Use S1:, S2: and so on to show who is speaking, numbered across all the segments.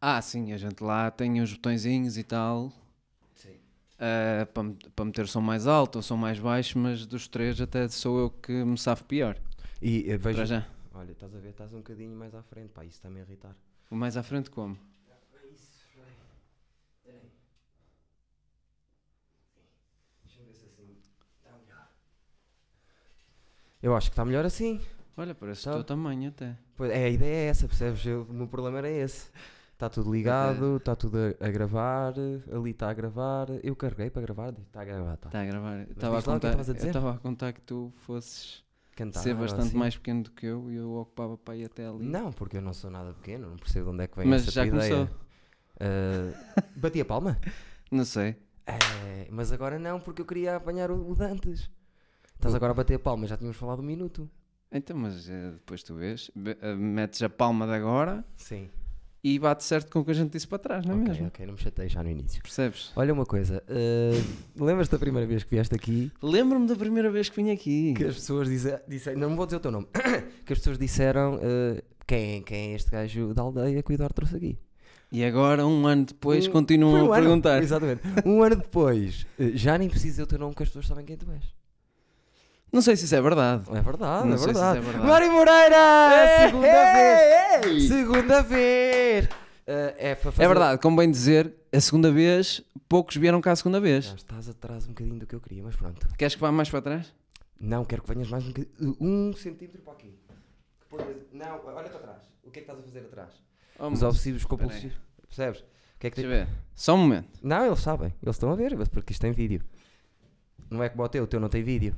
S1: Ah, sim, a gente lá tem os botõezinhos e tal.
S2: Sim.
S1: ah, para, me- para meter som mais alto ou som mais baixo, mas dos três até sou eu que me safo pior.
S2: E eh, vejo.
S1: Para já.
S2: Olha, estás a ver, estás um bocadinho mais à frente, pá, isso está-me a irritar.
S1: O mais à frente como? É assim
S2: Eu acho que está melhor assim.
S1: Olha, parece
S2: Tá.
S1: o teu tamanho até.
S2: Pois, é, a ideia é essa, percebes? Eu- o meu problema era esse. Está tudo ligado, está tudo a, a gravar, ali está a gravar. Eu carreguei para gravar, está a gravar, está.
S1: Está Tá a gravar. Estava a
S2: diz lá o que
S1: contar,
S2: estavas a
S1: eu
S2: dizer.
S1: estava a contar que tu fosses
S2: Cantar.
S1: ser
S2: ou
S1: bastante
S2: assim.
S1: mais pequeno do que eu e eu ocupava para ir até ali.
S2: Não, porque eu não sou nada pequeno, não percebo de onde é que vem
S1: mas
S2: essa
S1: já
S2: tua
S1: começou.
S2: ideia. Ah, bati a palma?
S1: Não sei.
S2: É, mas agora não, porque eu queria apanhar o, o Dantes. Estás agora a bater a palma, já tínhamos falado um minuto.
S1: Então, mas eh, depois tu vês. Be- eh, metes a palma de agora
S2: Sim.
S1: e bate certo com o que a gente disse para trás, não é
S2: ok,
S1: mesmo?
S2: ok, não me chatei já no início.
S1: Percebes?
S2: Olha uma coisa, ah, lembras-te da primeira vez que vieste aqui
S1: Lembro-me da primeira vez que vim aqui.
S2: que as pessoas dizem, disseram, não vou dizer o teu nome, que as pessoas disseram ah, quem, quem é este gajo da aldeia que o Eduardo trouxe aqui?
S1: E agora, um ano depois,
S2: Um- Foi
S1: continuam
S2: um
S1: a
S2: ano,
S1: perguntar.
S2: Exatamente. Um ano depois, ah, já nem preciso dizer o teu nome porque as pessoas sabem quem tu és.
S1: Não sei se isso é verdade.
S2: É verdade,
S1: Não
S2: é
S1: sei se isso
S2: verdade.
S1: é verdade. É
S2: Mário Moreira!
S1: Ei,
S2: segunda
S1: ei,
S2: vez!
S1: ei!
S2: Segunda vez! Ah, é, para fazer-
S1: É verdade, convém dizer, a segunda vez, poucos vieram cá a segunda vez.
S2: Já estás atrás um bocadinho do que eu queria, mas pronto.
S1: Queres que vá mais para trás?
S2: Não, quero que venhas mais um bocadinho. Um centímetro para aqui. Que por- Não, olha para trás. O que é que estás a fazer atrás?
S1: Oh,
S2: Os
S1: moço,
S2: obsessivos
S1: espera aí.
S2: compulsivos. Percebes? O que é que
S1: Deixa eu
S2: tem-
S1: ver. Só um momento.
S2: Não, eles sabem. Eles estão a ver, mas porque isto tem vídeo. Não é como o teu, o teu não tem vídeo.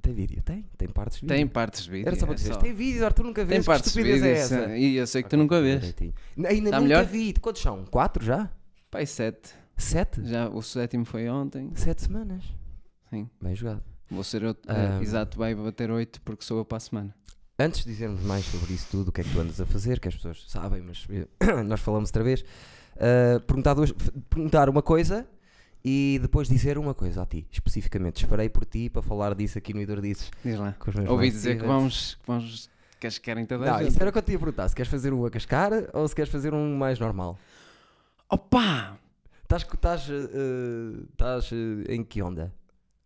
S2: Tem vídeo? Tem. Tem partes de vídeo.
S1: Tem partes de vídeo.
S2: Era só para
S1: é
S2: dizer, tem vídeo, Arthur nunca vês,
S1: Tem
S2: que
S1: partes de
S2: estupidez
S1: vídeo.
S2: é essa?
S1: sim. E eu sei que tu nunca vês.
S2: Direitinho. Ainda
S1: Tá
S2: nunca
S1: melhor?
S2: vi. Quantos são? Quatro já?
S1: Pai, sete.
S2: Sete?
S1: Já, o sétimo foi ontem.
S2: Sete semanas.
S1: Sim.
S2: Bem jogado.
S1: Vou ser eu.
S2: Ah.
S1: eh, exato, vai bater oito porque sou eu para a semana.
S2: Antes de dizermos mais sobre isso tudo, o que é que tu andas a fazer, que as pessoas sabem, mas eh, nós falamos outra vez, ah, perguntar, duas- f- perguntar uma coisa e depois dizer uma coisa a ti, especificamente. Esperei por ti para falar disso aqui no Idor Dizes.
S1: Diz lá.
S2: com os meus
S1: Ouvi
S2: mais
S1: dizer que
S2: queridos.
S1: vamos. Que vamos que as querem toda a
S2: Não,
S1: gente.
S2: isso era o que eu te ia perguntar. Se queres fazer um a cascar ou se queres fazer um mais normal?
S1: Opa!
S2: Estás estás, eh, estás, eh, em que onda?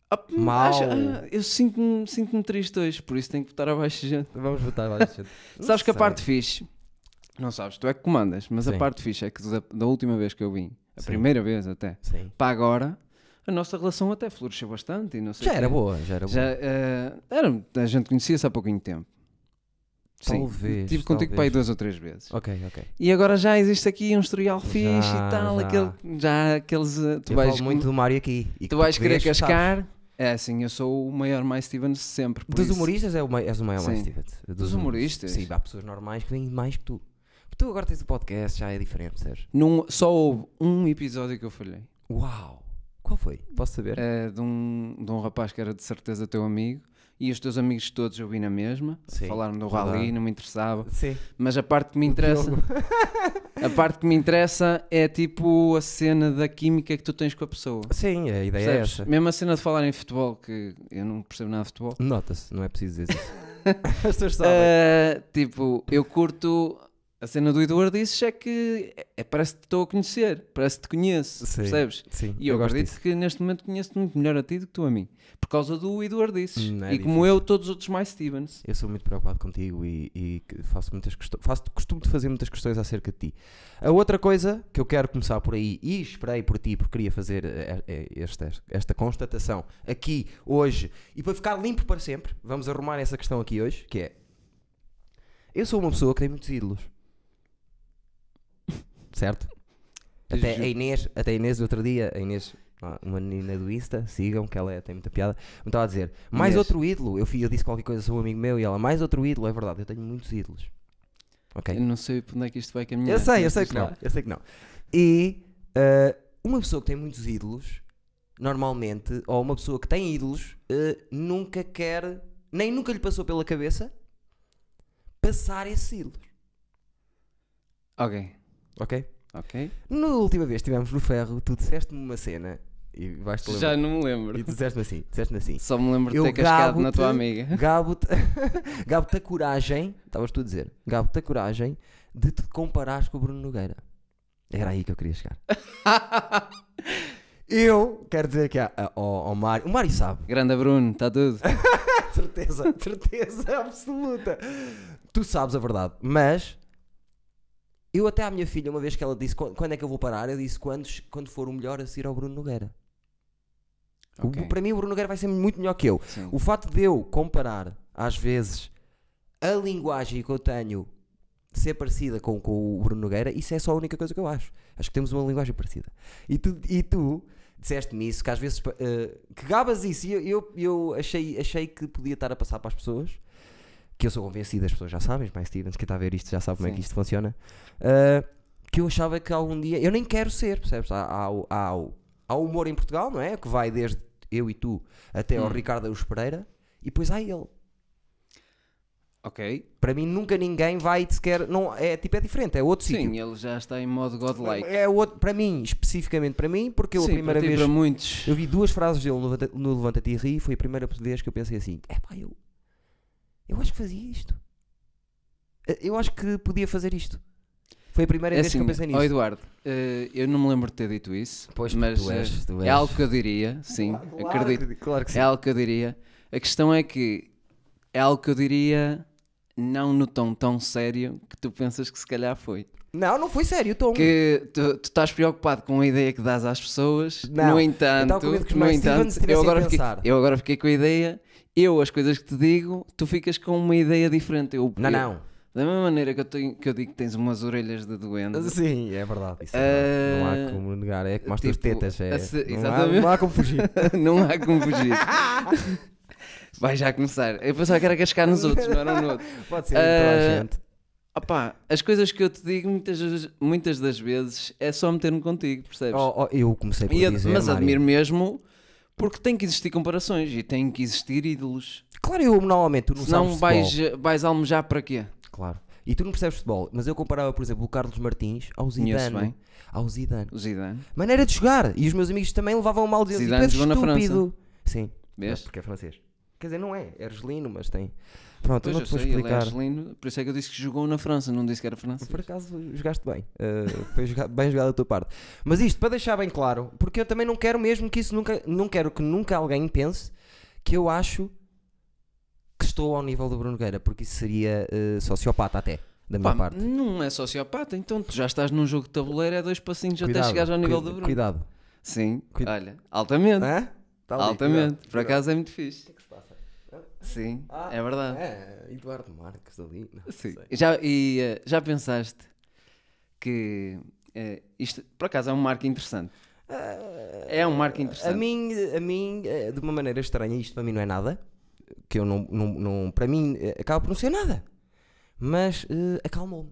S1: Op-
S2: Mau.
S1: acho- ah, eu sinto-me sinto triste hoje, por isso tenho que botar abaixo gente.
S2: Vamos botar mais gente. Não
S1: sabes que a
S2: sei.
S1: parte fixe. Não sabes, tu é que comandas, mas
S2: Sim.
S1: a parte fixe é que da, da última vez que eu vim, a
S2: Sim.
S1: primeira vez até,
S2: Sim.
S1: para agora, a nossa relação até floresceu bastante. E não sei
S2: Já
S1: quê.
S2: era boa, já era boa.
S1: Já, eh, era, a gente conhecia-se há pouquinho tempo.
S2: Talvez,
S1: Estive contigo para aí
S2: talvez.
S1: duas ou três vezes.
S2: Ok, ok.
S1: E agora já existe aqui um historial fixe
S2: Já,
S1: e tal,
S2: já.
S1: Aquele, já aqueles. eh, Tu
S2: eu
S1: vais,
S2: falo muito do Mário aqui. e
S1: tu vais
S2: tu
S1: querer
S2: vês, sabes.
S1: cascar. É assim, eu sou o maior mais Stevens sempre. por
S2: Dos
S1: isso-
S2: humoristas é o mai- és o maior mais
S1: Sim.
S2: Steven.
S1: Dos humoristas?
S2: Sim, há pessoas normais que vêm mais que tu. Tu agora tens o podcast, já é diferente, Sérgio.
S1: Num- só houve um episódio que eu falhei.
S2: Uau! Qual foi? É. Posso saber?
S1: eh, de, um, de um rapaz que era de certeza teu amigo. E os teus amigos todos eu vi na mesma.
S2: Sim,
S1: Falaram do
S2: verdade.
S1: rally, não me interessava.
S2: Sim.
S1: Mas a parte que me interessa. a parte que me interessa é tipo a cena da química que tu tens com a pessoa.
S2: Sim, a ideia
S1: Percebes?
S2: é essa.
S1: Mesmo a cena de falar em futebol, que eu não percebo nada de futebol.
S2: Nota-se, não é preciso dizer isso. É. As pessoas sabem.
S1: Eh, tipo, eu curto a cena do Eduardo disse é que é- é- parece que te estou a conhecer, parece que te conheço,
S2: Sim.
S1: percebes?
S2: Sim,
S1: E eu,
S2: gosto
S1: acredito
S2: disso.
S1: que neste momento conheço-te muito melhor a ti do que tu a mim. Por causa do Eduardo disse.
S2: Não é
S1: e como eu, todos os outros mais Stevens.
S2: Eu sou muito preocupado contigo e, e que faço muitas questões. Faço, costumo de fazer muitas questões acerca de ti. A outra coisa que eu quero começar por aí e esperei por ti porque queria fazer eh, eh, esta, esta constatação aqui hoje e para ficar limpo para sempre, vamos arrumar essa questão aqui hoje, que é eu sou uma pessoa que tem muitos ídolos. Certo? Até a Inês, até a Inês do outro dia, a Inês, ah, uma menina do Insta, sigam, que ela é- tem muita piada, me estava a dizer, mais
S1: Inês.
S2: outro ídolo, eu, fui, eu disse qualquer coisa sobre um amigo meu e ela, mais outro ídolo, é verdade, eu tenho muitos ídolos. Ok?
S1: Eu não sei para onde é que isto vai caminhar.
S2: Eu sei, eu
S1: mas
S2: sei
S1: diz
S2: que não.
S1: lá.
S2: Eu sei que não. E ah, uma pessoa que tem muitos ídolos, normalmente, ou uma pessoa que tem ídolos, ah, nunca quer, nem nunca lhe passou pela cabeça passar esses ídolos.
S1: Ok,
S2: Ok?
S1: ok.
S2: Na última vez que estivemos no ferro, tu disseste-me uma cena e vais-te lembrar.
S1: Já não me
S2: E
S1: lembro.
S2: tu disseste-me assim, disseste-me assim.
S1: Só me lembro de
S2: Eu
S1: ter cascado na
S2: gabo-te-
S1: tua amiga.
S2: Gabo-te gabo a coragem, estavas tu a dizer, gabo-te a coragem de te comparares com o Bruno Nogueira. Era aí que eu queria chegar. eu quero dizer que há- a- ao, ao Mário. O Mário sabe,
S1: Grande Bruno, está tudo.
S2: de certeza, de certeza absoluta. Tu sabes a verdade, mas. Eu até à minha filha, uma vez que ela disse "Qu- quando é que eu vou parar, eu disse quando, quando for o melhor a seguir ao Bruno Nogueira. O-
S1: Ok,
S2: para mim o Bruno Nogueira vai ser muito melhor que eu.
S1: sim.
S2: O facto de eu comparar, às vezes, a linguagem que eu tenho ser parecida com, com o Bruno Nogueira, isso é só a única coisa que eu acho. Acho que temos uma linguagem parecida. E tu, e tu disseste-me isso, que às vezes. eh, que gabas isso. E eu, eu, eu achei, achei que podia estar a passar para as pessoas. Que eu sou convencido, as pessoas já sabem, mas Stevens, quem está a ver isto já sabe como é
S1: Sim.
S2: que isto funciona. eh, que eu achava que algum dia. Eu nem quero ser, percebes? Há, há, o- há, o- há o humor em Portugal, não é? Que vai desde eu e tu até
S1: Hum.
S2: ao Ricardo Aros Pereira. E depois há ele.
S1: Ok.
S2: Para mim, nunca ninguém vai sequer. Não, é, tipo, é diferente, é outro sítio.
S1: Sim, ele já está em modo godlike.
S2: É outro, para mim, especificamente para mim, porque eu
S1: Sim,
S2: a primeira
S1: para ti,
S2: vez.
S1: para muitos.
S2: Eu vi duas frases dele no Levanta- no Levanta-te e Ri, foi a primeira vez que eu pensei assim: é pá, eu. Eu acho que fazia isto. Eh, Eu acho que podia fazer isto. Foi a primeira
S1: É
S2: vez que eu
S1: assim,
S2: pensei
S1: ó
S2: nisso.
S1: Eduardo, eh, eu não me lembro de ter dito isso,
S2: Pois,
S1: mas
S2: tu és-
S1: eh,
S2: tu
S1: é
S2: és.
S1: algo que eu diria, sim, acredito,
S2: Claro que sim.
S1: é algo que eu diria. A questão é que é algo que eu diria não no tom tão sério que tu pensas que se calhar foi.
S2: Não, não foi sério, Tom.
S1: Que tu, tu estás preocupado com a ideia que dás às pessoas,
S2: Não,
S1: no
S2: eu
S1: entanto,
S2: estava com medo que os
S1: no
S2: mais
S1: entanto
S2: Stevens estivessem
S1: eu,
S2: a
S1: agora fiquei,
S2: pensar.
S1: eu agora fiquei com a ideia, eu as coisas que te digo, tu ficas com uma ideia diferente. Eu-
S2: Não,
S1: eu-
S2: não.
S1: Da mesma maneira que eu, tenho- que eu digo que tens umas orelhas de duende,
S2: Sim, é verdade. isso é
S1: Eh,
S2: verdade. não há como negar. É que mostra as
S1: tipo,
S2: tetas. É,
S1: a se-
S2: não, há,
S1: exatamente.
S2: não há como fugir.
S1: não há como fugir. Vai já começar. Eu pensava que era cascar nos outros, não era um no outro.
S2: Pode ser toda
S1: Eh,
S2: a gente.
S1: Opá, as coisas que eu te digo muitas, das- muitas das vezes é só meter-me contigo, percebes?
S2: Oh, oh, eu comecei por
S1: E ad-
S2: dizer.
S1: mas
S2: Mário,
S1: admiro mesmo porque tem que existir comparações e tem que existir ídolos.
S2: Claro, eu normalmente tu não
S1: Senão
S2: sabes
S1: vais,
S2: futebol.
S1: vais almejar para quê?
S2: Claro. E tu não percebes futebol, mas eu comparava, por exemplo, o Carlos Martins ao
S1: Conheço
S2: Zidane.
S1: bem.
S2: Ao Zidane.
S1: O Zidane.
S2: Maneira de jogar. E os meus amigos também levavam mal dele.
S1: Zidane
S2: Zidane tipo,
S1: jogou na
S2: és estúpido. Sim.
S1: Vês?
S2: É porque é francês. Quer dizer, não é. É argelino, mas tem. Pronto,
S1: Pois
S2: eu não
S1: eu
S2: te vou
S1: sei, ele é
S2: explicar.
S1: argelino, por isso é que eu disse que jogou na França, não disse que era francês.
S2: Por acaso jogaste bem. Uh, foi joga- bem jogado da tua parte. Mas isto, para deixar bem claro, porque eu também não quero mesmo que isso nunca. Não quero que nunca alguém pense que eu acho que estou ao nível do Bruno Nogueira, porque isso seria uh, sociopata até, da minha
S1: Pá,
S2: parte.
S1: não é sociopata, então tu já estás num jogo de tabuleiro, é dois passinhos até
S2: Cuidado,
S1: chegares ao nível
S2: cui-
S1: do Bruno.
S2: Cuidado.
S1: Sim,
S2: Cuida-
S1: olha, altamente.
S2: Hã? Tá ali,
S1: altamente.
S2: cuidado,
S1: Por
S2: cuidado.
S1: acaso é muito fixe.
S2: O que é que se passa?
S1: Sim,
S2: Ah,
S1: é verdade.
S2: É, Eduardo Marques ali. Não
S1: Sim.
S2: sei.
S1: Já, e eh, já pensaste que eh, isto, por acaso, é um marco interessante? é um marco
S2: Eh, A
S1: interessante.
S2: mim, a mim, eh, de uma maneira estranha, isto para mim não é nada. Que eu não, não, não- para mim, eh, acaba por não ser nada. Mas eh, acalmou-me.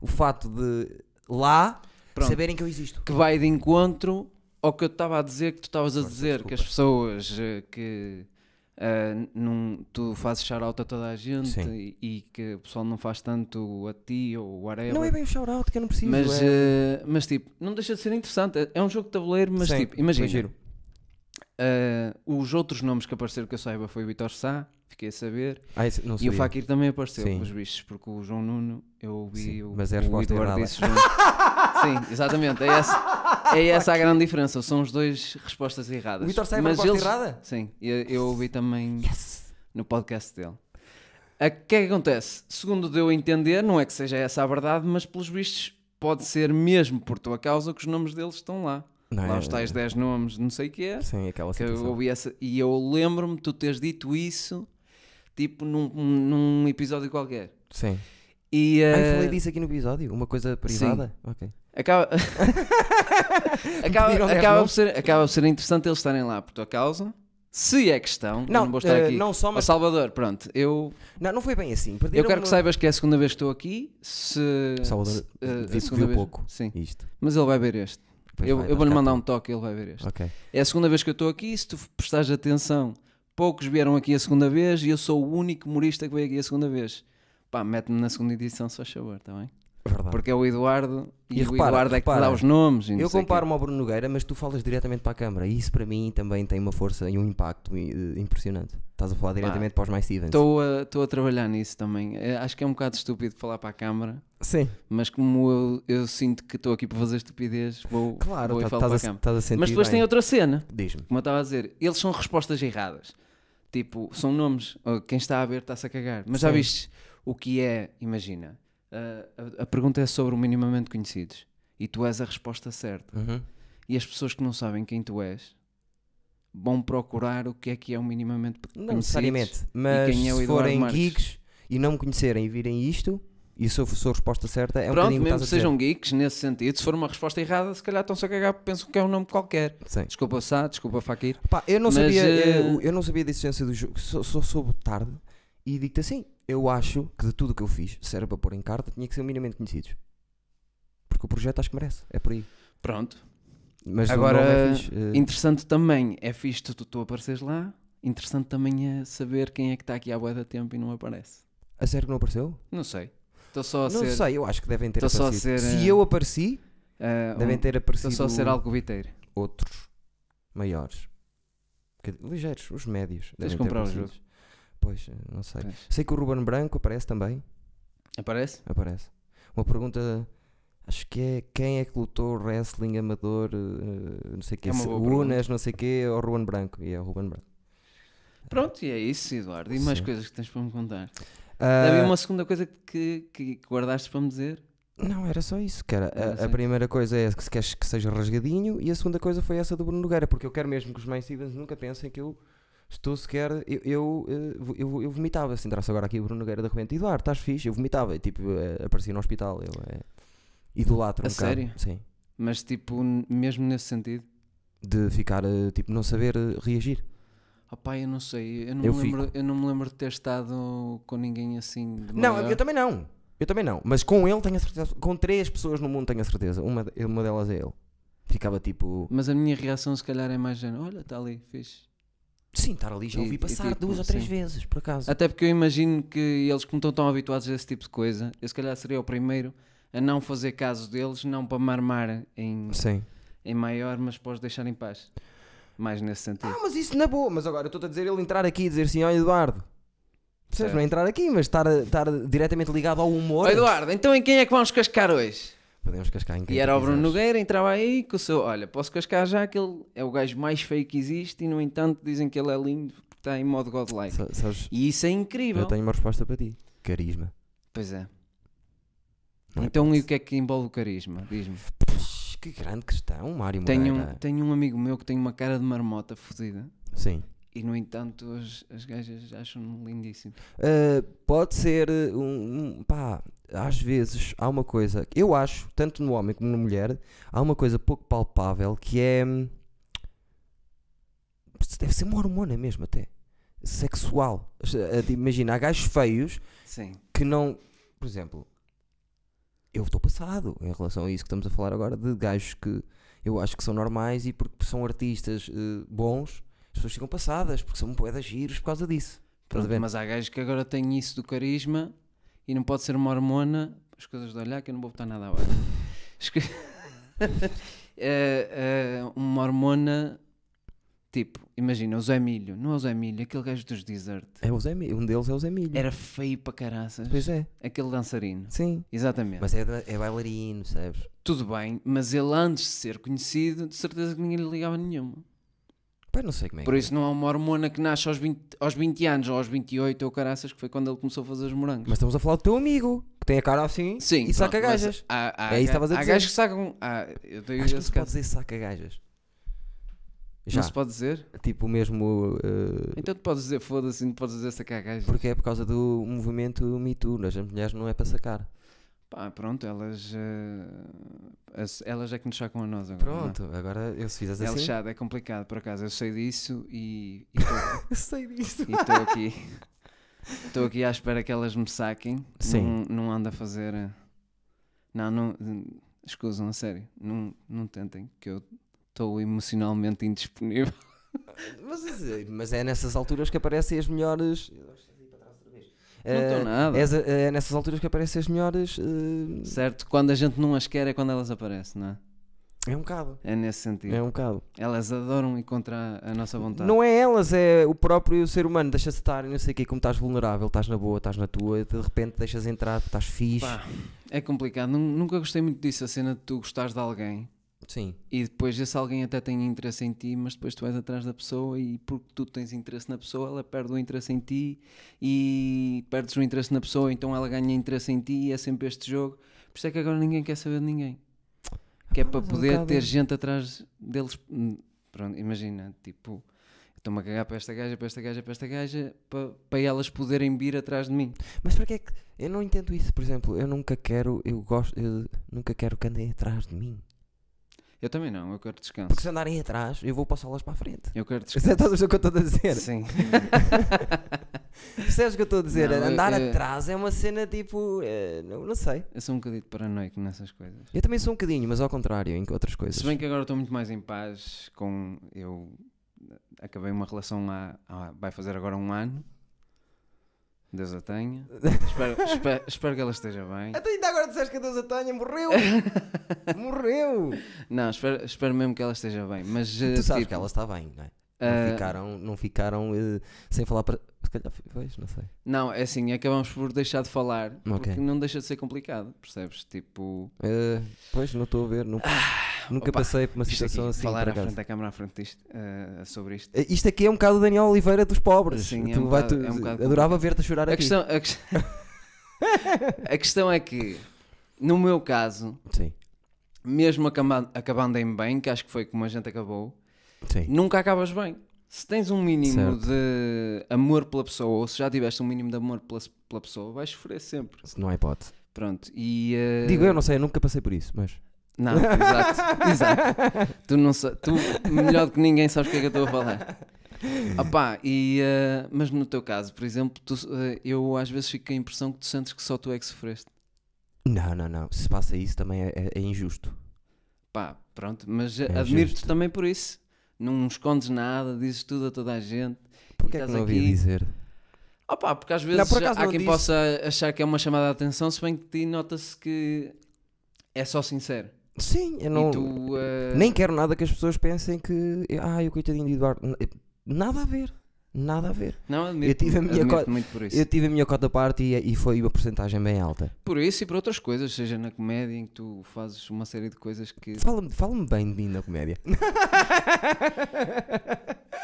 S2: O fato de lá
S1: Pronto.
S2: saberem que eu existo.
S1: Que vai de encontro ao que eu estava a dizer, que tu estavas a dizer, que as pessoas eh, que. eh, num- tu fazes shout-out a toda a gente
S2: Sim.
S1: e, e que o pessoal não faz tanto a ti ou whatever.
S2: Não é bem o shout-out que eu não preciso.
S1: Mas,
S2: é...
S1: eh, mas tipo, não deixa de ser interessante. É- É um jogo de tabuleiro, mas
S2: Sim,
S1: tipo,
S2: foi
S1: imagina.
S2: giro.
S1: eh, os outros nomes que apareceram que eu saiba foi o Vitor Sá, fiquei a saber.
S2: Ah, isso não
S1: E o
S2: sabia.
S1: Fakir também apareceu,
S2: Sim.
S1: os bichos, porque o João Nuno, eu ouvi
S2: Sim,
S1: o,
S2: mas é a
S1: o
S2: resposta
S1: Eduardo
S2: errada.
S1: disse João. Sim, exatamente. É essa, é essa a grande diferença. São os dois respostas erradas.
S2: O Vitor Sá é a
S1: Mas
S2: resposta
S1: eles-
S2: errada?
S1: Sim, eu, eu ouvi também
S2: Yes!
S1: no podcast dele. O que é que acontece? Segundo deu a entender, não é que seja essa a verdade, mas pelos vistos pode ser mesmo por tua causa que os nomes deles estão lá.
S2: Não,
S1: lá
S2: é-
S1: os tais 10 nomes, não sei o que é.
S2: Sim, aquela
S1: Que eu
S2: situação.
S1: ouvi essa- e eu lembro-me de tu teres dito isso, tipo num, num episódio qualquer.
S2: Sim.
S1: E
S2: Ah,
S1: eh,
S2: eu falei disso aqui no episódio? Uma coisa privada? Ok.
S1: acaba, acaba,
S2: pediram dez
S1: acaba, por
S2: nomes.
S1: ser, acaba por ser interessante eles estarem lá por tua causa. Se é questão, não,
S2: Não,
S1: não vou estar
S2: eh,
S1: aqui.
S2: não só,
S1: Ó,
S2: mas-
S1: Salvador, pronto, eu,
S2: Não, não foi bem assim.
S1: eu
S2: Perderam
S1: quero que
S2: uma-
S1: saibas que é a segunda vez que estou aqui. Se,
S2: Salvador
S1: se, eh, a
S2: vi-
S1: segunda
S2: viu
S1: vez-
S2: pouco
S1: Sim,
S2: Isto.
S1: mas ele vai ver este.
S2: Depois
S1: eu
S2: vai-
S1: eu
S2: vai
S1: vou-lhe
S2: ficar
S1: mandar um
S2: tudo.
S1: toque, ele vai ver este.
S2: Ok.
S1: É a segunda vez que eu estou aqui. Se tu prestares atenção, poucos vieram aqui a segunda vez e eu sou o único humorista que veio aqui a segunda vez. Pá, mete-me na segunda edição, só favor, está bem?
S2: Verdade.
S1: Porque é o Eduardo e,
S2: E
S1: o
S2: repara,
S1: Eduardo é que te dá
S2: repara,
S1: os nomes. e não
S2: Eu
S1: sei é.
S2: comparo-me ao Bruno Nogueira, mas tu falas diretamente para a câmara. E isso para mim também tem uma força e um impacto eh, impressionante. Estás a falar diretamente para os mais Stevens.
S1: Estou a, tô a trabalhar nisso também. Eh, Acho que é um bocado estúpido falar para a câmara,
S2: Sim,
S1: mas como eu, eu sinto que estou aqui para fazer estupidez, vou,
S2: claro,
S1: vou e
S2: tá-
S1: falo para a
S2: estás a,
S1: câmara.
S2: estás a sentir.
S1: Mas depois
S2: bem.
S1: tem outra cena,
S2: Diz-me.
S1: como eu estava a dizer, eles são respostas erradas. Tipo, são nomes, ou quem está a ver está-se a cagar. Mas já
S2: Sim.
S1: viste o que é, imagina, ah, a, a pergunta é sobre o minimamente conhecidos e tu és a resposta certa.
S2: Uhum.
S1: E as pessoas que não sabem quem tu és vão procurar o que é que é o minimamente conhecido.
S2: Não necessariamente, mas
S1: quem é o
S2: se
S1: Eduardo
S2: forem
S1: Marques?
S2: geeks e não me conhecerem e virem isto, e se eu for a resposta certa, é um
S1: Pronto,
S2: bocadinho o
S1: mesmo
S2: que
S1: que
S2: estás a
S1: sejam geeks nesse sentido, se for uma resposta errada, se calhar estão-se a cagar porque pensam que é um nome qualquer.
S2: dizer. Sim.
S1: Desculpa Sá, desculpa Fakir.
S2: Pá, eu não
S1: Mas,
S2: sabia,
S1: eh,
S2: eu, eu não sabia da existência do jogo, só, só soube tarde e digo-te assim: eu acho que de tudo o que eu fiz, se era para pôr em carta, tinha que ser minimamente conhecidos. Porque o projeto acho que merece, é por aí.
S1: Pronto.
S2: Mas o
S1: Agora,
S2: nome é fixe, eh,
S1: Interessante também, é fixe tu, tu apareceres lá, interessante também é saber quem é que está aqui à boa da tempo e não aparece.
S2: a sério que não apareceu?
S1: Não sei. Estou só a
S2: não
S1: ser.
S2: sei, eu acho que devem ter
S1: Estou só a
S2: aparecido.
S1: ser,
S2: Se
S1: eh,
S2: eu apareci,
S1: ah, um-
S2: devem ter
S1: Estou
S2: aparecido
S1: só a ser algo biteiro.
S2: outros maiores. Que- Ligeiros, os médios. devem
S1: de
S2: ter
S1: comprar o
S2: aparecido. Pois, eh, não sei.
S1: Pois.
S2: Sei que o Ruben Branco aparece também.
S1: Aparece?
S2: Aparece. Uma pergunta. Acho que é quem é que lutou wrestling amador, eh, não sei o quê,
S1: É uma
S2: se-
S1: boa
S2: Unas, não sei o quê, ou Ruan Branco. E é o Ruben Branco.
S1: Pronto, e é isso, Eduardo. E mais
S2: Sim.
S1: coisas que tens para me contar.
S2: Ah,
S1: Havia uma segunda coisa que, que que guardaste para me dizer.
S2: Não, era só isso, cara.
S1: Era
S2: A, a
S1: só
S2: primeira coisa é que se queres que seja rasgadinho, e a segunda coisa foi essa do Bruno Nogueira, porque eu quero mesmo que os mais Stevens nunca pensem que eu estou sequer. Eu, eu, eh, vo- eu, eu vomitava. Se entrasse agora aqui o Bruno Nogueira de repente, Eduardo, estás fixe? Eu vomitava. E tipo, eh, aparecia no hospital. Eu eh, idolatro um
S1: A
S2: bocado.
S1: sério?
S2: Sim.
S1: Mas, tipo, n- mesmo nesse sentido.
S2: De ficar, eh, tipo, não saber eh, reagir.
S1: Opá, eu não sei, eu não,
S2: Eu
S1: me lembro, eu não me lembro de ter estado com ninguém assim de
S2: Não,
S1: maior.
S2: eu também não. Eu também não. Mas com ele tenho a certeza. Com três pessoas no mundo tenho a certeza. Uma, de- uma delas é ele. Ficava tipo.
S1: Mas a minha reação se calhar é mais género, olha, está ali, fixe.
S2: Sim, estar ali já
S1: E-
S2: ouvi
S1: e
S2: passar
S1: tipo,
S2: duas ou três
S1: sim.
S2: vezes, por acaso.
S1: Até porque eu imagino que eles como estão tão habituados a esse tipo de coisa, eu se calhar seria o primeiro a não fazer caso deles, não para marmar em,
S2: Sim.
S1: em maior, mas para os deixar em paz. Mais nesse sentido.
S2: Ah, mas isso na boa. Mas agora eu estou a dizer ele entrar aqui e dizer assim: olha, Eduardo. Percebes?
S1: Certo.
S2: Não é entrar aqui, mas estar, a- estar diretamente ligado ao humor.
S1: Ó Eduardo, então em quem é que vamos cascar hoje?
S2: Podemos cascar em quem
S1: E era
S2: tu
S1: o Bruno
S2: quiseres.
S1: Nogueira, entrava aí com o seu, olha, posso cascar já que ele é o gajo mais feio que existe e no entanto dizem que ele é lindo porque está em modo godlike.
S2: Sa- sabes,
S1: E isso é incrível.
S2: eu tenho uma resposta para ti: carisma.
S1: Pois é.
S2: Não é
S1: então, e o que é que envolve o carisma? Diz-me.
S2: Puxa, que grande questão, Mário
S1: Tenho, um-
S2: Moreira.
S1: tenho um amigo meu que tem uma cara de marmota fodida
S2: Sim.
S1: e, no entanto, as, as gajas acham-no lindíssimo.
S2: Uh, pode ser uh, um, um- pá, às vezes há uma coisa, eu acho, tanto no homem como na mulher, há uma coisa pouco palpável que é hum, deve ser uma hormona mesmo até sexual. Se- uh, Imagina, há gajos feios
S1: Sim.
S2: que não, por exemplo, eu estou passado em relação a isso que estamos a falar agora de gajos que eu acho que são normais e porque são artistas uh, bons, as pessoas ficam passadas porque são poetas giros por causa disso. Estás a
S1: Pronto,
S2: ver?
S1: mas há gajos que agora têm isso do carisma e não pode ser uma hormona. As coisas de olhar que eu não vou botar nada agora. Esque- É, é, uma hormona tipo, imagina, o Zé Milho. Não é o Zé Milho, aquele gajo dos desert.
S2: É o Zé Milho. Um deles é o Zé Milho.
S1: Era feio para caraças.
S2: Pois é,
S1: Aquele dançarino.
S2: sim.
S1: Exatamente.
S2: Mas é, é bailarino, sabes?
S1: Tudo bem, mas ele antes de ser conhecido, de certeza que ninguém lhe ligava nenhuma.
S2: Pá, não sei como é
S1: Por
S2: que
S1: isso não há uma hormona que nasce aos 20, aos 20 anos ou aos 28 ou caraças, que foi quando ele começou a fazer os
S2: é.
S1: morangos.
S2: Mas estamos a falar do teu amigo, que tem a cara assim
S1: Sim,
S2: e saca
S1: pronto, mas
S2: gajas.
S1: Há, há,
S2: É isso que estavas a
S1: há
S2: dizer.
S1: gajos que sacam. há- eu dei
S2: Acho que não
S1: esse
S2: se pode
S1: caso.
S2: dizer saca gajas.
S1: Não
S2: Já,
S1: se pode dizer?
S2: tipo mesmo... eh,
S1: Então tu podes dizer foda-se, não podes dizer sacar gajas.
S2: porque é por causa do movimento Me Too. Nas mulheres não é para sacar.
S1: Pá, pronto, elas. eh, as- elas é que nos sacam a nós agora. não é?
S2: Pronto, agora eu se fizesse
S1: É
S2: assim...
S1: lixado, é complicado, por acaso. Eu sei disso e e tô-
S2: Eu sei disso.
S1: E estou aqui. Estou aqui à espera que elas me saquem.
S2: Sim.
S1: Não, não ando a fazer. eh, Não, não. Escusam, a sério. Não, não tentem, que eu estou emocionalmente indisponível.
S2: Mas, mas é nessas alturas que aparecem as melhores...
S1: Não estou
S2: Eh,
S1: nada.
S2: és a- é nessas alturas que aparecem as melhores. eh,
S1: Certo? Quando a gente não as quer é quando elas aparecem, não é?
S2: é um bocado.
S1: É nesse sentido.
S2: É um bocado.
S1: Elas adoram e contra a nossa vontade.
S2: Não é elas, é o próprio ser humano. Deixa-se estar, e não sei o quê, como estás vulnerável, estás na boa, estás na tua, de repente deixas entrar, estás fixe.
S1: Pá, é complicado. Nun- Nunca gostei muito disso, a cena de tu gostares de alguém
S2: Sim.
S1: e depois esse alguém até tem interesse em ti, mas depois tu vais atrás da pessoa e porque tu tens interesse na pessoa, ela perde o interesse em ti e perdes o interesse na pessoa, então ela ganha interesse em ti e é sempre este jogo. Por isso é que agora ninguém quer saber de ninguém. Que é
S2: Ah,
S1: para
S2: mas um
S1: poder
S2: bocado-
S1: ter gente atrás deles. Hum, Pronto, imagina, tipo, eu estou-me a cagar para esta gaja, para esta gaja, para esta gaja, para, para elas poderem vir atrás de mim.
S2: Mas para que é que. Eu não entendo isso, por exemplo. Eu nunca quero, eu gosto, eu nunca quero que andem atrás de mim.
S1: Eu também não, eu quero descanso.
S2: Porque se andarem atrás, eu vou passá-las para a frente.
S1: Eu quero descanso.
S2: Estás a perceber o que eu estou a dizer?
S1: Sim.
S2: Percebes o que eu estou a dizer?
S1: Não, eu-
S2: Andar
S1: eu-
S2: atrás é uma cena tipo. eh, não, não sei.
S1: Eu sou um bocadinho paranoico nessas coisas.
S2: Eu também sou um bocadinho, mas ao contrário, em outras coisas.
S1: Se bem que agora estou muito mais em paz com. Eu acabei uma relação há. há- vai fazer agora um ano. Deus a tenha. espero, espe- espero, que ela esteja bem.
S2: Até Então, ainda agora disseste que a deusa Tânia morreu! morreu!
S1: Não, espero, espero mesmo que ela esteja bem. Mas, eh, tipo,
S2: tu sabes que ela está bem, não é? Não
S1: Ah.
S2: ficaram, não ficaram eh, sem falar para. Se calhar, pois, não sei.
S1: Não, é assim, acabamos por deixar de falar.
S2: Ok.
S1: Porque não deixa de ser complicado, percebes? Tipo.
S2: Eh, pois, não estou a ver. Nunca, Ah, nunca
S1: Ah, opa,
S2: passei por uma
S1: isto
S2: situação
S1: aqui,
S2: assim.
S1: falar
S2: por
S1: à
S2: acaso.
S1: frente da câmara, à frente disto, eh, sobre isto.
S2: Eh, Isto aqui é um bocado o Daniel Oliveira dos pobres.
S1: Sim, é
S2: Tu
S1: um
S2: vai-
S1: bocado-
S2: tu-
S1: é um bocado
S2: adorava ver-te a chorar
S1: A
S2: aqui.
S1: questão, a, ques- a questão é que, no meu caso,
S2: Sim,
S1: mesmo acaba- acabando em bem, que acho que foi como a gente acabou,
S2: sim.
S1: nunca acabas bem. Se tens um mínimo
S2: Certo.
S1: de amor pela pessoa, ou se já tiveste um mínimo de amor pela, pela pessoa, vais sofrer sempre.
S2: Isso não há hipótese.
S1: Pronto, e... eh,
S2: Digo eu, não sei, eu nunca passei por isso, mas.
S1: Não, exato, exato. Tu, não sa- tu, melhor do que ninguém, sabes o que é que eu estou a falar. Opá, e, eh, mas no teu caso, por exemplo, tu, eh, eu às vezes fico com a impressão que tu sentes que só tu é que sofreste.
S2: Não, não, não. Se passa isso também é, é- é injusto.
S1: Pá, pronto, mas eh,
S2: É
S1: admiro-te
S2: justo.
S1: também por isso. Não escondes nada, dizes tudo a toda a gente.
S2: Porquê é
S1: estás
S2: que não havia
S1: aqui?
S2: dizer?
S1: Opá, porque às vezes
S2: Não, por acaso
S1: há
S2: não
S1: quem
S2: disse.
S1: possa achar que é uma chamada de atenção, se bem que de ti nota-se que é só sincero.
S2: Sim, eu não.
S1: E tu, eh,
S2: Nem quero nada que as pessoas pensem que. Ai, o coitadinho de Eduardo. N- Nada a ver. Nada a ver.
S1: Não, admiro,
S2: Eu tive a minha co-
S1: muito por isso.
S2: Eu tive a minha cota parte e, e foi uma porcentagem bem alta.
S1: Por isso e por outras coisas, seja na comédia em que tu fazes uma série de coisas que.
S2: Fala-me fala bem de mim na comédia. Não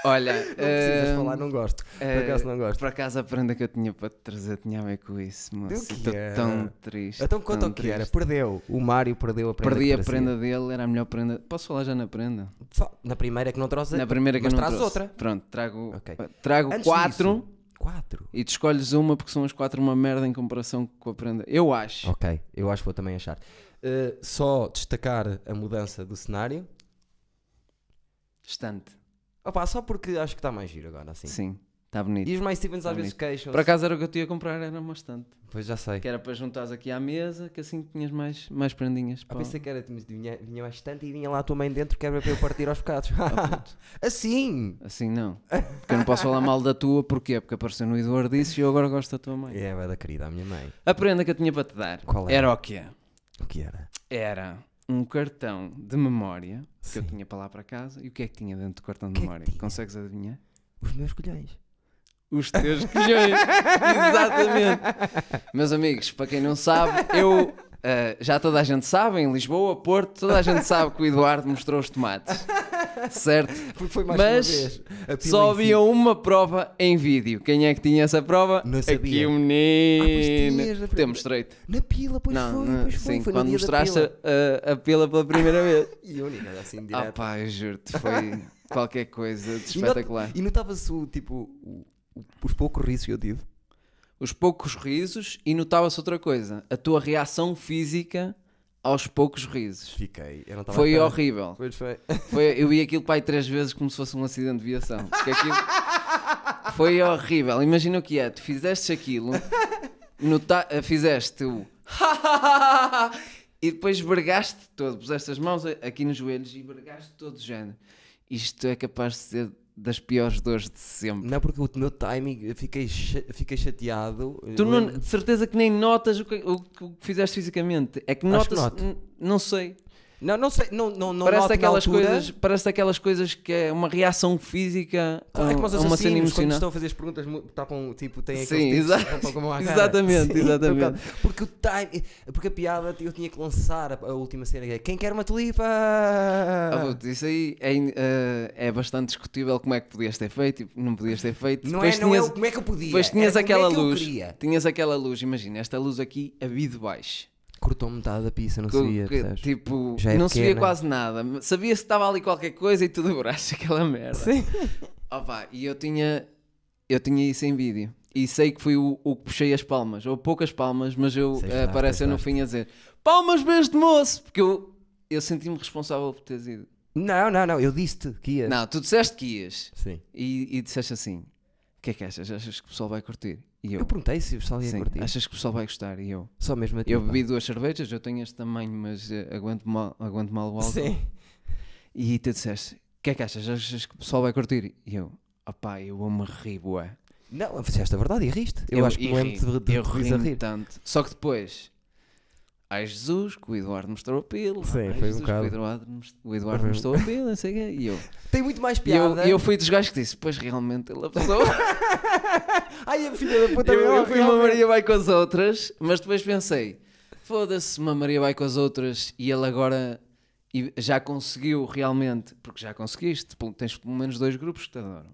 S1: Olha,
S2: precisas
S1: eh,
S2: falar, não gosto. Por
S1: eh,
S2: acaso não gosto.
S1: por acaso a prenda que eu tinha para te trazer tinha a ver com isso, moço.
S2: que
S1: Estou
S2: era?
S1: tão triste.
S2: Então conta
S1: tão
S2: o que era.
S1: triste.
S2: Perdeu. O Mário perdeu a prenda.
S1: Perdi
S2: que
S1: a
S2: trazia.
S1: prenda dele, era a melhor prenda. Posso falar já na prenda?
S2: Fa- Na primeira é que não trouxe.
S1: Na primeira que
S2: mas
S1: eu não
S2: traz
S1: trouxe.
S2: outra.
S1: Pronto, trago,
S2: Ok.
S1: trago
S2: Antes
S1: quatro
S2: Quatro.
S1: e tu escolhes uma porque são as quatro uma merda em comparação com a prenda. Eu acho.
S2: Ok, eu acho que vou também achar. Uh, só destacar a mudança do cenário.
S1: Estante.
S2: Opa, só porque acho que está mais giro agora, assim.
S1: Sim, está bonito.
S2: E os mais Stevens às
S1: Bonito.
S2: vezes queixam.
S1: Por acaso era o que eu te ia comprar, era uma estante.
S2: Pois já sei.
S1: Que era para juntares aqui à mesa, que assim tinhas mais, mais prendinhas.
S2: Ah,
S1: para-
S2: pensei que era, mas vinha, vinha mais tanto e vinha lá a tua mãe dentro que era para eu partir aos bocados. Ah, assim!
S1: Assim não. Porque eu não posso falar mal da tua, porquê? Porque apareceu no Eduardo disse e eu agora gosto da tua mãe.
S2: É, vai da querida, a minha mãe.
S1: A prenda que eu tinha para te dar
S2: Qual era?
S1: era o quê?
S2: O que era?
S1: Era um cartão de memória que eu
S2: Sim.
S1: tinha para lá para casa. E o que é que tinha dentro do cartão
S2: O
S1: de
S2: que é que
S1: memória?
S2: tinha?
S1: Consegues adivinhar?
S2: Os meus colhões.
S1: Os teus colhões. Exatamente. Meus amigos, para quem não sabe, eu. ah, já toda a gente sabe, em Lisboa, Porto, toda a gente sabe que o Eduardo mostrou os tomates. Certo?
S2: Porque foi mais
S1: Mas,
S2: que uma vez. a pila
S1: Só
S2: em si.
S1: havia uma prova em vídeo. Quem é que tinha essa prova?
S2: Não
S1: Aqui
S2: sabia.
S1: o
S2: Ah,
S1: menino.
S2: pois tinhas, na
S1: Temos straight.
S2: Na pila, pois
S1: um- não,
S2: foi,
S1: não,
S2: pois foi.
S1: sim,
S2: foi no
S1: quando
S2: dia da
S1: mostraste
S2: pila.
S1: a, a- a pila pela primeira vez.
S2: E única, assim,
S1: Ah
S2: direto.
S1: pá, eu juro-te, foi qualquer coisa de
S2: E nota-
S1: espetacular.
S2: E notava-se o tipo. o- o- os poucos risos que eu tive.
S1: Os poucos risos e notava-se outra coisa. A tua reação física aos poucos risos.
S2: Fiquei. Eu não estava à
S1: Foi
S2: espera.
S1: horrível.
S2: Pois foi.
S1: Foi, eu vi aquilo pai três vezes como se fosse um acidente de viação. Porque aquilo foi horrível. Imagina o que é, tu fizeste aquilo, nota- eh, fizeste o e depois vergaste todo, puseste as mãos a- aqui nos joelhos e vergaste todo o género. Isto é capaz de ser das piores dores de sempre.
S2: Não, porque o meu timing, eu fiquei, cha- fiquei chateado.
S1: Tu
S2: Eu
S1: não-
S2: lembro-
S1: de certeza que nem notas o que, o que- o que fizeste fisicamente. É que
S2: Acho que
S1: notas.
S2: noto.
S1: n- Não sei.
S2: Não, não sei, não, não, não noto
S1: parece
S2: na
S1: aquelas
S2: altura.
S1: coisas Parece aquelas coisas que é uma reação física a,
S2: Claro é que nós
S1: a uma cena
S2: assassinos, quando
S1: emocional.
S2: estão a fazer as perguntas, mu- tapam, tipo, têm aqueles
S1: Sim,
S2: tipos que
S1: exa-
S2: tapam com a mão à cara.
S1: exatamente,
S2: Sim,
S1: exatamente.
S2: por causa- Porque o time, porque a piada, eu tinha que lançar a, a última cena, que é, quem quer uma tulipa?
S1: Ah, puto, isso aí é, in- eh, é bastante discutível como é que podias ter feito e não podias ter feito.
S2: não é,
S1: Depois
S2: não é
S1: tinhas-
S2: o- como é que eu podia,
S1: Depois tinhas
S2: era como
S1: aquela
S2: é que eu
S1: luz.
S2: queria.
S1: Tinhas aquela luz, imagina, esta luz aqui a vir de baixo.
S2: Cortou metade da pizza, não
S1: Que-
S2: sabia,
S1: que,
S2: percebes?
S1: tipo,
S2: Já é
S1: não se via
S2: pequena.
S1: quase nada. mas Sabia se estava ali qualquer coisa e tu dobraste aquela merda.
S2: Sim.
S1: Opa, e eu tinha, eu tinha isso em vídeo. E sei que fui o, o que puxei as palmas, ou poucas palmas, mas eu
S2: Sei,
S1: eh,
S2: estás,
S1: aparece eu no
S2: estás.
S1: fim a dizer palmas para este moço, porque eu, eu senti-me responsável por teres ido.
S2: Não, não, não, eu disse-te que ia.
S1: Não, tu disseste que ias
S2: Sim.
S1: e, e disseste assim: o que é que achas? Achas que o pessoal vai curtir? E eu,
S2: Eu perguntei se o pessoal ia
S1: sim,
S2: curtir.
S1: achas que o pessoal vai gostar? E eu,
S2: Só mesmo a ti.
S1: eu
S2: pá.
S1: bebi duas cervejas, eu tenho este tamanho, mas eh, aguento mal, aguento mal o álcool.
S2: Sim.
S1: E tu disseste: o que é que achas? Achas que o pessoal vai curtir? E eu, opá, eu vou-me rir, bué.
S2: Não, fizeste a verdade e riste. Eu, acho que
S1: e
S2: me lembro de,
S1: ri,
S2: de,
S1: eu
S2: de,
S1: ri
S2: de rir.
S1: tanto. Só que depois, ai Jesus, que o Eduardo mostrou a pila.
S2: Sim,
S1: ai
S2: foi um
S1: Jesus, que o
S2: bocado.
S1: Eduardo, most- o Eduardo mostrou a pila, não sei o quê. E eu,
S2: Tem muito mais
S1: e eu,
S2: piada.
S1: e eu fui dos gajos que disse: Pois realmente ele abusou.
S2: Ai, a filha da puta
S1: eu,
S2: meu,
S1: eu fui uma
S2: realmente.
S1: Maria vai com as outras, mas depois pensei: Foda-se, uma Maria vai com as outras e ele agora. e já conseguiu realmente, porque já conseguiste, pelo- tens pelo menos dois grupos que te adoram.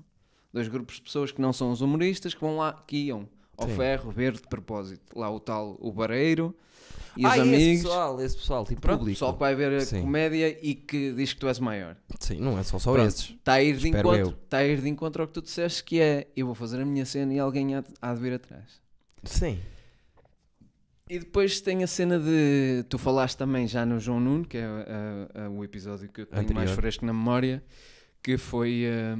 S1: Dois grupos de pessoas que não são os humoristas que vão lá, que iam ao
S2: Sim.
S1: ferro ver de propósito. Lá o tal, o bareiro e os
S2: Ah, Esse
S1: amigos.
S2: pessoal, esse pessoal, tipo,
S1: Pronto, o
S2: público.
S1: pessoal que vai ver a
S2: Sim.
S1: comédia e que diz que tu és maior.
S2: Sim, não é só só esses.
S1: Está a ir de
S2: Espero
S1: encontro,
S2: eu.
S1: está a ir de encontro ao que tu disseste que é eu vou fazer a minha cena e alguém há de, há de vir atrás.
S2: Sim.
S1: E depois tem a cena de tu falaste também já no João Nuno, que é ah, ah, o episódio que eu tenho mais
S2: Anterior.
S1: fresco na memória, que foi ah,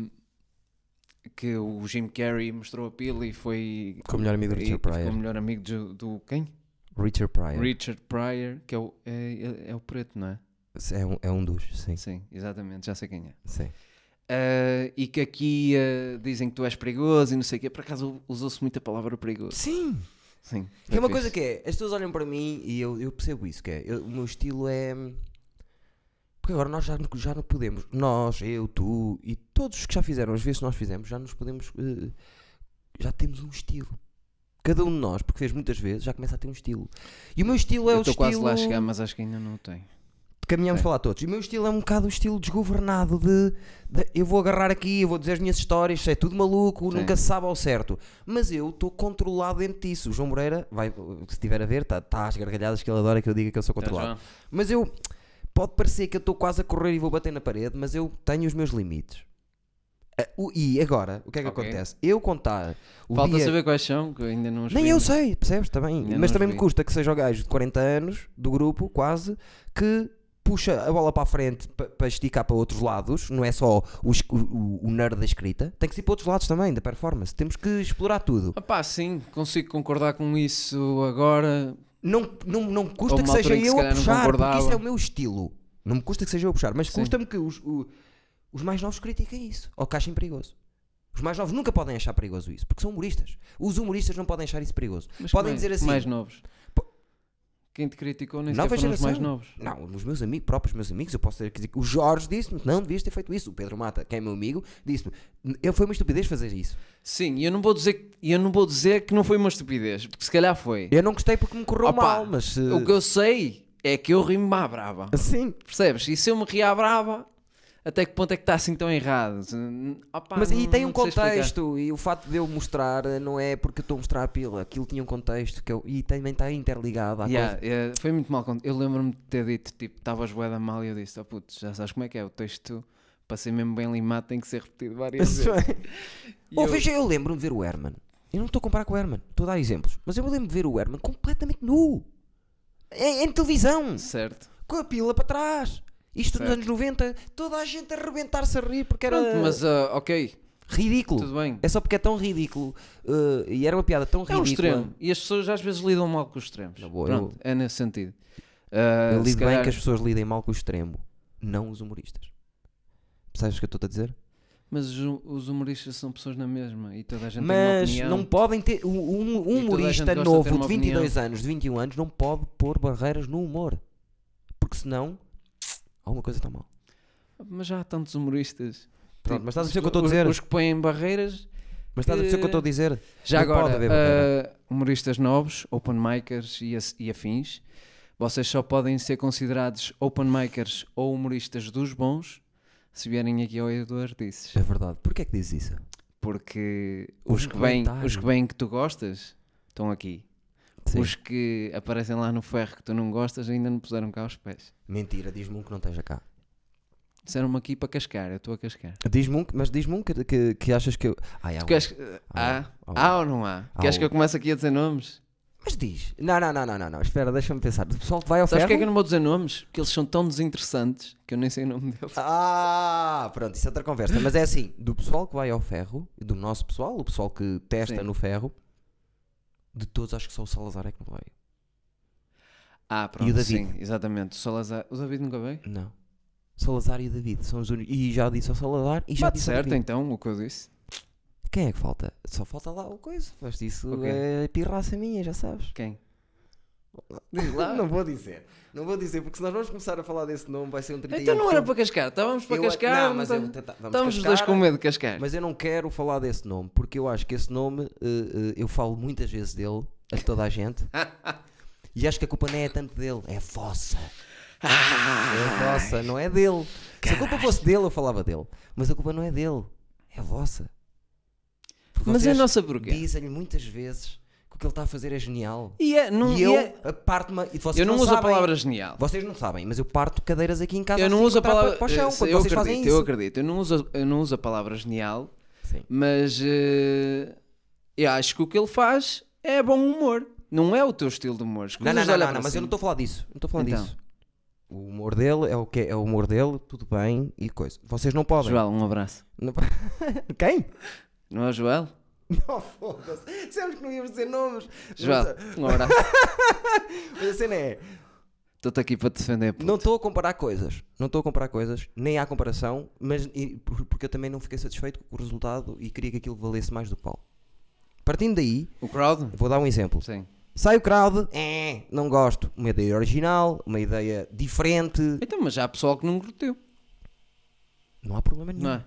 S1: que o Jim Carrey mostrou a pila e foi
S2: Com o melhor amigo do
S1: e
S2: Richard
S1: ficou
S2: Pryor.
S1: o melhor amigo do, do quem?
S2: Richard Pryor.
S1: Richard Pryor, que é o, é, é- é o preto, não é?
S2: É, um, é um dos, sim.
S1: Sim, exatamente, já sei quem é.
S2: sim.
S1: Ah, e que aqui ah, dizem que tu és perigoso e não sei o quê. Por acaso usou-se muito a palavra perigoso.
S2: Sim.
S1: Sim.
S2: Que é uma coisa que é, as pessoas olham para mim e eu, eu percebo isso, que é, eu- o meu estilo é... Porque agora nós já, no- já não podemos, nós, eu, tu e todos os que já fizeram, as vezes que nós fizemos, já nos podemos... eh, já temos um estilo. Cada um de nós, porque fez muitas vezes, já começa a ter um estilo. E o meu estilo é
S1: Eu
S2: o
S1: estou quase
S2: estilo...
S1: lá a chegar, mas acho que ainda não o tenho.
S2: caminhamos
S1: Sim.
S2: para lá todos. E o meu estilo é um bocado o estilo desgovernado de, de- eu vou agarrar aqui, eu vou dizer as minhas histórias, sei, é tudo maluco,
S1: Sim.
S2: nunca se sabe ao certo. Mas eu estou controlado dentro disso. O João Moreira, vai, se estiver a ver, está tá às gargalhadas que ele adora que eu diga que eu sou
S1: Tá,
S2: controlado.
S1: João?
S2: Mas eu, pode parecer que eu estou quase a correr e vou bater na parede, mas eu tenho os meus limites. Ah, o- E agora, o que é que
S1: Ok.
S2: acontece? Eu contar o
S1: Falta
S2: dia
S1: saber quais são, que eu ainda não os
S2: nem
S1: vi,
S2: eu
S1: mas-
S2: sei, percebes? Também.
S1: Ainda não
S2: Mas
S1: os
S2: também
S1: vi.
S2: me custa que seja o gajo de 40 anos, do grupo, quase, que puxa a bola para a frente pa- para esticar para outros lados. Não é só o, es- o- o nerd da escrita. Tem que ser para outros lados também, da performance. Temos que explorar tudo.
S1: Ah pá, sim, consigo concordar com isso agora.
S2: Não, não, não me
S1: Houve
S2: custa que
S1: uma
S2: seja
S1: altura em que se
S2: eu a
S1: calhar não
S2: puxar, porque
S1: concordava.
S2: isto é o meu estilo. Não me custa que seja eu a puxar, mas custa-me que os, o- os mais novos critiquem isso, ou que achem perigoso. Os mais novos nunca podem achar perigoso isso, porque são humoristas. Os humoristas não podem achar isso perigoso.
S1: Mas é? que
S2: podem
S1: mais,
S2: dizer
S1: que
S2: assim,
S1: mais novos.
S2: Pô-
S1: Quem te criticou nem sequer
S2: Nova
S1: foram os mais
S2: geração.
S1: novos.
S2: Não, os meus amigos, próprios meus amigos, eu posso ter que dizer que o Jorge disse-me, não devias ter feito isso. O Pedro Mata, que é meu amigo, disse-me, eu foi uma estupidez fazer isso.
S1: Sim, e eu não vou dizer que, e eu não vou dizer que não foi uma estupidez, porque se calhar foi.
S2: Eu não gostei porque me correu
S1: Opa,
S2: mal, mas. eh,
S1: O que eu sei é que eu rimo à brava.
S2: Sim,
S1: Percebes? E se eu me ria à brava, até que ponto é que está assim tão errado? Opa,
S2: mas aí
S1: não-
S2: tem um
S1: não sei explicar.
S2: contexto e o facto de eu mostrar eh, não é porque eu estou a mostrar a pila, aquilo tinha um contexto que eu, e também está interligado à
S1: Yeah,
S2: coisa.
S1: yeah, foi muito mal. cont- Eu lembro-me de ter dito, tipo, estavas bué da mal e eu disse, oh puto, já sabes como é que é, o texto para ser mesmo bem limado tem que ser repetido várias vezes.
S2: é-
S1: E
S2: Ou
S1: eu-
S2: veja, eu lembro-me de ver o Herman. Eu não estou a comparar com o Herman, estou a dar exemplos. Mas eu lembro-me de ver o Herman completamente nu. É, Em, em televisão.
S1: Certo.
S2: com a pila para trás. Isto nos
S1: Certo.
S2: anos 90, toda a gente a arrebentar-se a rir porque era
S1: Pronto, mas ah, ok,
S2: ridículo.
S1: tudo bem.
S2: É só porque é tão ridículo eh, e era uma piada tão
S1: É um
S2: ridícula.
S1: extremo. E as pessoas às vezes lidam mal com os extremos.
S2: Na boa,
S1: Pronto, é nesse sentido. Ah,
S2: Eu
S1: se
S2: lido bem
S1: calhar-
S2: que as pessoas lidem mal com o extremo, não os humoristas. Sabes o que eu estou a dizer?
S1: Mas os, hu- os humoristas são pessoas na mesma e toda a gente
S2: Mas
S1: tem uma opinião.
S2: não podem ter. Um, um- um
S1: E toda a
S2: humorista
S1: gente gosta de ter
S2: novo de
S1: uma
S2: 22 anos, de 21 anos, não pode pôr barreiras no humor. Porque senão. Alguma coisa está mal.
S1: Mas já há tantos humoristas.
S2: Pronto,
S1: Tipo,
S2: mas estás a
S1: os-
S2: perceber o que eu estou a
S1: os-
S2: dizer?
S1: Os que põem barreiras.
S2: Mas estás a perceber o que eu estou a dizer?
S1: Já
S2: Não pode
S1: agora,
S2: haver
S1: ah, humoristas novos, open micers e, as- e afins, vocês só podem ser considerados open micers ou humoristas dos bons se vierem aqui ao Eduardo Dices.
S2: É verdade. Porquê é que dizes isso?
S1: Porque
S2: Houve
S1: os
S2: um
S1: que, bem,
S2: comentário.
S1: os que bem que tu gostas estão aqui.
S2: Sim.
S1: Os que aparecem lá no ferro que tu não gostas ainda não puseram cá os pés.
S2: Mentira, diz-me um que não esteja cá.
S1: Disseram-me aqui para cascar, eu estou a cascar.
S2: Diz-me um, que- mas diz-me um que, que, que achas que eu. Ai, há
S1: Tu
S2: um.
S1: queres que- há?
S2: há um.
S1: Há ou não há?
S2: Há
S1: Queres
S2: um.
S1: que eu comece aqui a dizer nomes?
S2: Mas diz. Não, não, não, não, não, não. Espera, deixa-me pensar. O pessoal que vai ao
S1: Sabes
S2: ferro.
S1: porque é que eu não vou dizer nomes? Porque eles são tão desinteressantes que eu nem sei o nome deles.
S2: Ah, pronto, isso é outra conversa. Mas é assim, do pessoal que vai ao ferro, do nosso pessoal, o pessoal que testa
S1: Sim.
S2: no ferro, de todos acho que só o Salazar é que não veio.
S1: Ah, pronto,
S2: E o David?
S1: sim, exatamente. O Salazar. O David nunca veio?
S2: Não. Salazar e o David são os únicos. E já disse ao Salazar e já
S1: Bate
S2: disse ao
S1: certo,
S2: David.
S1: então, o que eu disse.
S2: Quem é que falta? Só falta lá o coisa. Mas isso
S1: Ok.
S2: é pirraça minha, já sabes.
S1: Quem? Diz lá.
S2: Não vou dizer. Não vou dizer, porque se nós vamos começar a falar desse nome, vai ser um 31.
S1: então não era para cascar, estávamos para
S2: Eu-
S1: cascar.
S2: não, mas
S1: tá-
S2: eu vou tentar- vamos
S1: Estávamos os
S2: cascar.
S1: dois com medo de cascar.
S2: Mas eu não quero falar desse nome, porque eu acho que esse nome, eh, eh, eu falo muitas vezes dele, a toda a gente, e acho que a culpa não é tanto dele, é vossa.
S1: Ah,
S2: É vossa, não é dele. Se a culpa fosse dele, eu falava dele. Mas a culpa não é dele, é vossa. Porque
S1: Mas é
S2: vocês
S1: nossa porquê?
S2: Dizem-lhe muitas vezes que o que ele está a fazer é genial.
S1: E é, não,
S2: e
S1: e
S2: eu
S1: é-
S2: parto-me. e vocês
S1: eu não, uso
S2: sabem,
S1: a palavra genial.
S2: Vocês não sabem, mas eu parto cadeiras aqui em casa.
S1: Eu não
S2: assim,
S1: uso a
S2: para-
S1: palavra.
S2: Para o chão,
S1: eu
S2: quando vocês
S1: acredito,
S2: fazem isso.
S1: eu acredito. Eu não uso, eu não uso a palavra genial,
S2: Sim.
S1: mas eh, eu acho que o que ele faz é bom humor. Não é o teu estilo de humor. As
S2: Não,
S1: coisas
S2: não, não,
S1: olham
S2: não,
S1: para
S2: não, mas eu
S1: cima.
S2: não estou a falar disso. Não estou a falar
S1: Então.
S2: disso. O humor dele é o que é o humor dele, tudo bem e coisa. Vocês não podem.
S1: Joel, um abraço.
S2: Não po- Quem?
S1: Não é o Joel?
S2: Não, foda-se. Dissemos que não íamos dizer nomes.
S1: Joel, um abraço.
S2: Mas a cena é,
S1: Estou-te aqui para te defender. puto.
S2: não estou a comparar coisas. Não estou a comparar coisas, nem há comparação, mas e- por- porque eu também não fiquei satisfeito com o resultado e queria que aquilo valesse mais do que vale. Partindo daí,
S1: O crowd?
S2: vou dar um exemplo.
S1: Sim.
S2: Sai o crowd, é, não gosto. Uma ideia original, uma ideia diferente.
S1: Então, mas já há pessoal que não curtiu,
S2: Não há problema nenhum.
S1: não é?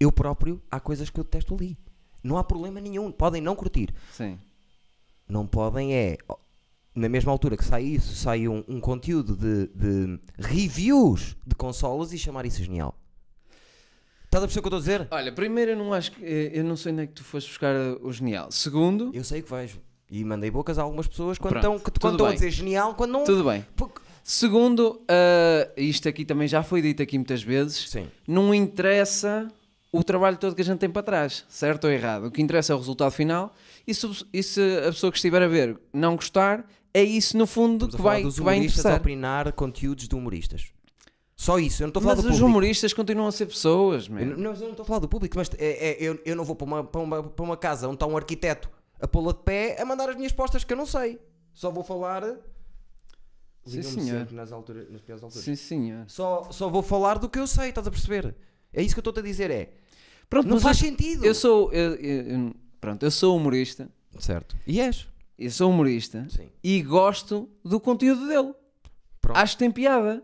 S2: Eu próprio, há coisas que eu detesto ali. Não há problema nenhum. Podem não curtir.
S1: Sim.
S2: Não podem é. ó, Na mesma altura que sai isso, sai um, um conteúdo de, de reviews de consolas e chamar isso genial. Estás a perceber o que eu estou a dizer?
S1: Olha, primeiro eu não acho que. eh, Eu não sei onde é que tu foste buscar eh, o genial. Segundo,
S2: Eu sei que vejo. E mandei bocas a algumas pessoas quando
S1: Pronto,
S2: estão que-
S1: tudo
S2: quando estão a
S1: bem.
S2: dizer genial, quando não.
S1: tudo bem.
S2: Porque-
S1: Segundo, ah, isto aqui também já foi dito aqui muitas vezes.
S2: Sim.
S1: Não interessa o trabalho todo que a gente tem para trás, certo ou errado. O que interessa é o resultado final. E se, e se a pessoa que estiver a ver não gostar, é isso no fundo
S2: Estamos a
S1: que
S2: falar
S1: vai,
S2: dos
S1: que vai
S2: humoristas a
S1: interessar.
S2: opinar conteúdos de humoristas. Só isso. Eu não estou a falar
S1: Mas
S2: do
S1: os
S2: público.
S1: humoristas continuam a ser pessoas, man.
S2: Eu não- não, eu não estou a falar do público, mas é- é- eu, eu não vou para uma, para, uma, para uma casa onde está um arquiteto a pô-la de pé a mandar as minhas postas que eu não sei. Só vou falar. Ligam-me
S1: senhor.
S2: sempre Nas, alturas, nas piores alturas.
S1: Sim, senhor.
S2: Só, só vou falar do que eu sei, estás a perceber? É isso que eu estou-te a dizer, é.
S1: Pronto,
S2: Não
S1: mas
S2: faz
S1: eu-
S2: sentido.
S1: Eu sou. eu- eu- eu- pronto, eu sou humorista.
S2: Certo. E és.
S1: Eu sou humorista
S2: Sim.
S1: e gosto do conteúdo dele.
S2: Pronto.
S1: Acho que tem piada.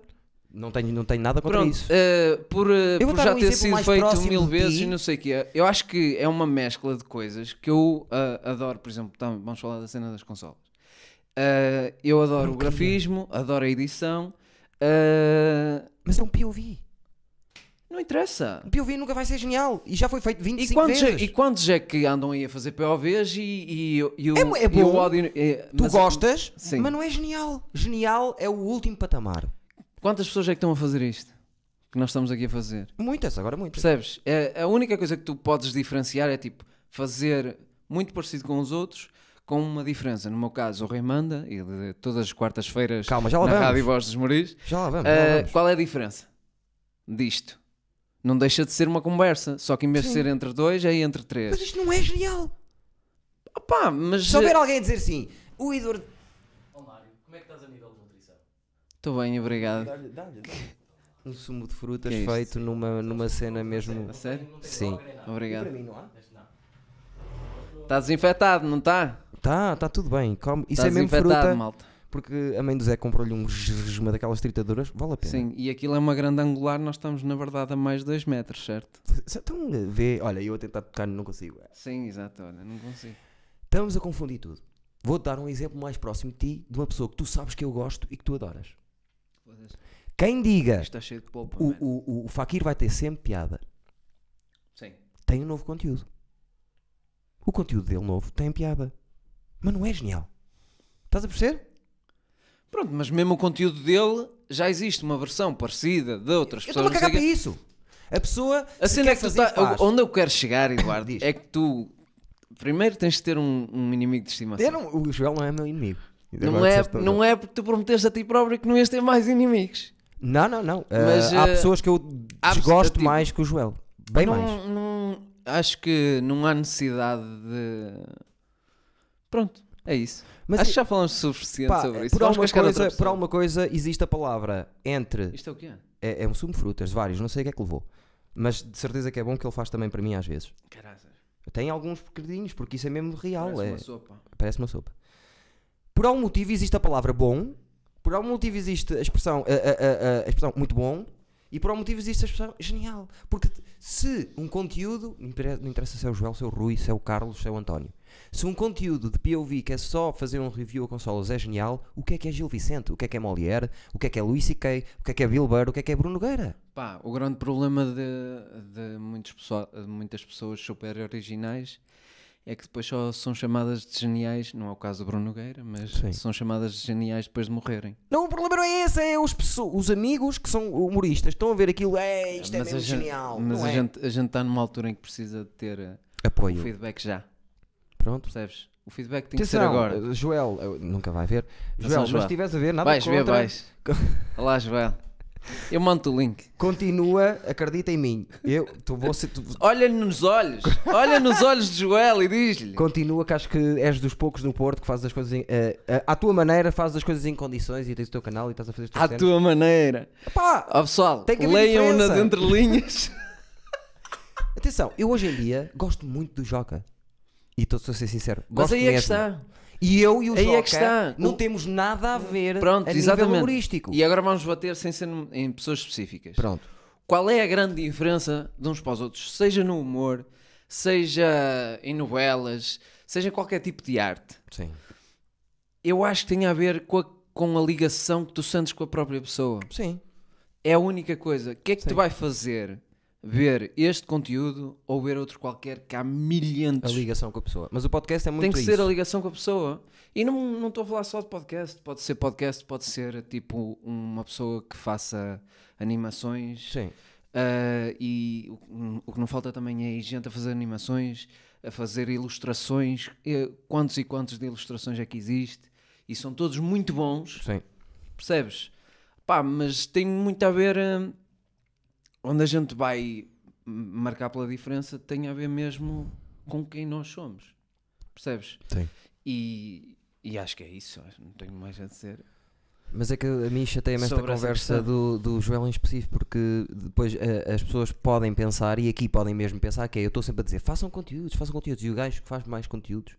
S2: Não tenho, não tenho nada contra
S1: Pronto,
S2: isso.
S1: eh, por, eh,
S2: Eu vou
S1: por
S2: dar
S1: já
S2: um
S1: ter
S2: exemplo
S1: sido
S2: mais
S1: feito
S2: próximo
S1: mil
S2: de
S1: vezes
S2: ti.
S1: e não sei o que é. Eu acho que é uma mescla de coisas que eu ah, adoro, por exemplo, tam- vamos falar da cena das consolas. Ah, eu adoro o grafismo, adoro a edição. ah,
S2: Mas é um POV.
S1: não interessa.
S2: Um POV nunca vai ser genial. E já foi feito
S1: E
S2: 25
S1: quantos, é,
S2: vezes.
S1: e quantos é que andam aí a fazer POVs e, e, e, o-
S2: É mu- é
S1: e
S2: bom.
S1: o ódio. é,
S2: Tu
S1: mas
S2: gostas,
S1: Sim.
S2: mas não é genial. Genial é o último patamar.
S1: Quantas pessoas é que estão a fazer isto? Que nós estamos aqui a fazer?
S2: Muitas, agora muitas.
S1: Percebes? É, a única coisa que tu podes diferenciar é tipo fazer muito parecido com os outros, com uma diferença. No meu caso, o Rei manda, ele todas as quartas-feiras
S2: Calma, já
S1: na
S2: lá vamos.
S1: Rádio Voz dos Moris.
S2: Já lá vamos. já lá
S1: Ah,
S2: vamos.
S1: qual é a diferença disto? Não deixa de ser uma conversa, só que em vez de
S2: Sim.
S1: ser entre dois, é entre
S2: Mas
S1: três.
S2: isto não é genial.
S1: Opá, mas. é-
S2: Se houver alguém a dizer assim, o Eduardo.
S1: Estou bem, obrigado.
S2: um sumo de frutas
S1: Que é isso?
S2: feito numa, numa cena mesmo.
S1: A sério?
S2: Sim.
S1: Obrigado. Está desinfetado, não está?
S2: Tá, tá tudo bem. Come. Isso
S1: Está
S2: é mesmo
S1: desinfetado,
S2: fruta.
S1: malta.
S2: Porque a mãe do Zé comprou-lhe um zzz, uma daquelas tritaduras. Vale a pena.
S1: Sim, e aquilo é uma grande angular, nós estamos na verdade a mais 2 metros, certo?
S2: Se- Então, eh, vê. Olha, eu a tentar tocar não consigo.
S1: Sim, exato, olha, não consigo.
S2: Estamos a confundir tudo. Vou-te dar um exemplo mais próximo de ti, de uma pessoa que tu sabes que eu gosto e que tu adoras. Quem diga
S1: Está cheio de polpa, é?
S2: o,
S1: man.
S2: o, o, o Fakir vai ter sempre piada,
S1: Sim.
S2: tem um novo conteúdo. O conteúdo dele novo tem piada. Mas não é genial. Estás a perceber?
S1: Pronto, mas mesmo o conteúdo dele, já existe uma versão parecida de outras
S2: Eu
S1: pessoas.
S2: estou-me a
S1: não sei
S2: cagar para
S1: quê.
S2: isso. A pessoa.
S1: A
S2: se
S1: cena
S2: quer
S1: é que tu
S2: fazer,
S1: tá-
S2: faz.
S1: Onde eu quero chegar, Eduardo,
S2: Diz.
S1: é que tu... Primeiro tens de ter um, um inimigo de estimação.
S2: Eu não- o Joel não é meu inimigo. Ainda
S1: Não
S2: agora
S1: é,
S2: disseste tudo.
S1: não é porque tu prometeste a ti próprio que não ias ter mais inimigos.
S2: Não, não, não. Uh,
S1: é- Mas,
S2: há
S1: uh,
S2: pessoas que eu
S1: há-
S2: desgosto
S1: tipo,
S2: mais que o Joel. Bem
S1: não,
S2: mais.
S1: não- acho que não há necessidade de. Pronto, é isso.
S2: Mas
S1: acho
S2: e-
S1: que já falamos o suficiente
S2: Pá,
S1: sobre isso.
S2: por,
S1: Vamos
S2: alguma
S1: cascar outra
S2: coisa, por
S1: pessoa.
S2: alguma coisa existe a palavra entre.
S1: Isto é o que é?
S2: É, é um sumo de frutas, vários, não sei o que é que levou. Mas de certeza que é bom que ele faz também para mim às vezes.
S1: Caralho.
S2: Tem alguns bocadinhos, porque isso é mesmo real.
S1: Parece
S2: é-
S1: uma sopa.
S2: Parece uma sopa. Por algum motivo existe a palavra bom, por algum motivo existe a expressão, a, a- a- a expressão muito bom, e por algum motivo existe a expressão genial. Porque t- se um conteúdo, não interessa- não interessa se é o Joel, se é o Rui, se é o Carlos, se é o António, se um conteúdo de POV que é só fazer um review a consolas é genial, o que é que é Gil Vicente? O que é que é Molière? O que é que é Luís C.K.? O que é que é Bill Burr? O que é que é Bruno Nogueira?
S1: Pá, o grande problema de, de, muitos pessoa- de muitas pessoas super originais é que depois só são chamadas de geniais. Não é o caso do Bruno Nogueira, mas
S2: Sim.
S1: são chamadas de geniais depois de morrerem.
S2: Não, o problema não é esse, é os, pesso- os amigos que são humoristas, estão a ver aquilo, é, isto é
S1: mas
S2: mesmo
S1: a gente,
S2: genial.
S1: Mas
S2: não
S1: a,
S2: é?
S1: gente, a gente está numa altura em que precisa de ter eh, o
S2: Apoio.
S1: feedback já.
S2: Pronto.
S1: Percebes? O feedback tem que ser
S2: Atenção,
S1: agora.
S2: eh, Joel, eu- nunca vai ver.
S1: Atenção,
S2: Joel, mas
S1: Tá Joel.
S2: se estiveres a ver, nada
S1: vais
S2: contra,
S1: ver, vais. Olha lá, Joel. Eu mando o link.
S2: Continua, acredita em mim. Eu, tu, vou ser- tu-
S1: Olha-lhe nos olhos. Olha nos olhos de Joel e diz-lhe.
S2: continua, que acho que és dos poucos no Porto que fazes as coisas em- eh, eh, à tua maneira, fazes as coisas em condições e tens o teu canal e estás a fazer as tuas
S1: À
S2: cenas.
S1: tua maneira.
S2: Pá,
S1: Ó pessoal,
S2: Tem que haver
S1: leiam nas
S2: diferença.
S1: entrelinhas.
S2: atenção, eu hoje em dia gosto muito do Joca. E estou a ser sincero.
S1: Mas
S2: gosto
S1: aí é que
S2: mesmo.
S1: está.
S2: E eu e o
S1: Aí é
S2: Joca
S1: que está.
S2: não
S1: O-
S2: temos nada a ver
S1: Pronto,
S2: a nível
S1: exatamente.
S2: humorístico.
S1: E é- agora vamos bater sem ser num- em pessoas específicas.
S2: Pronto.
S1: Qual é a grande diferença de uns para os outros? Seja no humor, seja em novelas, seja em qualquer tipo de arte.
S2: Sim.
S1: Eu acho que tem a ver com a, com a ligação que tu sentes com a própria pessoa.
S2: Sim.
S1: É a única coisa. O que é que
S2: Sim.
S1: te vai fazer ver este conteúdo ou ver outro qualquer que há
S2: A
S1: milhantes?
S2: ligação com a pessoa. Mas o podcast é muito
S1: Tem que
S2: isso.
S1: ser a ligação com a pessoa. E não não estou a falar só de podcast. Pode ser podcast, pode ser tipo uma pessoa que faça animações.
S2: Sim.
S1: Ah, e o, o que não falta também é gente a fazer animações, a fazer ilustrações. Eh, Quantos e quantos de ilustrações é que existe? E são todos muito bons,
S2: Sim.
S1: percebes? Pá, mas tem muito a ver hum, onde a gente vai hum, marcar pela diferença, tem a ver mesmo com quem nós somos, percebes?
S2: Sim.
S1: E, e acho que é isso, acho- não tenho mais a dizer.
S2: Mas é que a mim chateia-me esta
S1: Sobre essa
S2: conversa
S1: questão.
S2: do, do Joel em específico, porque depois eh, as pessoas podem pensar, e aqui podem mesmo pensar, que é, eu estou sempre a dizer, façam conteúdos, façam conteúdos, e o gajo que faz mais conteúdos,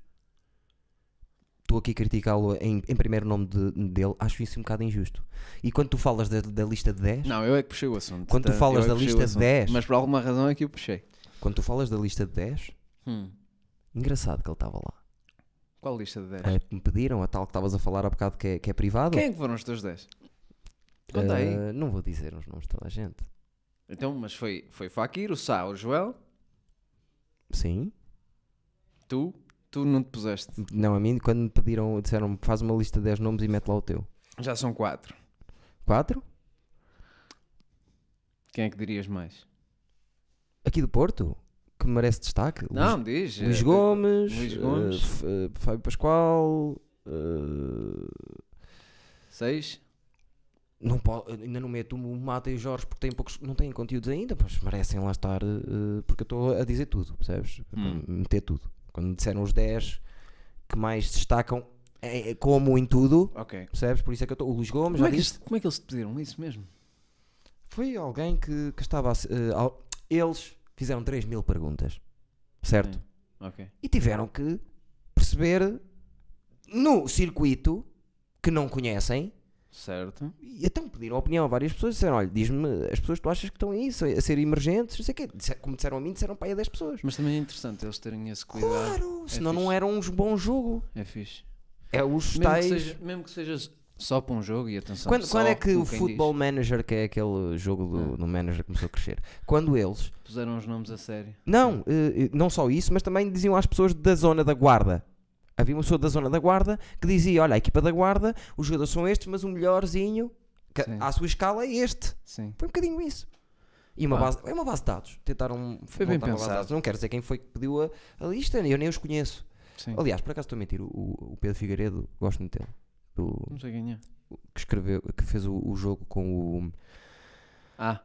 S2: estou aqui a criticá-lo em, em primeiro nome de- dele, acho isso um bocado injusto. E quando tu falas da, da lista de 10,
S1: Não, eu é que puxei o assunto.
S2: Quando tu
S1: tá?
S2: falas
S1: Eu é
S2: da
S1: que puxei o
S2: lista de
S1: assunto.
S2: 10.
S1: Mas por alguma razão é que eu puxei.
S2: quando tu falas da lista de 10,
S1: Hum,
S2: engraçado que ele estava lá.
S1: qual lista de 10?
S2: Eh, me pediram, a tal que estavas a falar há bocado que é, que é privado.
S1: Quem é que foram os teus 10? Conta aí.
S2: Eh, não vou dizer os nomes de toda a gente.
S1: Então, mas foi, foi Fakir, o Sá, o Joel,
S2: Sim.
S1: tu, tu não te puseste.
S2: Não, a mim, quando me pediram, disseram faz uma lista de 10 nomes e mete lá o teu.
S1: Já são 4.
S2: 4?
S1: Quem é que dirias mais?
S2: Aqui do Porto, que merece destaque.
S1: não, diz.
S2: Luís, Luís
S1: eh,
S2: Gomes,
S1: Luís
S2: eh,
S1: Gomes.
S2: F- eh, Fábio Pascoal. eh,
S1: Seis.
S2: não po- ainda não meto o Mata e o Jorge porque têm poucos, não têm conteúdos ainda, mas merecem lá estar, eh, porque eu estou a dizer tudo, percebes?
S1: Hum.
S2: Meter tudo. Quando me disseram os 10 que mais destacam, eh, como em tudo,
S1: Ok.
S2: percebes? Por isso é que eu estou. O Luís
S1: Como
S2: Gomes, já
S1: é, que
S2: disse.
S1: eles, como é que eles te pediram isso mesmo?
S2: Foi alguém que, que estava a. se- eh, ao- eles fizeram 3 mil perguntas, certo?
S1: Ok.
S2: E tiveram que perceber no circuito que não conhecem.
S1: Certo.
S2: E então pediram opinião a várias pessoas disseram: olha, diz-me as pessoas que tu achas que estão aí a ser emergentes, não sei o quê. Disse- Como disseram a mim, disseram para aí a 10 pessoas.
S1: Mas também é interessante eles terem esse cuidado.
S2: Claro, senão não
S1: É fixe.
S2: era um bom jogo.
S1: É fixe.
S2: É os
S1: Mesmo que,
S2: tais.
S1: seja, mesmo que seja só para um jogo e atenção.
S2: Quando,
S1: só,
S2: quando é que
S1: como
S2: o
S1: quem Ah.
S2: Football Manager, que é aquele jogo do, do manager, começou a crescer? Quando eles.
S1: diz, puseram os nomes a sério.
S2: Não, eh, eh, não só isso, mas também diziam às pessoas da zona da guarda. Havia uma pessoa da zona da guarda que dizia: Olha, a equipa da guarda, os jogadores são estes, mas o melhorzinho que
S1: Sim.
S2: à sua escala é este.
S1: Sim.
S2: Foi um bocadinho isso. E uma
S1: Ah.
S2: base, é uma base de dados. Tentaram
S1: Foi bem
S2: montar uma base de
S1: pensado.
S2: dados. Não quero dizer quem foi que pediu a, a lista, eu nem os conheço.
S1: Sim.
S2: Aliás, por acaso estou a mentir, o, o Pedro Figueiredo, gosto muito dele. Do,
S1: Não sei quem é.
S2: que escreveu, que fez o, o jogo com o,
S1: Ah,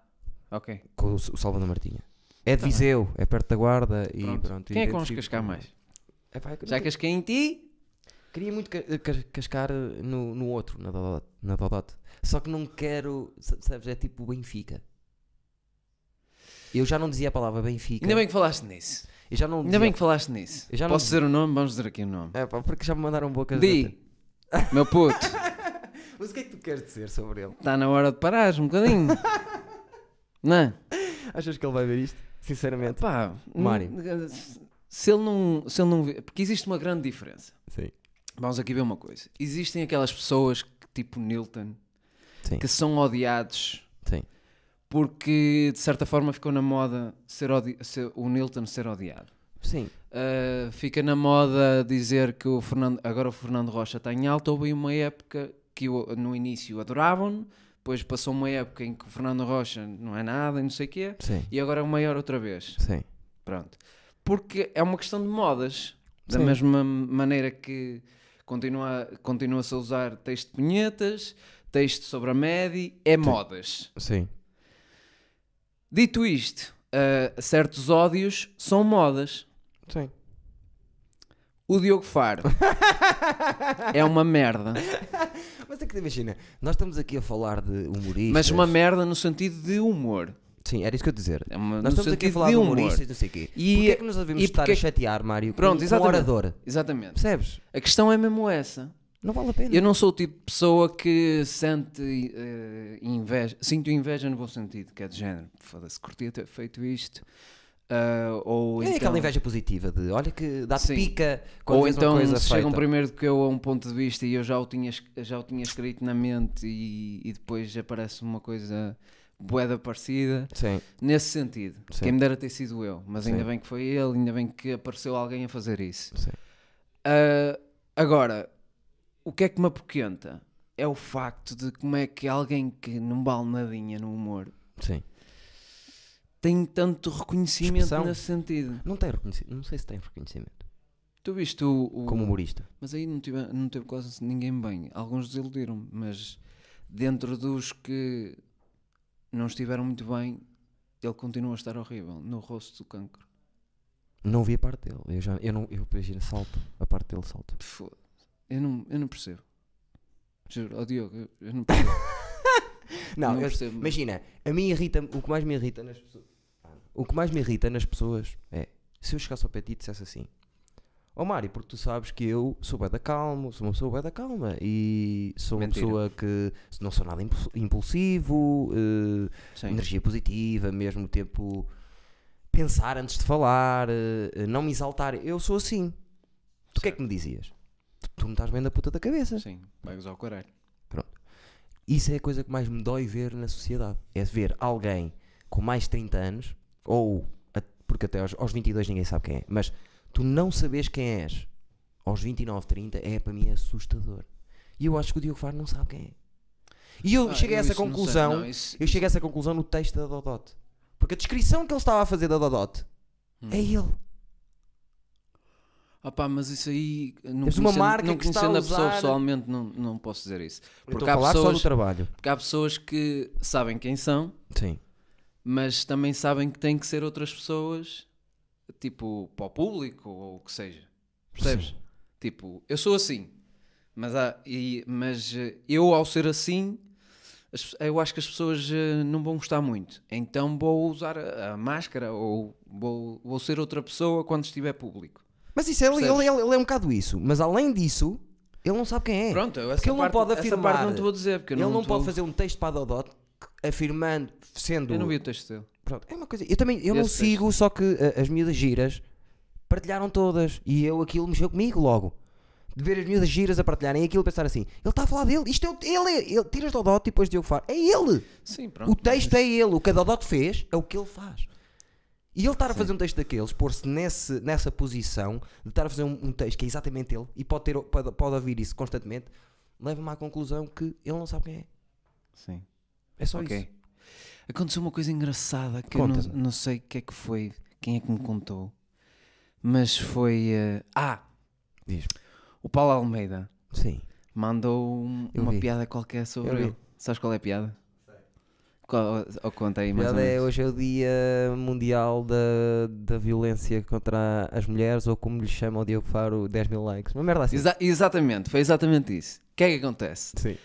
S1: ok.
S2: com o, S- o Salvador Martinha. É de
S1: Tá bem.
S2: Viseu, é perto da guarda e
S1: Pronto.
S2: pronto.
S1: Quem é que vamos
S2: identifico-
S1: cascar mais?
S2: É pá, eu
S1: Já
S2: que...
S1: casquei em ti?
S2: Queria muito ca- ca- cascar eh, no, no outro, na Dodot, na Dodot. Só que não quero, sa- sabes, é tipo Benfica. Eu já não dizia a palavra Benfica.
S1: Ainda bem que falaste nisso.
S2: Eu já não
S1: Ainda
S2: dizia-
S1: bem que falaste nisso.
S2: Eu já não
S1: Posso dizer o nome? Vamos dizer aqui o nome.
S2: É pá, porque já me mandaram bocas.
S1: Di, meu puto,
S2: Mas o que é que tu queres dizer sobre ele?
S1: está na hora de parares um bocadinho. Não? é?
S2: Achas que ele vai ver isto? Sinceramente.
S1: Pá,
S2: Mário.
S1: n- Se ele não. Se ele não vê- porque existe uma grande diferença.
S2: Sim.
S1: Vamos aqui ver uma coisa. Existem aquelas pessoas que, tipo Nilton
S2: Sim.
S1: que são odiados
S2: Sim.
S1: porque de certa forma ficou na moda ser odi- ser- o Nilton ser odiado.
S2: Sim.
S1: Uh, fica na moda dizer que o Fernando, agora o Fernando Rocha está em alta. Houve uma época que o- no início adoravam, depois passou uma época em que o Fernando Rocha não é nada e não sei o quê,
S2: Sim.
S1: e agora é o maior outra vez.
S2: Sim.
S1: Pronto. Porque é uma questão de modas. Da
S2: Sim.
S1: mesma maneira que continua- continua-se a usar texto de punhetas, texto sobre a média, é modas.
S2: Sim.
S1: Dito isto, ah, certos ódios são modas.
S2: Sim.
S1: O Diogo Faro é uma merda.
S2: Mas é que imagina, nós estamos aqui a falar de humoristas.
S1: Mas uma merda no sentido de humor.
S2: Sim, era isso que eu ia dizer.
S1: É uma-
S2: Nós
S1: no
S2: estamos aqui a
S1: sentido
S2: falar de
S1: de humor.
S2: humoristas e não sei o quê.
S1: E-
S2: Porquê é que nós devemos
S1: e
S2: estar
S1: porquê
S2: a
S1: que-
S2: chatear, Mário,
S1: Pronto,
S2: com um
S1: exatamente.
S2: orador?
S1: Exatamente.
S2: Percebes?
S1: A questão é mesmo essa.
S2: Não vale a pena.
S1: Eu não sou o tipo de pessoa que sente eh, inveja. Sinto inveja no bom sentido, que é de género. Foda-se, curtia ter feito isto. ah, ou
S2: É
S1: então,
S2: aquela inveja positiva de, olha que dá-te
S1: Sim.
S2: pica quando
S1: ou
S2: vês
S1: então
S2: uma coisa
S1: se
S2: feita.
S1: chegam primeiro do que eu a um ponto de vista e eu já o tinha, es- já o tinha escrito na mente e, e depois aparece uma coisa boeda parecida.
S2: Sim,
S1: Nesse sentido,
S2: Sim.
S1: quem me dera ter sido eu, mas ainda
S2: Sim.
S1: bem que foi ele, ainda bem que apareceu alguém a fazer isso.
S2: sim.
S1: Ah, agora, o que é que me apoquenta? É o facto de como é que alguém que não vale nadinha no humor
S2: Sim.
S1: tem tanto reconhecimento
S2: Expressão.
S1: nesse sentido.
S2: Não tem reconhecimento. Não sei se tem reconhecimento.
S1: Tu viste o. o-
S2: Como humorista.
S1: Mas aí não teve, não teve quase ninguém bem. Alguns desiludiram, mas dentro dos que não estiveram muito bem, ele continua a estar horrível no rosto do cancro.
S2: Não vi a parte dele. Eu já, eu não, eu imagino, salto. A parte dele salto.
S1: Foda-se. Eu não, eu não percebo. Juro, ó Diogo, eu, eu não percebo.
S2: Não,
S1: Não
S2: eu-
S1: percebo.
S2: imagina, a mim irrita o que mais me irrita nas pessoas. O que mais me irrita nas pessoas é se eu chegasse ao pé de ti e dissesse assim: Ó Mário, porque tu sabes que eu sou bué da calma, sou uma pessoa bué da calma e sou uma
S1: Mentira.
S2: pessoa que não sou nada impu- impulsivo, eh,
S1: Sim.
S2: energia positiva, mesmo tempo pensar antes de falar, eh, eh, não me exaltar. Eu sou assim. Tu o que é que me dizias? Tu- Tu não estás bem da puta da cabeça.
S1: Sim, vai gozar o caralho.
S2: Isso é a coisa que mais me dói ver na sociedade. É ver alguém com mais de 30 anos, ou a- porque até aos, aos 22 ninguém sabe quem é, mas tu não sabes quem és aos 29, 30 é para mim é assustador. E eu acho que o Diogo Faro não sabe quem é. E eu
S1: Ah,
S2: cheguei a
S1: eu
S2: essa
S1: isso não sei.
S2: conclusão,
S1: Não, isso-
S2: eu cheguei a essa conclusão no texto da Dodot. Porque a descrição que ele estava a fazer da Dodot
S1: Hum.
S2: é ele.
S1: Ah pá, mas isso aí, não
S2: És uma
S1: conhecendo,
S2: marca
S1: não
S2: que está a
S1: conhecendo a pessoa
S2: usar-
S1: pessoalmente, não, não posso dizer isso.
S2: Eu
S1: Porque
S2: estou a
S1: há,
S2: falar só do
S1: pessoas,
S2: trabalho.
S1: porque há pessoas que sabem quem são,
S2: Sim.
S1: mas também sabem que têm que ser outras pessoas, tipo, para o público ou o que seja. Percebes?
S2: Sim.
S1: Tipo, eu sou assim, mas, há, e, mas eh, eu ao ser assim as- eu acho que as pessoas eh, não vão gostar muito. Então vou usar a, a máscara ou vou, vou ser outra pessoa quando estiver público.
S2: Mas isso, ele,
S1: Percebes?
S2: ele, ele- ele é um bocado isso. Mas além disso, ele não sabe quem é.
S1: Pronto, essa
S2: Porque ele
S1: parte,
S2: não pode
S1: essa
S2: afirmar.
S1: parte não te vou dizer, porque eu
S2: ele não,
S1: te
S2: pode
S1: vou-
S2: fazer um texto para a Dodot afirmando, sendo.
S1: Eu não vi o texto dele.
S2: Pronto, é uma coisa. Eu também eu não
S1: Esse
S2: sigo, só que uh, as miúdas giras partilharam todas e eu aquilo mexeu comigo logo. De ver as miúdas giras a partilharem aquilo, pensar assim: ele está a falar dele, isto é o- ele, é- ele tiras Dodot e depois Diogo Faro, é ele!
S1: Sim, pronto.
S2: O texto é ele, o que a Dodot fez é o que ele faz. E ele estar a fazer um texto daqueles, pôr-se nesse- nessa posição de estar a fazer um, um texto que é exatamente ele e pode, ter, pode, pode ouvir isso constantemente, leva-me à conclusão que ele não sabe quem é.
S1: Sim.
S2: É só
S1: Ok.
S2: isso.
S1: Aconteceu uma coisa engraçada que eu
S2: Conta-me.
S1: não, não sei o que é que foi, quem é que me contou, mas foi. eh, ah,
S2: Diz-me.
S1: o Paulo Almeida
S2: Sim.
S1: mandou um-
S2: Eu
S1: uma
S2: vi.
S1: piada qualquer sobre
S2: Eu vi.
S1: ele. Sabes qual é a piada? Qual, ou conta aí mais ou
S2: Piada é,
S1: menos.
S2: hoje é o dia mundial da, da violência contra as mulheres, ou como lhe chama o Diogo Faro, 10 mil likes. Uma merda assim.
S1: Exa- exatamente, foi exatamente isso. O que é que acontece?
S2: Sim.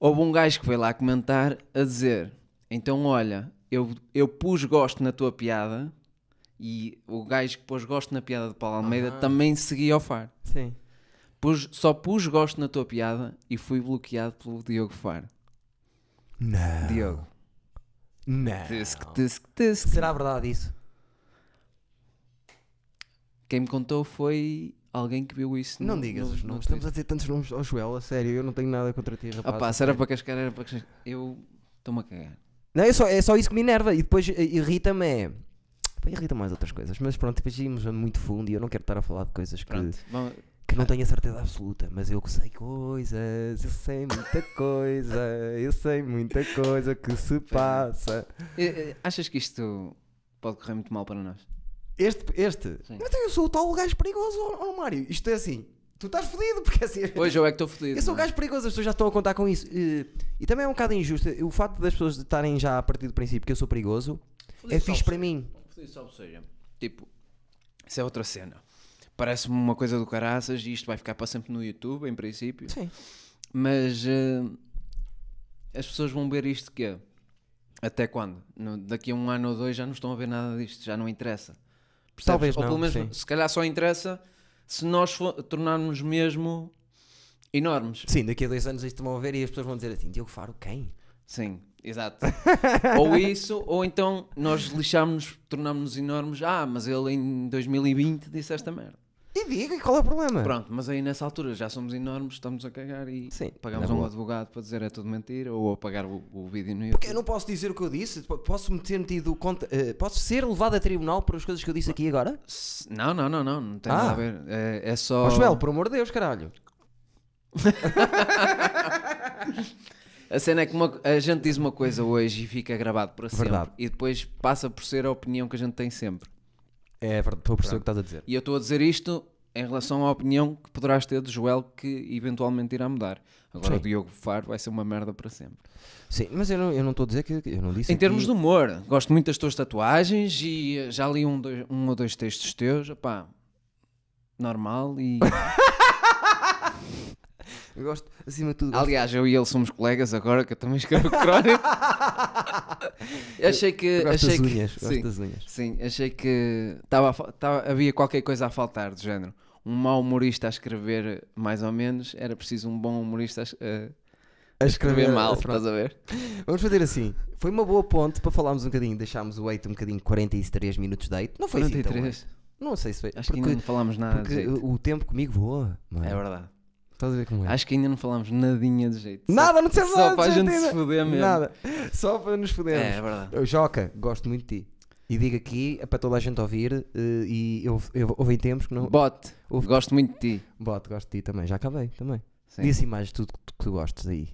S1: Houve um gajo que foi lá comentar a dizer: Então, olha, eu, eu pus gosto na tua piada e o gajo que pôs gosto na piada de Paulo Almeida
S2: Ah.
S1: também seguia ao Faro.
S2: Sim.
S1: Pus- só pus gosto na tua piada e fui bloqueado pelo Diogo Faro.
S2: Não.
S1: Diogo.
S2: Não.
S1: Tisk, tisk, tisk.
S2: Será verdade isso?
S1: Quem me contou foi alguém que viu isso.
S2: Não
S1: no-
S2: digas
S1: no-
S2: os
S1: no
S2: nomes.
S1: Twitter.
S2: Estamos a dizer tantos nomes ao Joel, a sério. Eu não tenho nada contra ti,
S1: Ah
S2: rapaz.
S1: pá, se era para cascar, era para cascar. Eu estou-me a cagar.
S2: Não, é só, é só isso que me enerva. E depois eh, irrita-me é... Pá, Irrita mais outras coisas, mas pronto, depois íamos muito fundo e eu não quero estar a falar de coisas que,
S1: Pronto. Bom,
S2: que não tenho a certeza absoluta, mas eu que sei coisas, eu sei muita coisa, eu sei muita coisa que se passa.
S1: eh, eh, achas que isto pode correr muito mal para nós?
S2: Este, este.
S1: Sim.
S2: Mas eu sou o tal gajo perigoso, ó, ó, Mário. Isto é assim, tu estás fodido, porque é assim.
S1: Hoje eu é que estou fodido.
S2: Eu sou um o
S1: não é?
S2: gajo perigoso, as pessoas já estão a contar com isso. E, e também é um bocado injusto. O facto das pessoas estarem já a partir do princípio que eu sou perigoso
S1: Fodido
S2: é fixe
S1: só
S2: para mim.
S1: Fodido só, ou seja, tipo, isso é outra cena. Parece-me uma coisa do caraças e isto vai ficar para sempre no YouTube, em princípio.
S2: Sim.
S1: Mas eh, as pessoas vão ver isto que Até quando? No- daqui a um ano ou dois já não estão a ver nada disto, já não interessa. Percebes?
S2: Talvez
S1: ou
S2: não,
S1: pelo menos,
S2: sim.
S1: se calhar só interessa se nós fo- tornarmos mesmo enormes.
S2: Sim, daqui a dois anos isto vão ver e as pessoas vão dizer assim: Diogo Faro, quem?
S1: Sim, exato. ou isso, ou então nós lixámos-nos, tornámos-nos enormes. Ah, mas ele em 2020 disse esta merda.
S2: E diga, qual é o problema?
S1: Pronto, mas aí nessa altura já somos enormes, estamos a cagar e
S2: Sim,
S1: pagamos
S2: na
S1: um
S2: boa.
S1: advogado para dizer é tudo mentira ou apagar o, o vídeo no YouTube.
S2: Porque eu não posso dizer o que eu disse, po- posso me ter metido conta, eh, posso ser levado a tribunal por as coisas que eu disse aqui agora?
S1: S- Não, não, não, não, não tem
S2: Ah.
S1: nada a ver. É, é só.
S2: Ó Joel, por amor de Deus, caralho.
S1: A cena é que uma- a gente diz uma coisa hoje e fica gravado para
S2: Verdade.
S1: sempre. E depois passa por ser a opinião que a gente tem sempre.
S2: É verdade, estou a perceber o que estás a dizer.
S1: E eu estou a dizer isto em relação à opinião que poderás ter de Joel que eventualmente irá mudar. Agora
S2: Sim.
S1: o Diogo Faro vai ser uma merda para sempre.
S2: Sim, mas eu não, eu não estou a dizer que. Eu não disse
S1: Em termos
S2: aqui-
S1: de humor, gosto muito das tuas tatuagens e eh, já li um, dois- um ou dois textos teus. Opá, normal e.
S2: Eu gosto, acima de tudo.
S1: Aliás, eu e ele somos colegas agora, que eu também escrevo crónica. achei que.
S2: gosto, gosto
S1: achei
S2: das
S1: que-
S2: unhas.
S1: sim,
S2: Gosto das unhas.
S1: sim, achei que tava, a fal- tava- havia qualquer coisa a faltar, do género. Um mau humorista a escrever, mais ou menos, era preciso um bom humorista a, es- a
S2: A
S1: escrever
S2: é
S1: mal, estás a ver?
S2: Vamos fazer assim. Foi uma boa ponte para falarmos um bocadinho. Deixámos o 8 um bocadinho 43 minutos de 8. Não foi assim tão
S1: 43.
S2: late. Não sei se foi.
S1: Acho que ainda
S2: porque
S1: não falámos nada de
S2: porque
S1: jeito.
S2: o tempo comigo voa. mano.
S1: É verdade.
S2: Estás a ver como é?
S1: Acho que ainda não falámos nadinha de jeito. Só-
S2: Nada, não dissemos
S1: Só,
S2: nada.
S1: para a gente se
S2: certeza.
S1: foder mesmo.
S2: Nada. Só para nos
S1: É, é
S2: fodermos.
S1: verdade.
S2: Eu, Joca, gosto muito de ti. E digo aqui é para toda a gente ouvir. eh, e eu, eu houve em tempos que não.
S1: Bote,
S2: Ouve-
S1: gosto muito de ti.
S2: Bote, gosto de ti também. Já acabei também.
S1: Sim.
S2: Diz assim mais tudo que tu, que tu gostes aí.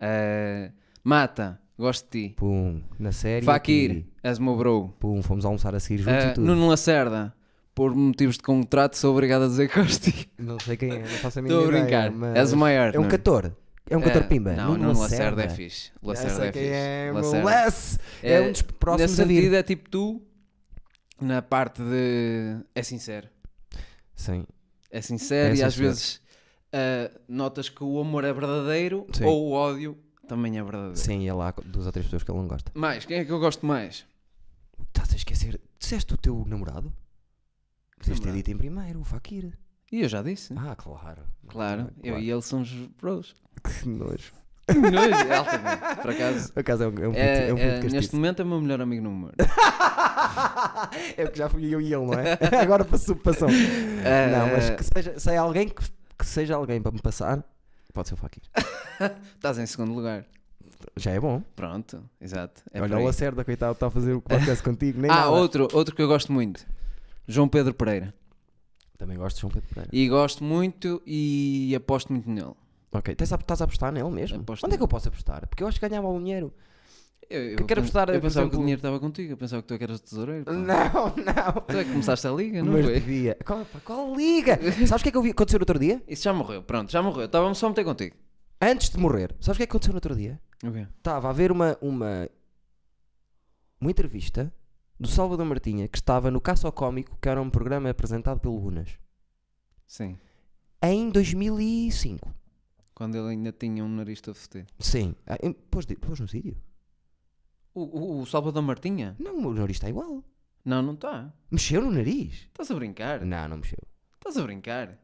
S1: Eh, mata, gosto de ti.
S2: Pum, na série.
S1: Fakir,
S2: aqui.
S1: és meu bro.
S2: Pum, fomos almoçar a seguir juntos
S1: Ah,
S2: e tudo.
S1: Nuno Lacerda, por motivos de contrato, sou obrigado a dizer que gosto de ti.
S2: Não sei quem é, não faço a mínima
S1: Estou a
S2: ideia,
S1: brincar.
S2: mas-
S1: És o maior.
S2: É um
S1: Nuno.
S2: cantor. É um cantor
S1: Ah,
S2: pimba.
S1: Não,
S2: Nuno
S1: Nuno Lacerda é fixe.
S2: Já
S1: Lacerda
S2: sei
S1: é
S2: quem
S1: fixe.
S2: É, meu
S1: Lacerda.
S2: Lace. É um dos próximos
S1: Nesse
S2: a vir.
S1: sentido, é tipo tu, na parte de. É sincero.
S2: Sim.
S1: É sincero
S2: É
S1: e às eh,
S2: sincero.
S1: vezes ah, notas que o amor é verdadeiro
S2: Sim.
S1: ou o ódio Também é verdadeiro.
S2: Sim, e é lá duas ou três pessoas que ele não gosta.
S1: Mais, quem é que eu gosto mais?
S2: Estás a esquecer. Disseste o teu namorado? Podias ter
S1: Namorado?
S2: é dito em primeiro, o Fakir.
S1: E eu já disse. né?
S2: Ah, claro.
S1: claro, eu e ele somos bros.
S2: Que nojo.
S1: Que nojo, é altamente. Por acaso,
S2: Por acaso é um, é um puto,
S1: é,
S2: é um puto
S1: é,
S2: castiço.
S1: neste momento é o meu melhor amigo no mundo.
S2: é o que já fui eu e ele, não é? Agora para subpassão. não, mas que
S1: Eh,
S2: seja, se é alguém que, que seja alguém para me passar, pode ser o Fakir.
S1: Estás em segundo lugar.
S2: Já é bom.
S1: Pronto, exato. É por
S2: Olha
S1: aí.
S2: o Lacerda, coitado, está a fazer o podcast contigo. Nem
S1: Ah,
S2: nada.
S1: outro, outro que eu gosto muito. João Pedro Pereira.
S2: Também gosto de João Pedro Pereira.
S1: E gosto muito e aposto muito nele.
S2: Ok, tens a- estás a apostar nele mesmo?
S1: Aposto
S2: Onde é que eu posso apostar? Porque eu acho que ganhava algum dinheiro.
S1: Eu, eu,
S2: Que quero apostar,
S1: Eu
S2: por
S1: pensava que
S2: exemplo-
S1: o dinheiro estava contigo, eu pensava que tu é que eras tesoureiro. pá.
S2: Não, não.
S1: Tu é que começaste a liga, não
S2: Mas
S1: foi?
S2: devia. Qual, pá, qual liga? Sabes o que é que eu vi acontecer outro dia?
S1: Isso já morreu, pronto, já morreu. Estava-me só a meter contigo.
S2: Antes de morrer, sabes o que é que aconteceu no outro dia?
S1: O quê?
S2: Estava a ver uma, uma, uma entrevista do Salvador Martinha que estava no Caça ao Cómico, que era um programa apresentado pelo Lunas,
S1: Sim.
S2: em 2005.
S1: Quando ele ainda tinha um nariz todo fudido.
S2: Sim. Ah, em- Pôs, de- pôs no sítio?
S1: O, o, o Salvador Martinha?
S2: Não, o nariz está igual.
S1: Não, não tá. está.
S2: Mexeu no nariz?
S1: Estás a brincar?
S2: Não, não mexeu.
S1: Estás a brincar?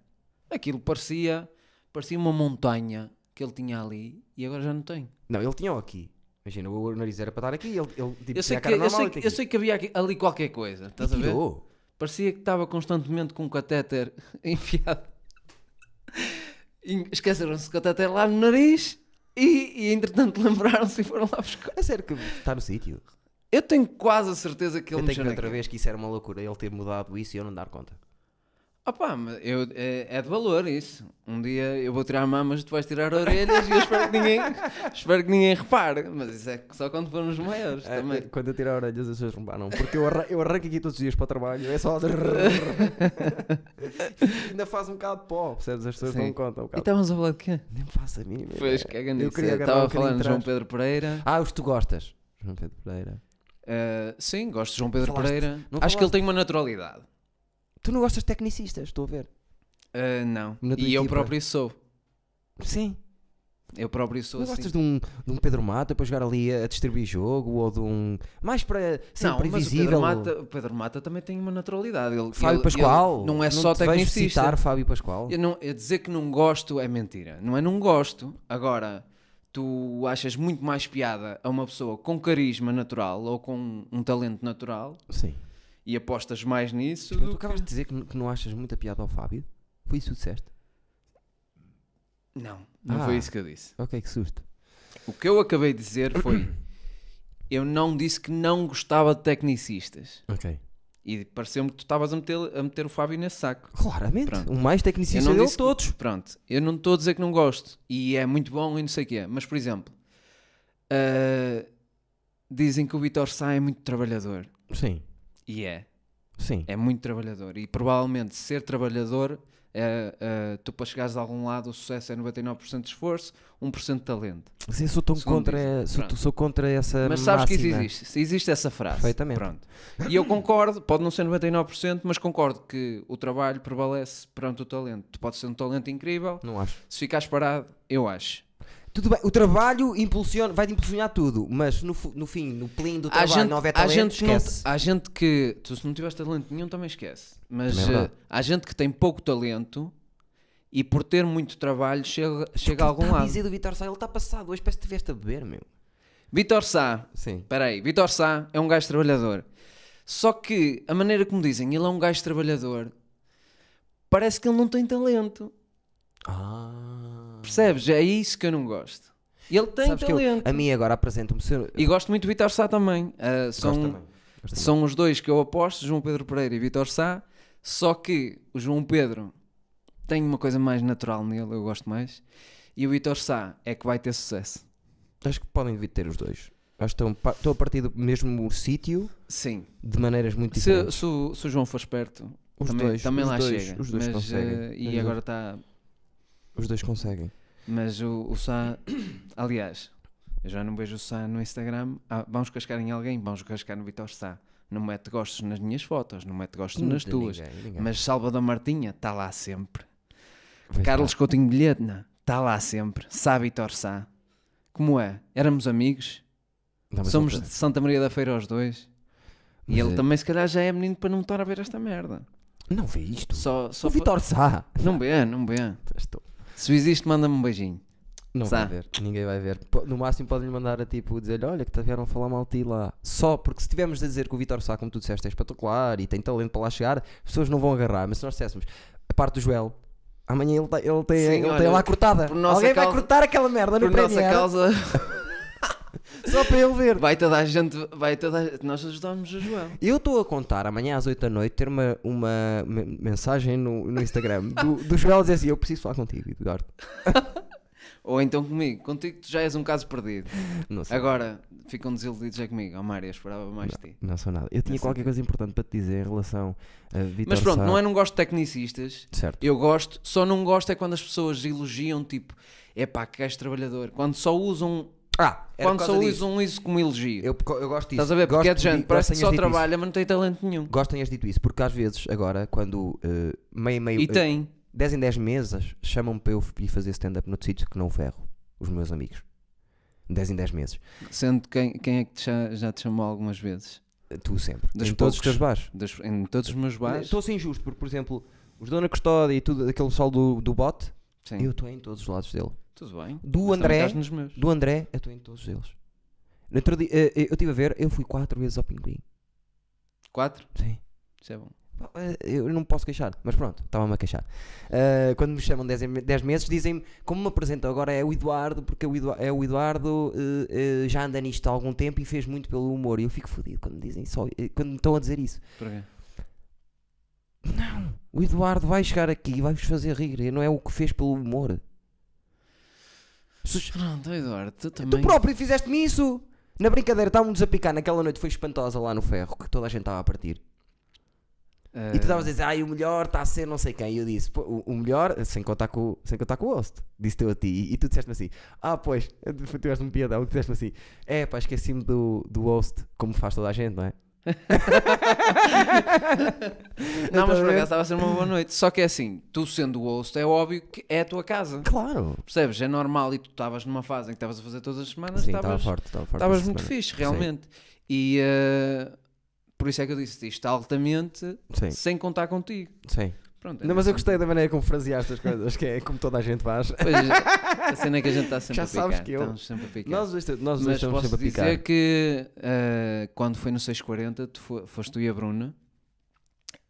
S1: Aquilo parecia, parecia uma montanha que ele tinha ali e agora já não tem.
S2: Não, ele tinha aqui. Imagina, o nariz era para estar aqui, ele, ele tipo,
S1: Eu
S2: tinha
S1: sei,
S2: a
S1: que,
S2: cara
S1: eu,
S2: normal
S1: sei,
S2: e
S1: que-
S2: tinha tipo,
S1: eu sei que havia aqui- ali qualquer coisa. Estás a
S2: E
S1: ver?
S2: tirou.
S1: Parecia que estava constantemente com um catéter enfiado. E Esqueceram-se do catéter lá no nariz e, e entretanto lembraram-se e foram lá buscar.
S2: É sério que está no sítio.
S1: Eu tenho quase a certeza que ele
S2: Eu tenho que
S1: mexeu
S2: ver outra
S1: naquilo.
S2: vez que isso era uma loucura, ele ter mudado isso e eu não dar conta.
S1: Ah pá, mas eu, é, é de valor isso. Um dia eu vou tirar mamas, tu vais tirar orelhas e eu espero que ninguém, espero que ninguém repare. Mas isso é só quando formos maiores também.
S2: É, Quando eu tiro a orelha, as pessoas rombaram. Porque eu, arran- eu arranco aqui todos os dias para o trabalho, é só. Ainda faz um bocado de pó, percebes? As pessoas
S1: Sim.
S2: não contam. Um
S1: E
S2: bocado.
S1: estávamos a falar de quê?
S2: Nem faço a mínima.
S1: Pois,
S2: ideia.
S1: caga
S2: Eu
S1: nisso.
S2: queria
S1: Eu
S2: agarrar
S1: Estava
S2: um
S1: a falar de
S2: bocadinho
S1: João
S2: atrás.
S1: Pedro Pereira.
S2: Ah, os que tu gostas. João Pedro Pereira.
S1: Ah, sim, gosto de João Pedro
S2: Falaste-
S1: Pereira.
S2: não
S1: Acho que ele
S2: falaste.
S1: tem uma naturalidade.
S2: Tu não gostas de tecnicistas, estou a ver.
S1: Ah, não.
S2: Na tua
S1: E eu
S2: equipa.
S1: próprio sou.
S2: Sim.
S1: Eu próprio sou
S2: não
S1: assim.
S2: gostas de um, de um Pedro Mata para jogar ali a, a distribuir jogo ou de um. Mais para ser
S1: não, mas o
S2: previsível.
S1: Pedro, Mata, o Pedro Mata também tem uma naturalidade. Ele,
S2: Fábio
S1: ele-
S2: Pascoal.
S1: ele não é só
S2: te vejo
S1: tecnicista.
S2: citar Fábio Pascoal.
S1: Eu não, eu dizer que não gosto é mentira. Não é não gosto. Agora, tu achas muito mais piada a uma pessoa com carisma natural ou com um talento natural
S2: Sim.
S1: e apostas mais nisso.
S2: Tu
S1: do que-
S2: acabas de dizer que, n- que não achas muita piada ao Fábio? Foi isso que disseste?
S1: Não, não
S2: Ah.
S1: foi isso que eu disse.
S2: Ok, que susto.
S1: O que eu acabei de dizer foi: eu não disse que não gostava de tecnicistas.
S2: Ok.
S1: E pareceu-me que tu estavas a meter, a meter o Fábio nesse saco.
S2: Claramente.
S1: Pronto.
S2: O mais
S1: eu
S2: tecnicista
S1: não
S2: dele
S1: disse que-
S2: todos.
S1: Pronto, eu não estou a dizer que não gosto e é muito bom e não sei o que é, mas por exemplo, ah, dizem que o Vitor Sá é muito trabalhador
S2: Sim,
S1: e é,
S2: sim.
S1: é muito trabalhador e provavelmente ser trabalhador, ah, ah, tu para chegares a algum lado, o sucesso é 99% de esforço, 1% de talento.
S2: Mas eu sou tão
S1: Segundo
S2: contra,
S1: dizem.
S2: sou,
S1: Pronto.
S2: sou contra essa
S1: Mas sabes que isso
S2: Eh, máxima.
S1: existe, se existe essa frase.
S2: Perfeitamente.
S1: Pronto. E eu concordo, pode não ser 99%, mas concordo que o trabalho prevalece perante o talento. Tu podes ser um talento incrível,
S2: Não acho.
S1: se ficares parado, eu acho.
S2: Tudo bem, o trabalho impulsiona, vai-te impulsionar tudo, mas no, fu- no fim, no plim do trabalho, não houver talento,
S1: que não-
S2: esquece.
S1: há gente que, tu se não tiveste talento nenhum, também esquece. Mas
S2: Também é verdade.
S1: eh, há gente que tem pouco talento e por ter muito trabalho chega, chega a algum
S2: Está a
S1: lado.
S2: dizer do Vitor Sá, ele está passado, hoje parece que estiveste a beber, meu.
S1: Vitor Sá,
S2: Sim.
S1: espera aí, Vitor Sá é um gajo trabalhador. Só que a maneira como dizem, ele é um gajo trabalhador, parece que ele não tem talento.
S2: Ah.
S1: Percebes? É isso que eu não gosto. Ele tem
S2: Sabes que eu-
S1: talento.
S2: a mim agora apresenta-me ser...
S1: E gosto muito do Vitor Sá também. Ah, são,
S2: Gosto também. Gosto
S1: São os dois que eu aposto, João Pedro Pereira e Vitor Sá, só que o João Pedro tem uma coisa mais natural nele, eu gosto mais, e o Vitor Sá é que vai ter sucesso.
S2: Acho que podem vir ter os dois. Acho que estão, pa- estão a partir do mesmo sítio
S1: Sim.
S2: de maneiras muito
S1: Se,
S2: diferentes.
S1: se o, se o João for esperto,
S2: Os
S1: também,
S2: dois,
S1: também
S2: os
S1: lá
S2: dois,
S1: chega.
S2: os dois
S1: mas,
S2: conseguem.
S1: eh,
S2: Os
S1: e
S2: dois.
S1: agora está.
S2: Os dois conseguem.
S1: Mas o, o Sá, aliás, eu já não vejo o Sá no Instagram. Ah, vamos cascar em alguém, vamos cascar no Vitor Sá. Não mete gostos nas minhas fotos, não mete gostos nas
S2: De
S1: tuas.
S2: ninguém, ninguém.
S1: Mas Salvador Martinha está lá sempre.
S2: Pois
S1: tá
S2: tá.
S1: Carlos Coutinho Bilhete, não. Está lá sempre. Sá Vitor Sá. Como é? Éramos amigos,
S2: Não, mas
S1: somos
S2: ele-
S1: de Santa Maria da Feira os dois.
S2: é. Mas
S1: E ele
S2: é-
S1: também, se calhar, já é menino para não estar a ver esta merda.
S2: Não vê isto.
S1: Só, só
S2: o
S1: pa-
S2: Vitor Sá.
S1: Não vê, não vê.
S2: Estou-
S1: Se o existe, manda-me um beijinho.
S2: Não
S1: Sá.
S2: vai ver. Ninguém vai ver. Po- No máximo podem-lhe mandar a tipo dizer olha que te vieram falar mal de ti lá. Só porque se tivermos a dizer que o Vitor Sá, como tu disseste, é espetacular e tem talento para lá chegar, as pessoas não vão agarrar. Mas se nós disséssemos a parte do Joel, amanhã ele, tá- ele tem,
S1: Sim,
S2: ele
S1: olha,
S2: tem lá cortada.
S1: por nossa
S2: Alguém vai
S1: causa-
S2: cortar aquela merda no
S1: Por nossa
S2: Premiere
S1: causa,
S2: só para ele ver.
S1: vai toda a gente, vai toda a... Nós ajudámos o João.
S2: Eu estou a contar amanhã às 8 da noite ter uma, uma me- mensagem no, no Instagram do, do Joel a dizer assim: Eu preciso falar contigo, Eduardo.
S1: Ou então comigo. Contigo, tu já és um caso perdido.
S2: Não sei.
S1: Agora, ficam desiludidos é comigo. Oh, Mário, eu esperava mais de ti.
S2: Não sou nada. Eu tinha
S1: Essa
S2: qualquer
S1: é-
S2: coisa importante para te dizer em relação a Vitor
S1: Mas pronto, não é não gosto de tecnicistas.
S2: Certo.
S1: Eu gosto, só não gosto é quando as pessoas elogiam, tipo, é pá, que gajo trabalhador. Quando só usam,
S2: Ah, era
S1: quando
S2: por
S1: só
S2: causa disso.
S1: usam isso como elogio.
S2: Eu, eu gosto disso.
S1: Estás a ver?
S2: Gosto
S1: Porque é de gente, parece que
S2: gosto
S1: só
S2: tenhas dito
S1: trabalha, mas não tem talento nenhum.
S2: Isso. Gosto de tenhas dito isso, porque às vezes, agora, quando eh, meio, meio.
S1: E
S2: eh,
S1: tem.
S2: 10 em 10 meses, chamam-me para eu ir fazer stand-up noutro sítio que não o ferro. Os meus amigos. 10 em 10 meses.
S1: Sendo quem, quem é que te cha- já te chamou algumas vezes?
S2: Tu sempre.
S1: Dos
S2: em todos os
S1: poucos.
S2: teus bares.
S1: Dos- em todos os meus bares?
S2: Estou a ser injusto, porque, por exemplo, os Dona Custódia e tudo, aquele pessoal do, do bot,
S1: Sim.
S2: eu estou em todos os lados dele.
S1: Tudo bem. Mas
S2: Do
S1: também
S2: André,
S1: estás nos meus.
S2: do André, eu estou em todos eles. No outro dia, eh, eh, eu estive a ver, eu fui 4 vezes ao Pinguim.
S1: Quatro?
S2: Sim.
S1: Isso é bom.
S2: Pá, eh, Eu não me posso queixar, mas pronto, estava-me a queixar. Eh, quando me chamam 10 meses, dizem-me como me apresento agora é o Eduardo, porque o Eduardo, é o Eduardo eh, eh, já anda nisto há algum tempo e fez muito pelo humor. E eu fico fodido quando me dizem só, eh, quando me estão a dizer isso.
S1: Porquê?
S2: Não, o Eduardo vai chegar aqui e vai-vos fazer rir, e não é o que fez pelo humor. Se-
S1: Pronto, Eduardo, tu
S2: É Tu
S1: também.
S2: próprio fizeste-me isso! Na brincadeira, estávamos a picar naquela noite, foi espantosa lá no ferro, que toda a gente estava a partir.
S1: eh,
S2: E tu estavas a dizer, ai, o melhor está a ser não sei quem. E eu disse, "Pô, o, o melhor, sem contar com, sem contar com o host. Disse-te eu a ti. E, e tu disseste-me assim, ah, pois, tu tiveste um piadão que disseste-me assim, é pá, esqueci-me do, do host, como faz toda a gente, não é?
S1: Não, mas
S2: Estás a
S1: por
S2: ver?
S1: acaso estava a ser uma boa noite. Só que é assim, tu sendo o host, é óbvio que é a tua casa.
S2: Claro.
S1: Percebes? É normal e tu estavas numa fase em que estavas a fazer todas as semanas,
S2: Sim, estava
S1: estavas
S2: forte, estava forte.
S1: estavas
S2: essa
S1: muito
S2: semana.
S1: fixe, realmente. E eh, por isso é que eu disse isto altamente,
S2: Sim,
S1: sem contar contigo.
S2: sim.
S1: Pronto, é
S2: Não, mas eu
S1: nesse
S2: gostei da maneira como fraseaste as coisas, que é como toda a gente faz.
S1: sentido. Pois, a cena é que a gente está sempre
S2: Já
S1: a picar.
S2: sabes que eu-
S1: Estamos sempre a picar.
S2: Nós, os dois- nós os dois
S1: mas
S2: estamos
S1: posso
S2: sempre a picar.
S1: dizer que eh, quando foi no 640, tu fo- foste tu e a Bruna.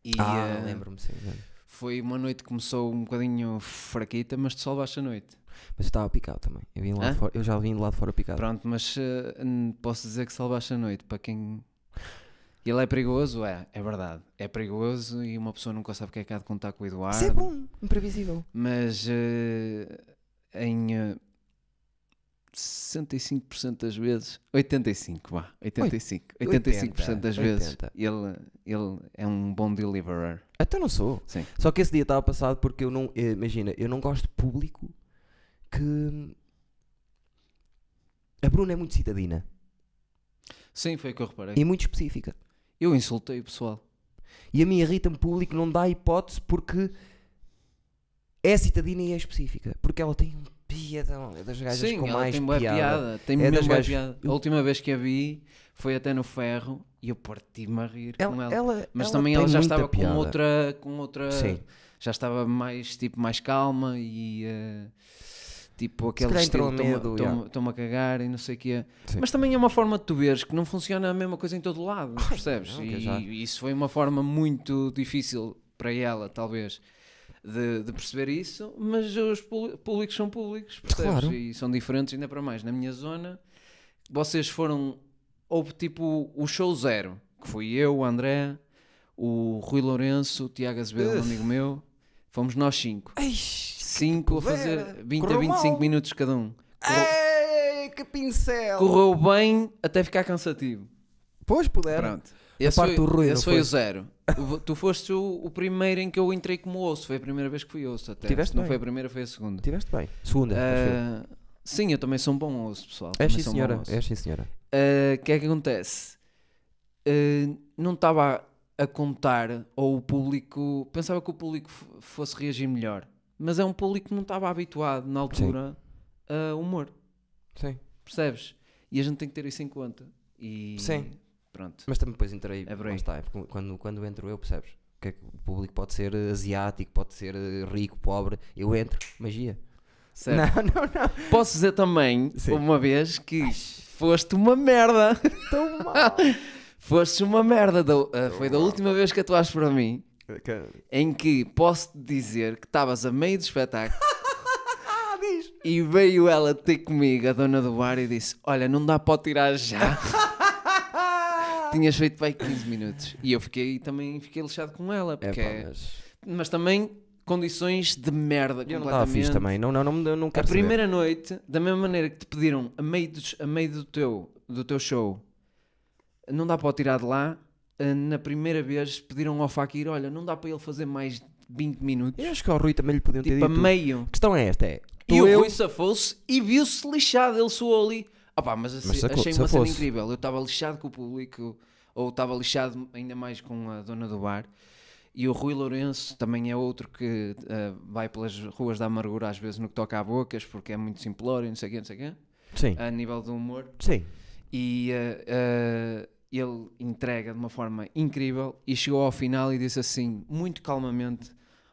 S1: E
S2: Ah,
S1: eh,
S2: lembro-me, sim. lembro.
S1: foi uma noite que começou um bocadinho fraquita, mas tu salvaste a noite.
S2: Mas eu estava picado também. Eu, vim lá
S1: Hã?
S2: de fora, eu já vim de lá de fora picado.
S1: Pronto, mas eh, n- posso dizer que salvaste a noite para quem. Ele é perigoso? É, é verdade. É perigoso e uma pessoa nunca sabe o que é que há de contar com o Eduardo.
S2: Isso é bom, imprevisível.
S1: Mas eh, em eh, 65% das vezes, 85%, vá, 85%, 85% das
S2: 80,
S1: vezes,
S2: 80.
S1: ele, ele é um bom deliverer.
S2: Até não sou.
S1: Sim.
S2: Só que esse dia estava passado porque eu não. eh, Imagina, eu não gosto de público que. A Bruna é muito citadina
S1: Sim, foi o que eu reparei.
S2: e muito específica.
S1: Eu insultei o pessoal.
S2: E a mim irrita-me público que não dá hipótese porque é citadina e é específica. Porque ela tem um piadão. É das gajas
S1: Sim,
S2: com
S1: ela
S2: mais
S1: tem bué
S2: piada.
S1: piada. Tem
S2: É das
S1: mesmo bué
S2: gajas-
S1: piada. A
S2: Eu-
S1: última vez que a vi foi até no ferro e eu parti-me a rir com
S2: Ela,
S1: ela.
S2: ela-
S1: Mas
S2: ela
S1: também
S2: é tem
S1: ela já
S2: muita
S1: estava
S2: piada.
S1: com outra, com outra,
S2: Sim.
S1: já estava mais tipo mais calma e eh, tipo aquele
S2: calhar
S1: estilo
S2: entrou medo,
S1: estão-me
S2: yeah.
S1: a cagar e não sei o que é.
S2: Sim.
S1: Mas também é uma forma de tu veres que não funciona a mesma coisa em todo lado, percebes?
S2: não, que é
S1: e,
S2: já-
S1: isso foi uma forma muito difícil para ela, talvez. De, de perceber isso, mas os pú- públicos são públicos, percebes?
S2: Claro.
S1: E são diferentes, ainda para mais. Na minha zona, vocês foram. Houve tipo o show zero, que fui eu, o André, o Rui Lourenço, o Tiago Azevedo, um
S2: Uf.
S1: amigo meu. Fomos nós cinco.
S2: Ei,
S1: Cinco a fazer
S2: coveira.
S1: 20 a
S2: Correu
S1: 25
S2: mal.
S1: minutos cada um. Correu,
S2: Ei, que pincel!
S1: correu bem até ficar cansativo.
S2: Pois puderam.
S1: Pronto. Esse,
S2: parte
S1: foi,
S2: do Rui,
S1: esse
S2: não
S1: foi,
S2: foi?
S1: o zero. O- tu foste o, o primeiro em que eu entrei como osso. Foi a primeira vez que fui osso. Até.
S2: Tiveste
S1: Se não
S2: bem.
S1: foi a primeira, foi a segunda.
S2: Tiveste bem. Segunda. acho
S1: Ah, sim, eu também sou um bom osso, pessoal.
S2: eu. É
S1: Também
S2: sim,
S1: sou um bom
S2: senhora.
S1: osso.
S2: É sim, senhora.
S1: Uh, o que é que acontece? Uh, não estava a, a contar, ou o público. Pensava que o público f- fosse reagir melhor, mas é um público que não estava habituado na altura a humor.
S2: Sim.
S1: Percebes? E a gente tem que ter isso em conta. E
S2: Sim.
S1: pronto.
S2: Mas também depois entrei.
S1: É por
S2: lá
S1: aí.
S2: está, é porque quando, quando entro eu, percebes? Que é que o público pode ser eh, asiático, pode ser eh, rico, pobre. Eu entro, magia.
S1: Certo.
S2: Não, não, não.
S1: Posso dizer também,
S2: Sim.
S1: uma vez, que foste uma merda.
S2: Tão mal.
S1: Foste uma merda. da- ah, foi da última vez que atuaste para mim em que posso te dizer que estavas a meio do espetáculo
S2: ah, diz.
S1: e veio ela ter comigo, a dona do bar, e disse: Olha, não dá para o tirar já. Tinhas feito bem 15 minutos. E eu fiquei também fiquei lixado com ela,
S2: É,
S1: porque é-
S2: pá, mas...
S1: mas também condições de merda
S2: Eu não estava
S1: completamente.
S2: fixe também. Não, não, não, não, não
S1: A
S2: quero saber.
S1: primeira noite, da mesma maneira que te pediram a meio, dos- a meio do, teu, do teu show, não dá para o tirar de lá. eh, Na primeira vez pediram ao Fakir: Olha, não dá para ele fazer mais 20 minutos.
S2: Eu acho que ao Rui também lhe podiam ter
S1: Tipo, a
S2: dito.
S1: meio.
S2: A questão é esta: é.
S1: E
S2: tu,
S1: o
S2: eu,
S1: Rui safou-se e viu-se lixado. Ele soou ali. Opá, mas, assim,
S2: Mas sacou-
S1: achei uma cena
S2: safou-se.
S1: incrível. Eu estava lixado com o público, ou estava lixado ainda mais com a dona do bar. E o Rui Lourenço também é outro que ah, vai pelas ruas da amargura às vezes no que toca a bocas, porque é muito simplório, não sei o quê, não sei o quê,
S2: Sim,
S1: a nível do humor.
S2: sim.
S1: E ah, ah, ele entrega de uma forma incrível e chegou ao final e disse assim, muito calmamente,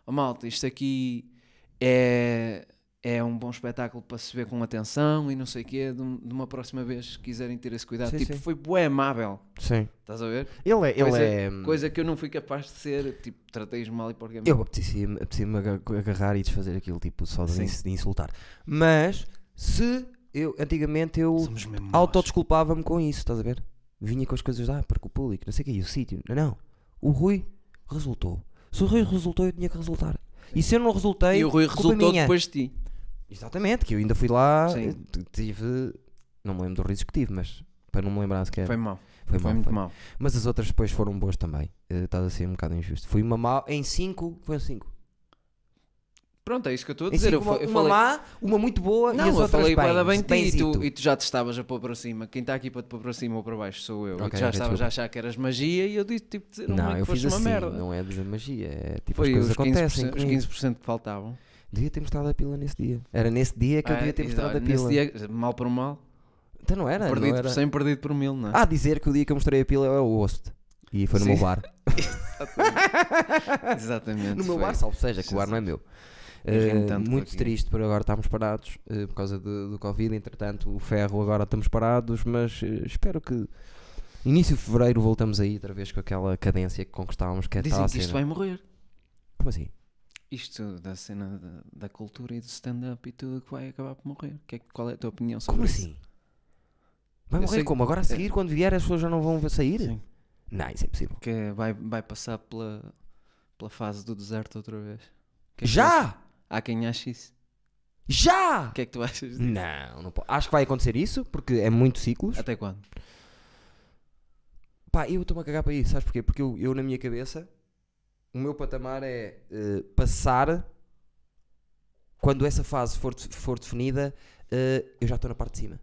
S1: "Ó malta, isto aqui é, é um bom espetáculo para se ver com atenção e não sei o quê, de, um- de uma próxima vez que quiserem ter esse cuidado.
S2: Sim,
S1: tipo,
S2: sim.
S1: foi bué amável,
S2: Sim.
S1: estás a ver?
S2: Ele é. Ele
S1: Coisa-
S2: é
S1: Coisa que eu não fui capaz de ser, tipo, tratei-os mal e porcamente.
S2: Eu apetecia-me apetecia-me aga- agarrar e desfazer aquilo, tipo, só de,
S1: Sim.
S2: ins- de insultar. Mas, se eu. Antigamente eu
S1: Somos mesmo maus.
S2: autodesculpava-me com isso, estás a ver? Vinha com as coisas, ah, porque o público, não sei o que, o sítio. Não, não. O Rui resultou. Se o Rui resultou, eu tinha que resultar. E se eu não resultei.
S1: E o Rui
S2: é culpa
S1: resultou
S2: minha.
S1: depois de ti.
S2: Exatamente, que eu ainda fui lá,
S1: Sim.
S2: eh, t- tive. Não me lembro dos risos que tive, mas para não me lembrar sequer.
S1: Foi mal,
S2: Foi
S1: foi,
S2: mal,
S1: muito
S2: foi.
S1: mal.
S2: Mas as outras depois foram boas também. Eh, Estás a ser um bocado injusto. Foi uma má. Em 5, foi um 5.
S1: Pronto, é isso que eu estou a
S2: Em
S1: dizer.
S2: cinco,
S1: Eu, fa-
S2: uma,
S1: eu
S2: uma
S1: falei...
S2: má, uma muito boa
S1: Não,
S2: e as
S1: eu
S2: outras
S1: falei
S2: bem,
S1: bué da bem de ti e
S2: benzito.
S1: tu, e tu já te estavas a pôr para cima. Quem está aqui para te pôr para cima ou para baixo sou eu. e
S2: Ok,
S1: tu já
S2: ok,
S1: estavas
S2: desculpa.
S1: a achar que eras magia e eu disse tipo, dizer, não,
S2: Não,
S1: é
S2: eu
S1: que foste
S2: fiz
S1: uma
S2: assim,
S1: merda.
S2: não é de magia, é tipo
S1: Foi
S2: as coisas
S1: os 15%,
S2: acontecem.
S1: os
S2: comigo.
S1: 15% que faltavam.
S2: Devia ter mostrado a pila nesse dia. Era nesse dia É que eu
S1: Ah,
S2: devia ter
S1: e,
S2: mostrado
S1: olha,
S2: a pila.
S1: Nesse dia, mal por mal,
S2: Então não era,
S1: perdido
S2: não era.
S1: por 100, perdido por 1000, não é?
S2: Ah, dizer que o dia que eu mostrei a pila é o host. E foi no
S1: Sim.
S2: meu bar.
S1: Exatamente.
S2: Ah, no meu
S1: foi.
S2: bar, salvo seja, que o bar não é meu.
S1: Irrita-me
S2: Eh,
S1: tanto,
S2: muito
S1: Joaquim.
S2: triste por agora estarmos parados eh, por causa do, do Covid. Entretanto, o ferro agora estamos parados, mas eh, espero que início de fevereiro voltamos aí outra vez com aquela cadência que conquistávamos. Que
S1: Dizem
S2: estava a
S1: que isto
S2: ser-
S1: vai morrer.
S2: Como assim?
S1: Isto da cena da, da cultura e do stand-up e tudo que vai acabar por morrer. Que é que- qual é a tua opinião sobre
S2: Como
S1: isso?
S2: assim? Vai
S1: Eu
S2: morrer
S1: sei-
S2: como? Agora a seguir, quando vier, as pessoas já não vão sair?
S1: Sim.
S2: Não, isso é impossível.
S1: Que vai, vai passar pela, pela fase do deserto outra vez. Que é que tu-
S2: Já!
S1: Há quem ache isso.
S2: Já!
S1: O que é que tu achas disso?
S2: Não, não po- Acho que vai acontecer isso, porque é muito ciclos.
S1: Até quando?
S2: Pá, eu estou-me a cagar para isso, sabes porquê? Porque eu, eu, na minha cabeça, o meu patamar é eh, passar quando essa fase for, de- for definida, eh, eu já estou na parte de cima.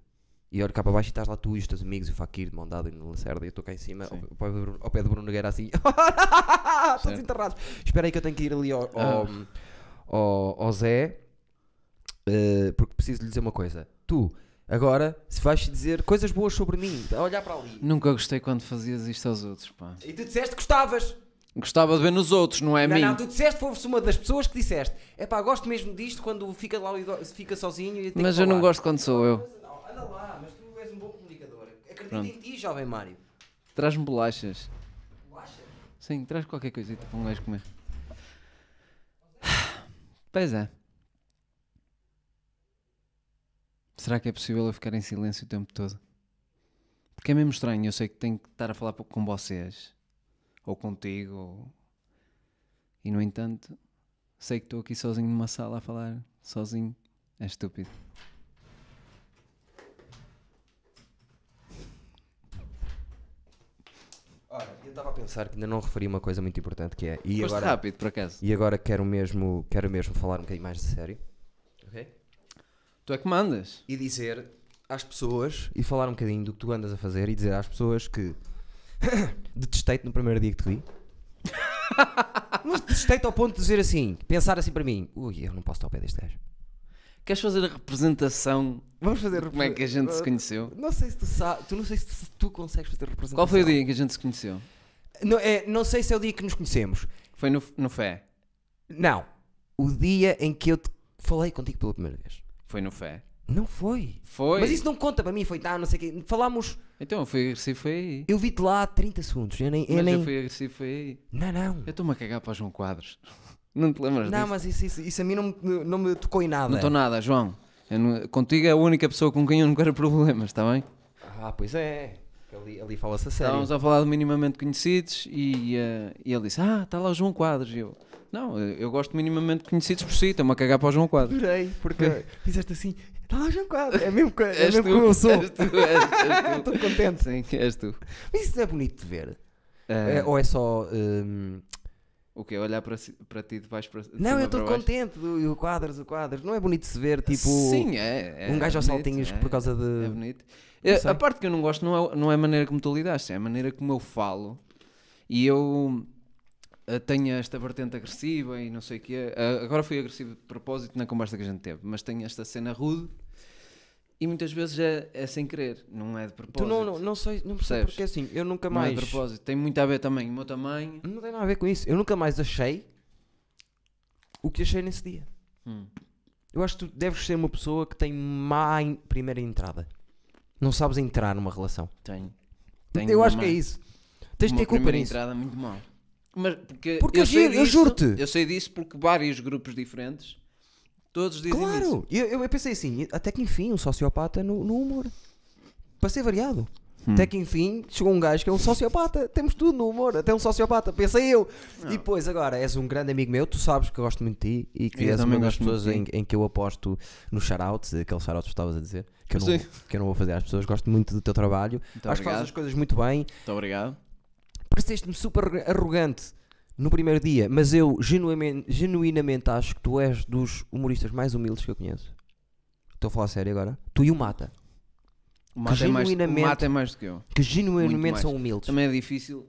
S2: E olho cá para baixo e estás lá tu e os teus amigos, e o Fakir de mão dada e no Lacerda, e eu estou cá em cima, ao,
S1: Sim.
S2: ao pé do Bruno- ao pé do Bruno Nogueira, assim, todos
S1: Certo. Ah.
S2: enterrados. Espera aí que eu tenho que ir ali ao, ao, ao- ao Zé, eh, porque preciso lhe dizer uma coisa. Tu, agora, se vais dizer coisas boas sobre mim, a olhar para ali,
S1: Nunca gostei quando fazias isto aos outros, pá.
S2: e tu disseste que gostavas.
S1: Gostava de ver nos outros, não é a
S2: não,
S1: mim?
S2: não, tu disseste, foste uma das pessoas que disseste. É pá, gosto mesmo disto quando fica lá e go- fica sozinho e tem
S1: Mas
S2: que
S1: eu não
S2: falar."
S1: gosto quando sou eu.
S2: Mas não, Anda lá, mas tu és um bom comunicador. Acredito
S1: Pronto.
S2: em ti, jovem Mário.
S1: Traz-me bolachas.
S2: Relaxa.
S1: Sim, traz qualquer coisita para um gajo comer. Pois é. Será que é possível eu ficar em silêncio o tempo todo? Porque é mesmo estranho, eu sei que tenho que estar a falar pouco com vocês. Ou contigo, ou... E no entanto, sei que estou aqui sozinho numa sala a falar, sozinho. É estúpido.
S2: Ora, eu estava a pensar que ainda não referi uma coisa muito importante que é. E
S1: Foste
S2: agora,
S1: rápido, por acaso.
S2: e agora quero, mesmo, quero mesmo falar um bocadinho mais de sério. Ok?
S1: Tu é que mandas.
S2: e dizer às pessoas e falar um bocadinho do que tu andas a fazer e dizer às pessoas que detestei-te no primeiro dia que te vi. Mas detestei-te ao ponto de dizer assim, pensar assim para mim, ui, eu não posso estar ao pé deste gajo.
S1: Queres fazer a representação?
S2: Vamos fazer
S1: Como é que a gente
S2: Uh,
S1: se conheceu?
S2: Não sei se tu sabes, tu não sei se tu, tu consegues fazer representação.
S1: Qual foi o dia em que a gente se conheceu?
S2: Não, é, não sei se é o dia que nos conhecemos.
S1: Foi no, no Fé.
S2: Não. O dia em que eu te falei contigo pela primeira vez.
S1: Foi no Fé.
S2: Não foi.
S1: Foi.
S2: Mas isso não conta para mim, foi tá, não sei o quê. Falámos,
S1: Então eu fui agressivo foi aí.
S2: eu vi-te lá há 30 segundos. Eu nem. Eu
S1: mas
S2: nem...
S1: eu fui agressivo foi aí.
S2: Não, não.
S1: Eu estou-me a cagar para o João Quadros. Não te lembras
S2: Não,
S1: disso?
S2: mas isso, isso, isso a mim não, me- não me tocou em nada.
S1: Não estou nada, João. Eu não- contigo é a única pessoa com quem eu não quero problemas, está bem?
S2: Ah, pois é. Ali, ali fala-se a sério.
S1: Estávamos a falar de minimamente conhecidos e, eh, e ele disse: Ah, está lá o João Quadros. E eu: Não, eu, eu gosto de minimamente conhecidos por si, estou-me a cagar para o João Quadros.
S2: Adorei, porque fizeste assim. Está lá João Quadro. É mesmo, co- é
S1: És
S2: mesmo
S1: tu,
S2: como eu sou.
S1: és tu, és- és tu.
S2: Estou contente.
S1: Sim, és tu.
S2: Mas isso não é bonito de ver.
S1: Eh,
S2: É, ou é só. hum,
S1: O quê? Olhar para, si- para ti de baixo para de
S2: Não,
S1: cima
S2: eu estou
S1: para baixo?
S2: contente. Do, o quadros, o quadros. Não é bonito de se ver, tipo.
S1: Sim, é, é
S2: um gajo aos
S1: bonito,
S2: saltinhos
S1: é,
S2: por causa de.
S1: É bonito. Eh,
S2: sei.
S1: a parte que eu não gosto não é, não é a maneira como tu lidaste, é a maneira como eu falo e eu eh, tenho esta vertente agressiva e não sei o quê. Ah, agora fui agressivo de propósito na conversa que a gente teve, mas tenho esta cena rude e muitas vezes é, é sem querer, não é de propósito.
S2: Tu não, não, não sei, não percebo
S1: Percebes?
S2: porque assim, eu nunca
S1: Não é
S2: mais.
S1: de propósito. Tem muito a ver também o meu tamanho.
S2: Não tem nada a ver com isso. Eu nunca mais achei o que achei nesse dia.
S1: Hum.
S2: Eu acho que tu deves ser uma pessoa que tem má en- primeira entrada. Não sabes entrar numa relação.
S1: Tenho. tenho
S2: eu
S1: uma
S2: acho que é
S1: mãe.
S2: isso. Tens de
S1: uma
S2: ter culpa
S1: primeira
S2: nisso.
S1: entrada muito mal. Mas porque,
S2: Porque eu
S1: sei
S2: giro, eu juro-te.
S1: Eu sei disso porque vários grupos diferentes, todos dizem isso.
S2: Claro! Eu, eu- eu pensei assim, até que enfim, um sociopata no, no humor. Para ser variado.
S1: Hum.
S2: Até que enfim chegou um gajo que é um sociopata. Temos tudo no humor, até um sociopata, pensei eu.
S1: Ah.
S2: E depois, agora, és um grande amigo meu, tu sabes que eu gosto muito de ti e que
S1: Eu
S2: és uma
S1: também
S2: das
S1: gosto muito
S2: pessoas
S1: de
S2: em, em que eu aposto nos shoutouts, aqueles shoutouts que estavas a dizer, que eu, não,
S1: Sim.
S2: que eu não vou fazer às pessoas. Gosto muito do teu trabalho,
S1: Muito
S2: acho que fazes
S1: obrigado.
S2: as coisas muito bem.
S1: Muito obrigado.
S2: Pareceste-me super arrogante no primeiro dia, mas eu genuinamente, genuinamente acho que tu és dos humoristas mais humildes que eu conheço. Estou a falar sério agora. Tu e o Mata,
S1: O Mata, é mais,
S2: genuinamente-
S1: o Mata é mais do que eu.
S2: que
S1: Muito
S2: genuinamente
S1: mais.
S2: são humildes.
S1: Também é difícil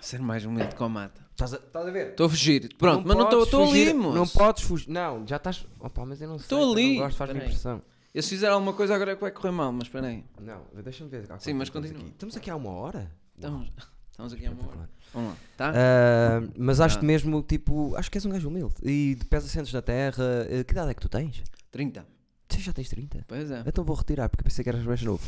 S1: ser mais humilde com o Mata.
S2: Estás a, estás a ver?
S1: Estou a fugir. Pronto, mas não
S2: podes
S1: estou ali,
S2: fugir-
S1: moço.
S2: Não podes fugir. Não, já estás. Opa, mas eu não sei.
S1: Estou
S2: eu não
S1: ali.
S2: gosto, faz-me
S1: Peraí.
S2: impressão.
S1: Eu se fizer alguma coisa agora é que vai correr mal, mas espera aí.
S2: Não, deixa-me ver.
S1: Sim,
S2: há quanto
S1: mas
S2: tempo estamos
S1: continua.
S2: aqui? Estamos aqui há uma hora.
S1: Estamos, estamos aqui a uma hora. Vamos lá, tá?
S2: Ah, mas acho-te
S1: Ah.
S2: mesmo, tipo, acho que és um gajo humilde. E de pés assentos na terra. eh, que idade é que tu tens?
S1: 30.
S2: Tu já tens 30?
S1: Pois é.
S2: Então vou retirar porque pensei que eras mais novo.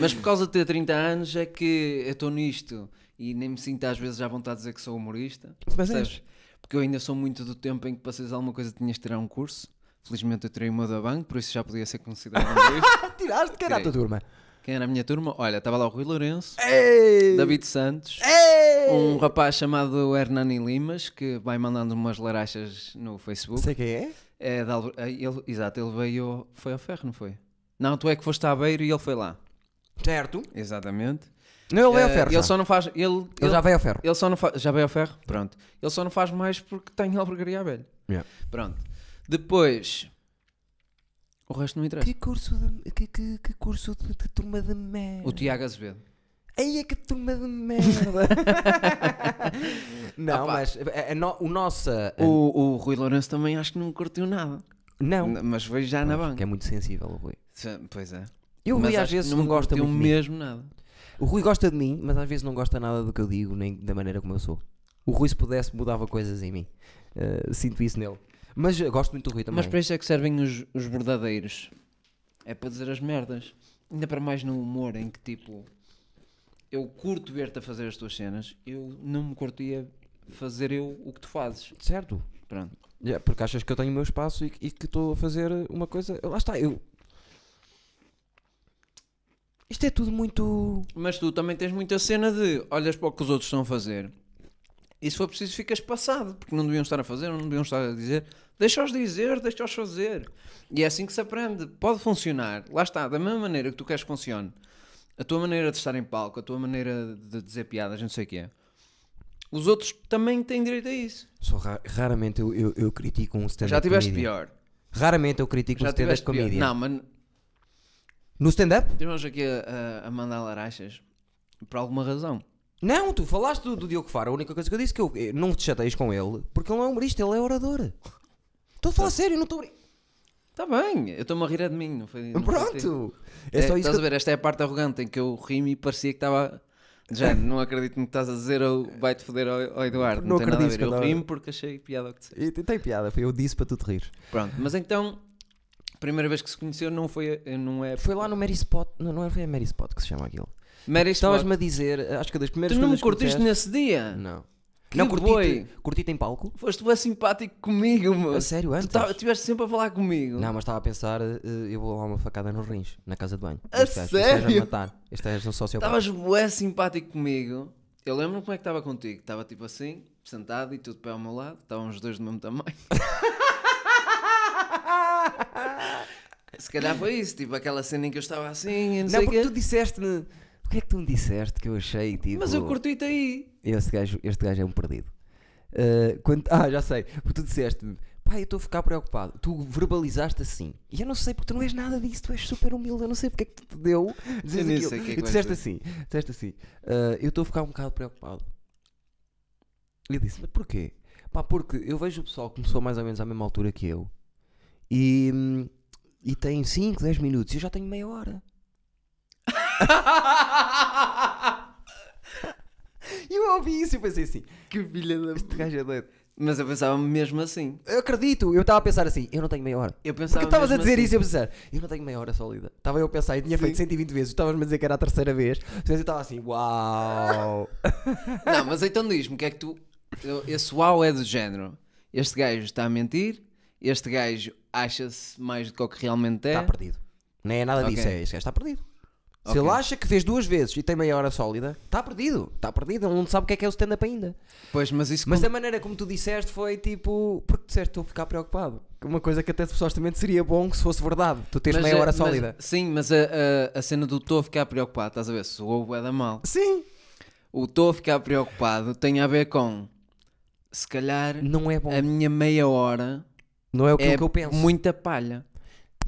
S1: Mas por causa de ter 30 anos é que eu estou nisto e nem me sinto às vezes à vontade de dizer que sou humorista.
S2: Mas
S1: Percebes?
S2: és.
S1: Porque eu ainda sou muito do tempo em que passas alguma coisa tinhas de tirar um curso. Felizmente eu tirei o meu da banco, por isso já podia ser considerado um humorista.
S2: Tiraste quem era a tua turma?
S1: Quem era a minha turma? Olha, estava lá o Rui Lourenço,
S2: Ei!
S1: David Santos,
S2: Ei!
S1: um rapaz chamado Hernani Limas, que vai mandando umas larachas no Facebook.
S2: Sei quem é?
S1: É de Alver- é, ele, exato, ele veio. Foi ao ferro, não foi? Não, tu é que foste à beira e ele foi lá.
S2: Certo.
S1: Exatamente.
S2: Não, ele é
S1: Eh,
S2: ao ferro.
S1: Ele
S2: já.
S1: só não faz. Ele,
S2: Ele
S1: ele-
S2: já veio ao ferro.
S1: Ele só não faz. Já veio ao ferro? Pronto. Ele só não faz mais porque tem albergaria à velha.
S2: Yeah.
S1: Pronto. Depois. O resto não interessa.
S2: Que curso de. Que, que, que curso de. Que turma de merda.
S1: O Tiago Azevedo.
S2: Aí é que turma de merda. não,
S1: Opa.
S2: mas. eh, a- a no- o nossa.
S1: É.
S2: eh, a-
S1: O, o Rui Lourenço também acho que não curtiu nada.
S2: não.
S1: N- Mas veio já na
S2: Que
S1: banca.
S2: é muito sensível, o Rui.
S1: Sim, Pois é.
S2: Eu, o
S1: Mas
S2: Rui às
S1: acho que
S2: vezes não gosta
S1: curtiu
S2: muito. de mim.
S1: mesmo nada.
S2: O Rui gosta de mim, mas às vezes não gosta nada do que eu digo, nem da maneira como eu sou. O Rui, se pudesse, mudava coisas em mim. Eh, sinto isso nele. Mas eu gosto muito do Rui também.
S1: Mas para isso é que servem os, os verdadeiros. É para dizer as merdas. Ainda para mais no humor em que tipo. Eu curto ver-te a fazer as tuas cenas. Eu não me curtia fazer eu o que tu fazes.
S2: é Certo.
S1: Pronto.
S2: Yeah, porque achas que eu tenho o meu espaço e, que- e que estou a fazer uma coisa. Lá está, eu. Isto é tudo muito.
S1: Mas tu também tens muita cena de olhas para o que os outros estão a fazer e se for preciso ficas passado, porque não deviam estar a fazer, não deviam estar a dizer, deixa-os dizer, deixa-os fazer. E é assim que se aprende. Pode funcionar, lá está, da mesma maneira que tu queres que funcione, a tua maneira de estar em palco, a tua maneira de dizer piadas, não sei o que é. Os outros também têm direito a isso.
S2: Só ra- raramente eu, eu, eu critico um stand-up.
S1: Já tiveste
S2: comedian.
S1: pior.
S2: Raramente eu critico um
S1: Já
S2: stand-up
S1: tiveste pior.
S2: comedian.
S1: Não, mas
S2: No stand-up?
S1: temos aqui a, a- a mandar larachas por alguma razão.
S2: Não, tu falaste do, do Diogo Faro. A única coisa que eu disse é que eu, eh, não te chateias com ele, porque ele não é humorista, ele é orador. Estou a falar sério, não estou. a brin-
S1: Está Tá bem, eu estou-me a rir é de mim, não foi? não foi de ti.
S2: Pronto!
S1: É,
S2: É só isso
S1: Estás
S2: que
S1: a ver, esta é a parte arrogante em que eu rimo e parecia que estava. Já não acredito no que estás a dizer ou vai-te foder ao, ao Eduardo. Não,
S2: Não
S1: tem nada a
S2: acredito
S1: ver.
S2: que
S1: Eu
S2: andava-
S1: rimo porque achei piada ao que disse.
S2: E tem- Tem piada, foi eu disse para tu te rires.
S1: Pronto, mas então, a primeira vez que se conheceu não foi. a- Não é.
S2: Foi lá no Mary Spot, não, não era- foi a Mary Spot que se chama aquilo.
S1: Mary Spot.
S2: Estavas-me a dizer, eh, acho que das
S1: Tu
S2: primeiras
S1: não me
S2: coisas que
S1: curtiste
S2: me
S1: nesse dia?
S2: disseste- Não.
S1: Que
S2: não,
S1: boi.
S2: curti-te curti em palco?
S1: Foste bem simpático comigo, meu.
S2: A sério,
S1: Tu
S2: antes?
S1: tá- estiveste sempre a falar comigo.
S2: Não, mas estava a pensar, eh, eu vou lá uma facada nos rins, na casa de banho.
S1: A
S2: Este gajo- Este gajo vai
S1: sério?
S2: matar. Este gajo é um sociopata.
S1: Estavas bué simpático comigo. Eu lembro-me como é que estava contigo. Estava tipo assim, sentado e tu de pé ao meu lado. Estavam os dois do mesmo tamanho. Se calhar foi isso, tipo aquela cena em que eu estava assim e não,
S2: Não,
S1: sei o
S2: porque
S1: quê.
S2: tu disseste-me... O que é que tu me disseste que eu achei, tipo...
S1: Mas eu curti-te aí.
S2: Este gajo, este gajo é um perdido. Eh, quando- ah, já sei. Porque tu disseste-me, pá, eu estou a ficar preocupado. Tu verbalizaste assim. E eu não sei porque tu não és nada disso, tu és super humilde. Eu não sei porque é que tu te deu. dizer
S1: Eu nem
S2: aquilo.
S1: sei o que é que
S2: e tu
S1: vais
S2: disseste
S1: dizer.
S2: assim, disseste assim, "Ah, eu estou a ficar um bocado preocupado. E eu disse, mas porquê? Pá, porque eu vejo o pessoal que começou mais ou menos à mesma altura que eu e, hum, e tem 5, 10 minutos e eu já tenho meia hora. E eu ouvi isso e pensei assim,
S1: que filha da.
S2: este gajo é doido.
S1: Mas eu pensava mesmo assim.
S2: Eu acredito, eu estava a pensar assim, eu não tenho meia hora.
S1: Eu
S2: Porque
S1: pensava
S2: tu estavas a
S1: mesmo
S2: dizer
S1: assim.
S2: isso e eu pensar, eu não tenho meia hora sólida. Estava eu a pensar, e tinha feito 120 vezes, tu estavas-me a dizer que era a terceira vez, portanto eu estava assim, uau!
S1: Não, mas então diz-me o que é que tu. eu- Esse uau é do género. Este gajo está a mentir, este gajo acha-se mais do que o que realmente é.
S2: Está perdido. Nem é nada
S1: Ok.
S2: disso, é este gajo está perdido. Se
S1: Ok.
S2: ele acha que fez duas vezes e tem meia hora sólida, está perdido, está perdido, ele não sabe o que é que é o stand-up ainda.
S1: Pois, mas isso.
S2: Mas da maneira como tu disseste foi tipo, porque disseste estou a ficar preocupado. Uma coisa que até supostamente seria bom que se fosse verdade, tu tens
S1: mas
S2: meia
S1: a-
S2: hora
S1: mas-
S2: sólida.
S1: sim, mas a, a, a cena do estou a ficar preocupado, estás a ver? Soou bué da mal.
S2: Sim!
S1: O estou a ficar preocupado tem a ver com. Se calhar
S2: Não é bom.
S1: a minha meia hora
S2: não é o que,
S1: é
S2: que eu penso.
S1: muita palha.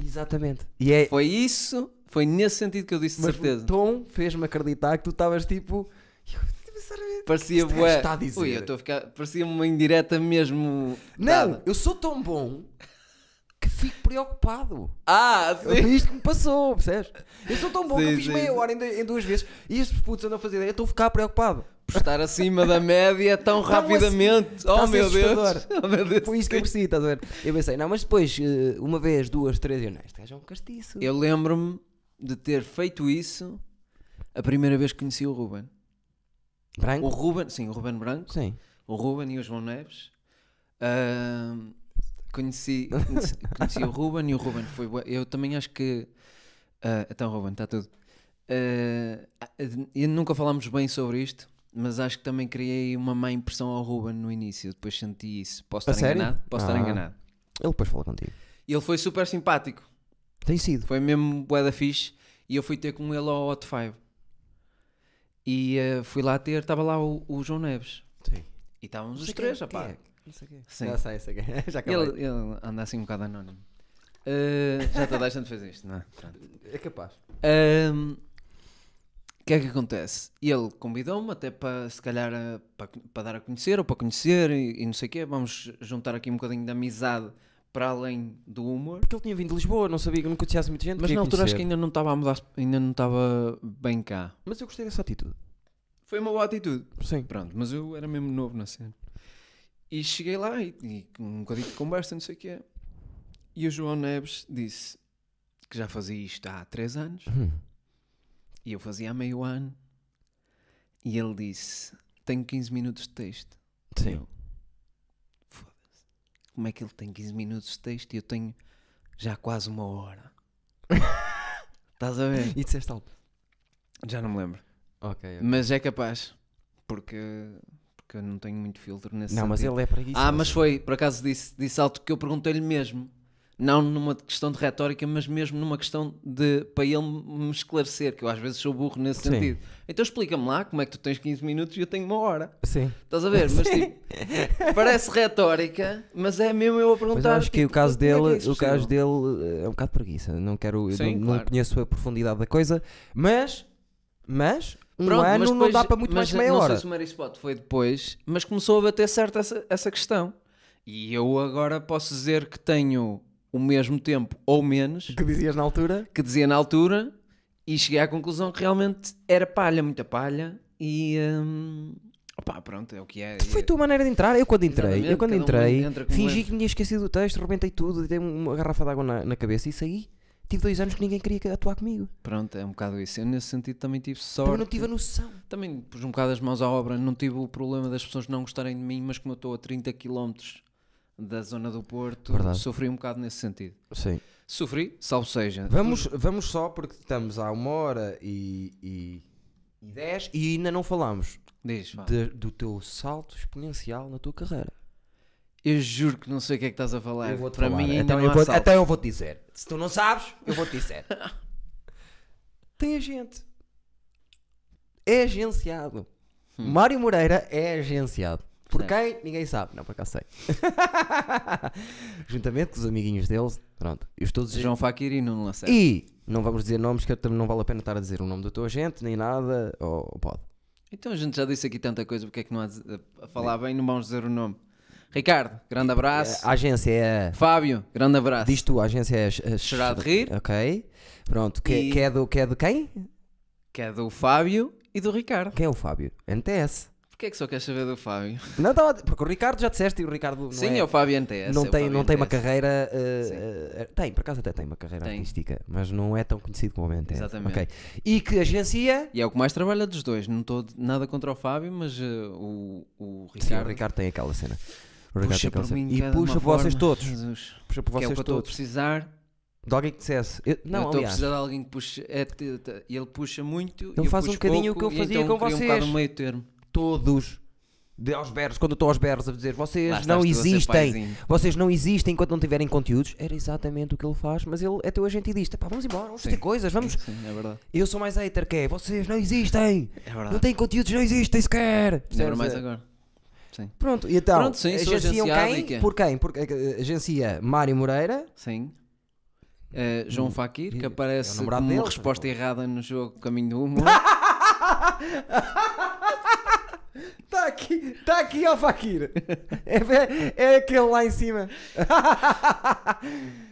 S2: Exatamente. E é.
S1: Foi isso, foi nesse sentido que eu disse de
S2: Mas
S1: certeza.
S2: o tom fez-me acreditar que tu estavas tipo.
S1: Parecia
S2: Este gajo
S1: bué.
S2: está a dizer.
S1: Ui, eu estou a ficar. Parecia uma indireta mesmo.
S2: Não,
S1: dada.
S2: eu sou tão bom que fico preocupado.
S1: Ah,
S2: Eu
S1: sim.
S2: fiz isto que me passou, percebes? Eu sou tão bom que
S1: Sim,
S2: eu fiz
S1: sim,
S2: meia
S1: sim.
S2: hora em, em duas vezes e estes putos andam a fazer ideia, eu estou a ficar preocupado.
S1: Por estar acima da média é tão
S2: Tão assim-
S1: rapidamente.
S2: está a
S1: oh,
S2: ser
S1: meu Deus.
S2: assustador.
S1: oh, meu Deus.
S2: Foi isso que eu percebi, estás a ver? Eu pensei, não, mas depois, eh, uma vez, duas, três, eu não, este gajo é um castiço.
S1: Eu lembro-me de ter feito isso a primeira vez que conheci o Ruben.
S2: Branco?
S1: O Ruben, sim, o Ruben Branco,
S2: Sim.
S1: o Ruben e o João Neves. Ahm, conheci, conheci, conheci o Ruben e o Ruben foi. bué- Eu também acho que. ah, então, Ruben, está tudo. Ah, e nunca falámos bem sobre isto, mas acho que também criei uma má impressão ao Ruben no início. Depois senti isso. Posso
S2: A
S1: estar
S2: sério?
S1: enganado? Posso
S2: Ah.
S1: estar enganado.
S2: Ele depois fala contigo.
S1: E ele foi super simpático.
S2: Tem sido.
S1: Foi mesmo bué da fixe. E eu fui ter com ele ao Hot Five. E eh, fui lá ter, estava lá o, o João Neves.
S2: Sim.
S1: E estávamos os três, rapaz.
S2: Não sei é, quem.
S1: Sim.
S2: Já sei, sei quem. é. Já acabei.
S1: Ele, ele anda assim um bocado anónimo. Eh, já toda a gente fez isto, não é? Pronto.
S2: É capaz.
S1: Ahm, O que é que acontece? Ele convidou-me até para, se calhar, a- para, para dar a conhecer ou para conhecer e, e não sei o quê. Vamos juntar aqui um bocadinho de amizade para além do humor.
S2: Porque ele tinha vindo de Lisboa, não sabia que não conhecesse muita gente.
S1: Mas
S2: queria
S1: na altura acho que é
S2: conhecer.
S1: ainda não estava a mudar, ainda não estava bem cá.
S2: Mas eu gostei dessa atitude.
S1: Foi uma boa atitude.
S2: Sim.
S1: Pronto, mas eu era mesmo novo na cena. E cheguei lá e, e com um bocadinho de conversa, não sei o que é. E o João Neves disse que já fazia isto há três anos
S2: Hum.
S1: e eu fazia há meio ano. E ele disse: Tenho 15 minutos de texto. E
S2: Sim.
S1: eu, Foda-se. Como é que ele tem 15 minutos de texto e eu tenho já quase uma hora? Estás a ver?
S2: E disseste algo.
S1: Já não me lembro.
S2: Ok.
S1: Mas é capaz. Porque, porque eu não tenho muito filtro nesse
S2: Não, mas
S1: sentido.
S2: ele é para isso.
S1: Ah, mas foi, por acaso disse, disse alto que eu perguntei-lhe mesmo. Não numa questão de retórica, mas mesmo numa questão de. para ele me esclarecer, que eu às vezes sou burro nesse
S2: Sim.
S1: sentido. Então explica-me lá como é que tu tens 15 minutos e eu tenho uma hora.
S2: Sim.
S1: Estás a ver? Mas tipo, parece retórica, mas é mesmo eu a
S2: Mas
S1: perguntar.
S2: eu acho que o
S1: tipo,
S2: caso
S1: como é que é
S2: dele,
S1: isso
S2: o caso
S1: possível?
S2: dele eh, é um bocado preguiça. Não quero, eu
S1: Sim,
S2: não, não
S1: claro.
S2: conheço a profundidade da coisa, mas, mas um
S1: Pronto,
S2: ano
S1: mas
S2: não
S1: depois-
S2: dá para muito mais
S1: mas
S2: meia
S1: não
S2: hora.
S1: sei se o Mary Spot foi depois, mas começou a bater certo essa, essa questão. E eu agora posso dizer que tenho o mesmo tempo ou menos
S2: que dizias na altura?
S1: que dizia na altura e cheguei à conclusão que realmente era palha, muita palha e hum, opá, pronto, é o que é.
S2: Foi a tua maneira de entrar. Eu quando entrei,
S1: Exatamente,
S2: eu quando
S1: cada um
S2: entrei,
S1: entra como
S2: fingi
S1: entra.
S2: que me tinha esquecido do texto, rebentei tudo, dei um, uma garrafa de água na, na cabeça e saí. Tive dois anos que ninguém queria que- atuar comigo.
S1: Pronto, é um bocado isso. Eu nesse sentido também tive sorte.
S2: Também não tive a noção.
S1: Também pus um bocado as mãos à obra, não tive o problema das pessoas não gostarem de mim, mas como eu estou a 30 km da zona do Porto,
S2: Verdade.
S1: sofri um bocado nesse sentido.
S2: Sim.
S1: Sofri, salvo seja.
S2: Vamos, vamos só porque estamos há uma hora e, e, e dez e ainda não falámos
S1: Diz, vá.
S2: de- do teu salto exponencial na tua carreira.
S1: Eu juro que não sei o que é que estás a falar.
S2: Eu vou-te
S1: Para
S2: falar.
S1: mim ainda
S2: então,
S1: não
S2: eu
S1: há
S2: vou,
S1: salto.
S2: então eu vou-te dizer. Se tu não sabes, eu vou-te dizer. Tem agente. É agenciado.
S1: Hum.
S2: Mário Moreira é agenciado. Por quem? Ninguém sabe. Não, por acaso sei. Juntamente com os amiguinhos deles. Pronto. Eu estou
S1: João Faquir e Nuno Lacerda.
S2: E não vamos dizer nomes, que eu também não vale a pena estar a dizer o nome do teu agente, nem nada. Ou ou pode.
S1: Então a gente já disse aqui tanta coisa, porque é que não há de- a falar bem, não vamos dizer o nome. Ricardo, grande abraço.
S2: A agência é.
S1: Fábio, grande abraço.
S2: Diz tu, a agência é. é-
S1: Chorar de rir.
S2: Ok. Pronto. Que,
S1: E-
S2: que é do, que é de quem?
S1: Que é do Fábio e do Ricardo.
S2: Quem é o Fábio? NTS.
S1: Porquê é que só queres saber do Fábio?
S2: Não, tava- porque o Ricardo já disseste e o Ricardo não
S1: Sim,
S2: é,
S1: é o Fábio NTS.
S2: não
S1: é o
S2: tem,
S1: Fábio
S2: não tem uma
S1: NTS.
S2: carreira. eh, eh, tem, por acaso até tem uma carreira
S1: Tem.
S2: artística, mas não é tão conhecido como o NTS.
S1: Exatamente.
S2: ok. E que agencia.
S1: E é o que mais trabalha dos dois. Não estou nada contra o Fábio, mas eh, o, o
S2: Sim, o
S1: Ricardo.
S2: Ricardo tem aquela cena. O Ricardo
S1: puxa
S2: tem aquela
S1: por
S2: cena.
S1: mim
S2: E
S1: de cada
S2: puxa
S1: uma
S2: por vocês
S1: forma.
S2: todos.
S1: Jesus.
S2: Puxa por
S1: que é o
S2: vocês
S1: que eu estou a
S2: todos.
S1: precisar.
S2: De alguém que dissesse. eu-
S1: eu
S2: não,
S1: estou a
S2: aliás.
S1: precisar de alguém que puxe. é te- te- ele puxa muito.
S2: Ele
S1: eu
S2: faz um
S1: puxo
S2: bocadinho o
S1: pouco,
S2: que eu
S1: e
S2: fazia
S1: então
S2: com
S1: cria
S2: vocês.
S1: Um bocado um meio termo.
S2: todos de aos berros, quando eu estou aos berros a dizer
S1: Lá
S2: vocês
S1: estás
S2: não
S1: tu a ser
S2: existem,
S1: paizinho.
S2: vocês não existem enquanto não tiverem conteúdos, era exatamente o que ele faz, mas ele é teu agente e diz: "Pá, vamos embora, vamos fazer coisas, vamos.
S1: Sim, é verdade.
S2: Eu sou mais hater que é, vocês não existem,
S1: É verdade.
S2: não têm conteúdos, não existem sequer.
S1: Lembra mais
S2: Percebes?
S1: agora. Sim.
S2: Pronto, e então,
S1: Pronto, sim, sou
S2: agenciam
S1: agenciado
S2: quem?
S1: e quê?
S2: Por quem? Por, eh, agencia Mário Moreira,
S1: Sim. Eh, João Faquir, que aparece
S2: Hum, é namorado
S1: como
S2: dele,
S1: resposta errada no jogo Caminho do Humor.
S2: está Tá aqui, está aqui ao Fakir, é, é aquele lá em cima.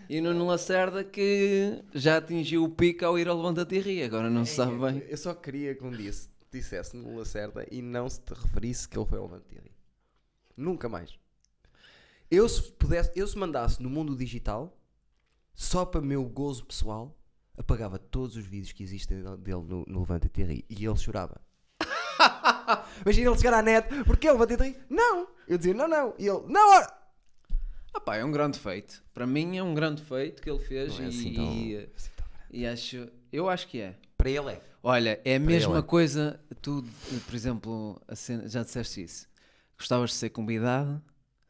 S1: e Nuno Lacerda, que já atingiu o pico ao ir ao Levanta e Ri. Agora não se
S2: É,
S1: sabe bem.
S2: Eu só queria que um dia se dissesse no Lacerda e não se te referisse que ele foi ao Levantiri. Nunca mais. Eu se pudesse, eu se mandasse no mundo digital, só para meu gozo pessoal, apagava todos os vídeos que existem dele no, no Levante Terri e ele chorava. Imagina ele chegar à net, porque ele Levante Terri? Não! Eu dizia, não, não. E ele, não! ora."
S1: Ah pá, é um grande feito. Para mim é um grande feito que ele fez
S2: Não é
S1: e,
S2: assim tão-
S1: e- e acho, eu acho que é.
S2: Para ele é.
S1: Olha, é a mesma
S2: ele é.
S1: coisa, tu, por exemplo, a cena- já disseste isso. Gostavas de ser convidado,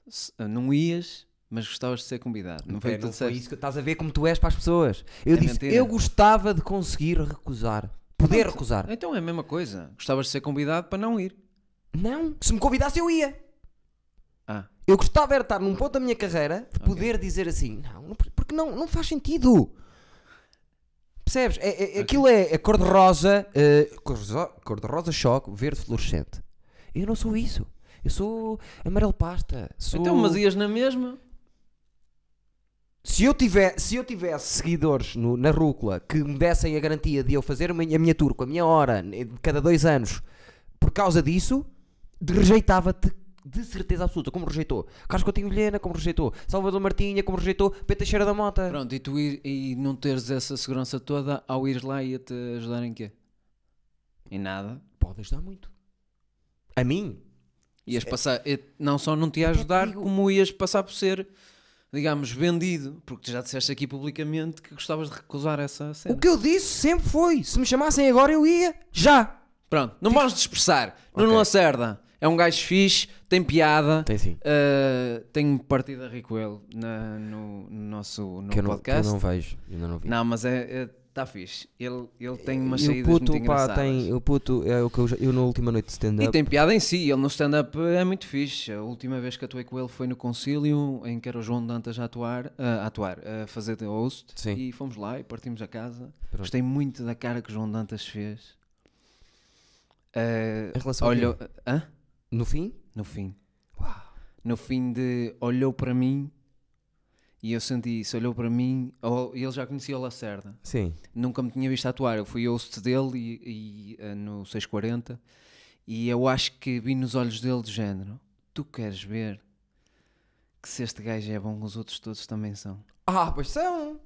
S1: se- não ias, mas gostavas de ser convidado. Não foi o
S2: É,
S1: que tu
S2: não foi
S1: disseste?
S2: isso que estás a ver como tu és para as pessoas. Eu
S1: É
S2: disse,
S1: mentira.
S2: eu gostava de conseguir recusar. Poder recusar.
S1: Então é a mesma coisa. Gostavas de ser convidado para não ir.
S2: Não, se me convidasse eu ia.
S1: Ah,
S2: Eu gostava era de estar num ponto da minha carreira de poder dizer assim, não, não- porque não, não faz sentido. Percebes? É- é- Aquilo é, é cor-de-rosa, eh, cor-de-rosa- cor-de-rosa choque, verde fluorescente. Eu não sou isso. Eu sou amarelo pasta. Sou...
S1: então mas ias na mesma?
S2: Se eu, tiver, se eu tivesse seguidores no- na Rúcula que me dessem a garantia de eu fazer a minha, a minha tour com a minha hora eh, de cada dois anos por causa disso, de- rejeitava-te de certeza absoluta, como rejeitou Carlos Coutinho Vilhena, como rejeitou Salvador Martinha, como rejeitou Pedro Teixeira da Mota.
S1: Pronto, e tu ir, e não teres essa segurança toda ao ir lá ia-te ajudar em quê? Em nada.
S2: Pode ajudar muito. A mim?
S1: Ias passar, eh, não só não te ia ajudar,
S2: digo-
S1: como ias passar por ser, digamos, vendido, porque tu já disseste aqui publicamente que gostavas de recusar essa cena.
S2: O que eu disse sempre foi: se me chamassem agora, eu ia já.
S1: Pronto, não vamos dispersar. Nuno
S2: Ok.
S1: Lacerda é um gajo fixe, tem piada.
S2: Tem sim.
S1: eh, tenho partida rico ele na- no, no nosso no
S2: Que eu, não, que eu
S1: podcast.
S2: não vejo. Eu ainda não vi.
S1: Não, mas é, está fixe. Ele, ele tem umas
S2: E o
S1: saídas
S2: puto,
S1: muito
S2: pá,
S1: engraçadas.
S2: tem. O puto, é o que eu, já- eu na última noite de
S1: E
S2: stand-up.
S1: tem piada em si, ele no stand-up é muito fixe. A última vez que atuei com ele foi no Concílio, em que era o João Dantas a atuar, a atuar, a fazer de host.
S2: Sim.
S1: E fomos lá e partimos a casa.
S2: Pronto.
S1: Gostei muito da cara que o João Dantas fez. Ah,
S2: Em relação a
S1: olhou- Hã?
S2: No fim?
S1: No fim. no fim de olhou para mim e eu senti isso, olhou para mim, ou- ele já conhecia o Lacerda,
S2: Sim.
S1: nunca me tinha visto atuar, eu fui ao host dele e, e, eh, no 640 e eu acho que vi nos olhos dele do género, tu queres ver que se este gajo é bom, os outros todos também são.
S2: Ah, pois são.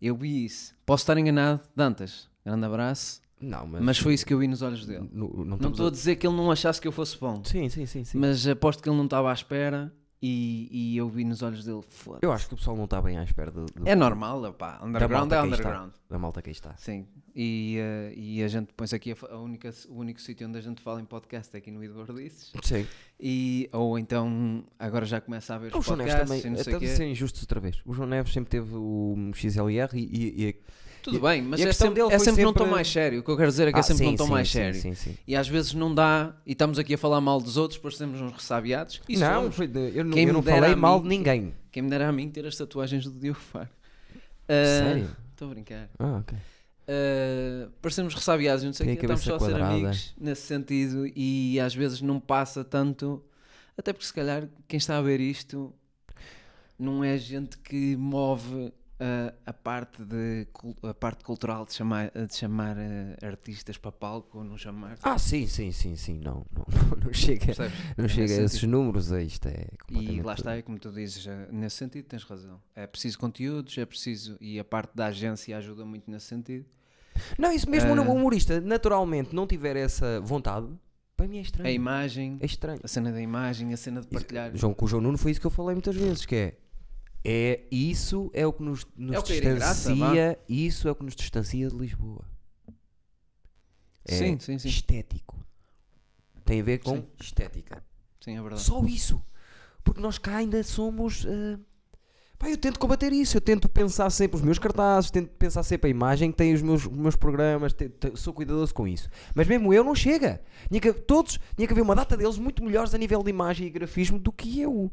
S1: Eu vi isso. Posso estar enganado, Dantas. Grande abraço.
S2: Não, mas.
S1: Mas foi isso que eu vi nos olhos dele.
S2: no- não
S1: Não
S2: estamos
S1: estou a
S2: a-
S1: dizer que ele não achasse que eu fosse bom.
S2: Sim, sim, sim. sim.
S1: Mas aposto que ele não estava à espera e, e eu vi nos olhos dele. Foda
S2: Eu acho que o pessoal não está bem à espera do, do-
S1: É normal, pá. Underground é
S2: Então, malta que aí está.
S1: underground.
S2: da malta que aí está.
S1: Sim. E, eh, e a gente põe aqui a, fa- a única, o único sítio onde a gente fala em podcast é aqui no Eduardices.
S2: Sim.
S1: E Ou então agora já começa a haver
S2: O
S1: os
S2: João Neves
S1: podcasts
S2: também. eh,
S1: e não sei
S2: Até
S1: o
S2: de
S1: quê.
S2: ser injusto outra vez. O João Neves sempre teve o XLR e. e, e...
S1: Tudo bem, mas
S2: e a
S1: é
S2: questão
S1: sempre,
S2: dele
S1: é
S2: foi
S1: sempre não
S2: sempre-
S1: tão mais sério. O que eu quero dizer é que é
S2: Ah,
S1: sempre
S2: sim,
S1: não tão
S2: sim,
S1: mais
S2: sim,
S1: sério.
S2: Sim, sim.
S1: E às vezes não dá, e estamos aqui a falar mal dos outros, depois temos uns ressabiados. Isso
S2: não,
S1: somos.
S2: foi de- eu não,
S1: Quem
S2: eu
S1: me
S2: não
S1: dera
S2: falei
S1: a
S2: mal
S1: mim-
S2: de ninguém.
S1: Quem me dera a mim ter as tatuagens do Diogo Faro. Ah.
S2: Sério?
S1: Estou a brincar.
S2: Ah, ok.
S1: Uh, parecemos ressabiados, não sei
S2: Tem
S1: o
S2: a
S1: quê, estamos só
S2: cabeça
S1: a ser
S2: quadrada.
S1: amigos nesse sentido, e às vezes não passa tanto, até porque se calhar quem está a ver isto não é gente que move uh, a, parte de, cul- a parte cultural de chamar, de chamar uh, artistas para palco ou não chamar.
S2: Ah, sim, sim, sim, sim. Não, não, não, não chega,
S1: percebes?
S2: não
S1: É
S2: chega a
S1: nesse
S2: esses
S1: sentido.
S2: números. aí Isto é
S1: E
S2: completamente-
S1: lá está, é como tu dizes, eh, nesse sentido tens razão. É preciso conteúdos, é preciso. E a parte da agência ajuda muito nesse sentido.
S2: Não, isso mesmo
S1: Ah.
S2: o humorista naturalmente não tiver essa vontade, para mim é
S1: A
S2: estranho.
S1: imagem,
S2: É estranho.
S1: a cena da imagem, a cena de partilhar.
S2: João, com o João Nuno foi isso que eu falei muitas vezes, que é, é isso é o que nos, nos
S1: É o que era em graça,
S2: distancia, isso é o que nos distancia de Lisboa. É
S1: Sim, sim, sim.
S2: estético. Tem a ver com
S1: Sim.
S2: estética.
S1: Sim, é verdade.
S2: Só isso. Porque nós cá ainda somos. ah, pá, eu tento combater isso. Eu tento pensar sempre os meus cartazes, tento pensar sempre a imagem que tem os meus, os meus programas. te- te- sou cuidadoso com isso. Mas mesmo eu não chega. Tinha que, todos, tinha que haver uma data deles muito melhores a nível de imagem e grafismo do que eu.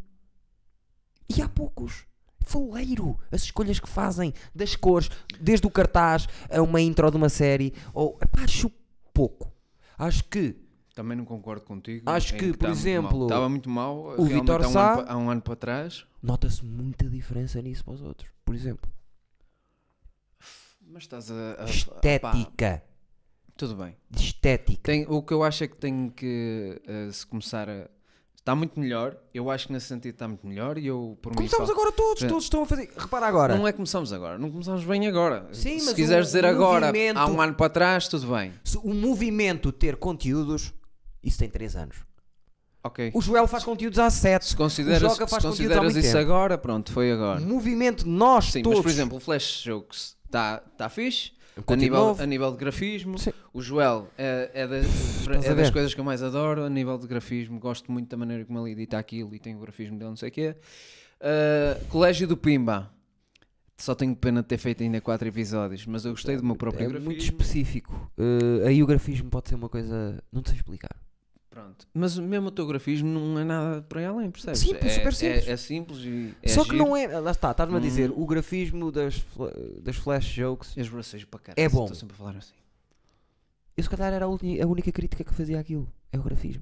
S2: E há poucos. Foleiro, as escolhas que fazem, das cores, desde o cartaz a uma intro de uma série, ou pá, acho pouco. Acho que
S1: Também não concordo contigo.
S2: Acho
S1: em
S2: que, por
S1: está muito
S2: exemplo,
S1: mal. estava muito mal
S2: o
S1: realmente,
S2: Vítor
S1: há um,
S2: Sá-
S1: ano, pa- há um ano para trás.
S2: nota-se muita diferença nisso para os outros. Por exemplo,
S1: Mas estás a. a- a- Ah, pá,
S2: estética.
S1: tudo bem.
S2: Estética.
S1: Tem, o que eu acho é que tem que eh, se começar a. Está muito melhor. Eu acho que nesse sentido está muito melhor. E eu, por mim,
S2: Começamos
S1: falo-
S2: agora todos,
S1: Sim.
S2: todos estão a fazer. Repara agora.
S1: Não é que começamos agora, não começamos bem agora.
S2: Sim,
S1: Se
S2: mas
S1: quiseres
S2: o-
S1: dizer
S2: o
S1: agora,
S2: movimento-
S1: há um ano para trás, tudo bem.
S2: Se o movimento ter conteúdos, isso tem 3 anos.
S1: Ok.
S2: O Joel faz conteúdos há 7.
S1: Se consideras,
S2: o Joca faz
S1: se
S2: conteúdos há
S1: consideras
S2: muito
S1: isso
S2: tempo.
S1: agora, pronto, foi
S2: O
S1: agora.
S2: movimento de nós
S1: Sim,
S2: todos.
S1: mas por exemplo, o Flash Jokes está tá fixe. A
S2: conteúdo
S1: nível,
S2: novo.
S1: a nível de grafismo,
S2: Sim.
S1: o Joel é, é das-
S2: Estás a
S1: é das
S2: ver?
S1: coisas que eu mais adoro. A nível de grafismo, gosto muito da maneira como ele edita aquilo e tem o grafismo dele, não sei o quê. Ah, Colégio do Pimba, só tenho pena de ter feito ainda quatro episódios, mas eu gostei do meu próprio
S2: é
S1: grafismo.
S2: muito específico. Uh, aí o grafismo pode ser uma coisa. Não te sei explicar.
S1: Pronto. Mas mesmo o teu grafismo não é nada para além, percebes?
S2: Simples,
S1: é,
S2: super
S1: é-
S2: simples.
S1: É, simples e. É Uhum.
S2: Só que não é. Lá está, estás-me a dizer. O grafismo das, fla- das flash jokes.
S1: As braças para cá.
S2: É bom.
S1: Estou sempre a falar assim.
S2: Eu se calhar era a, uni- a única crítica que fazia aquilo. É o grafismo.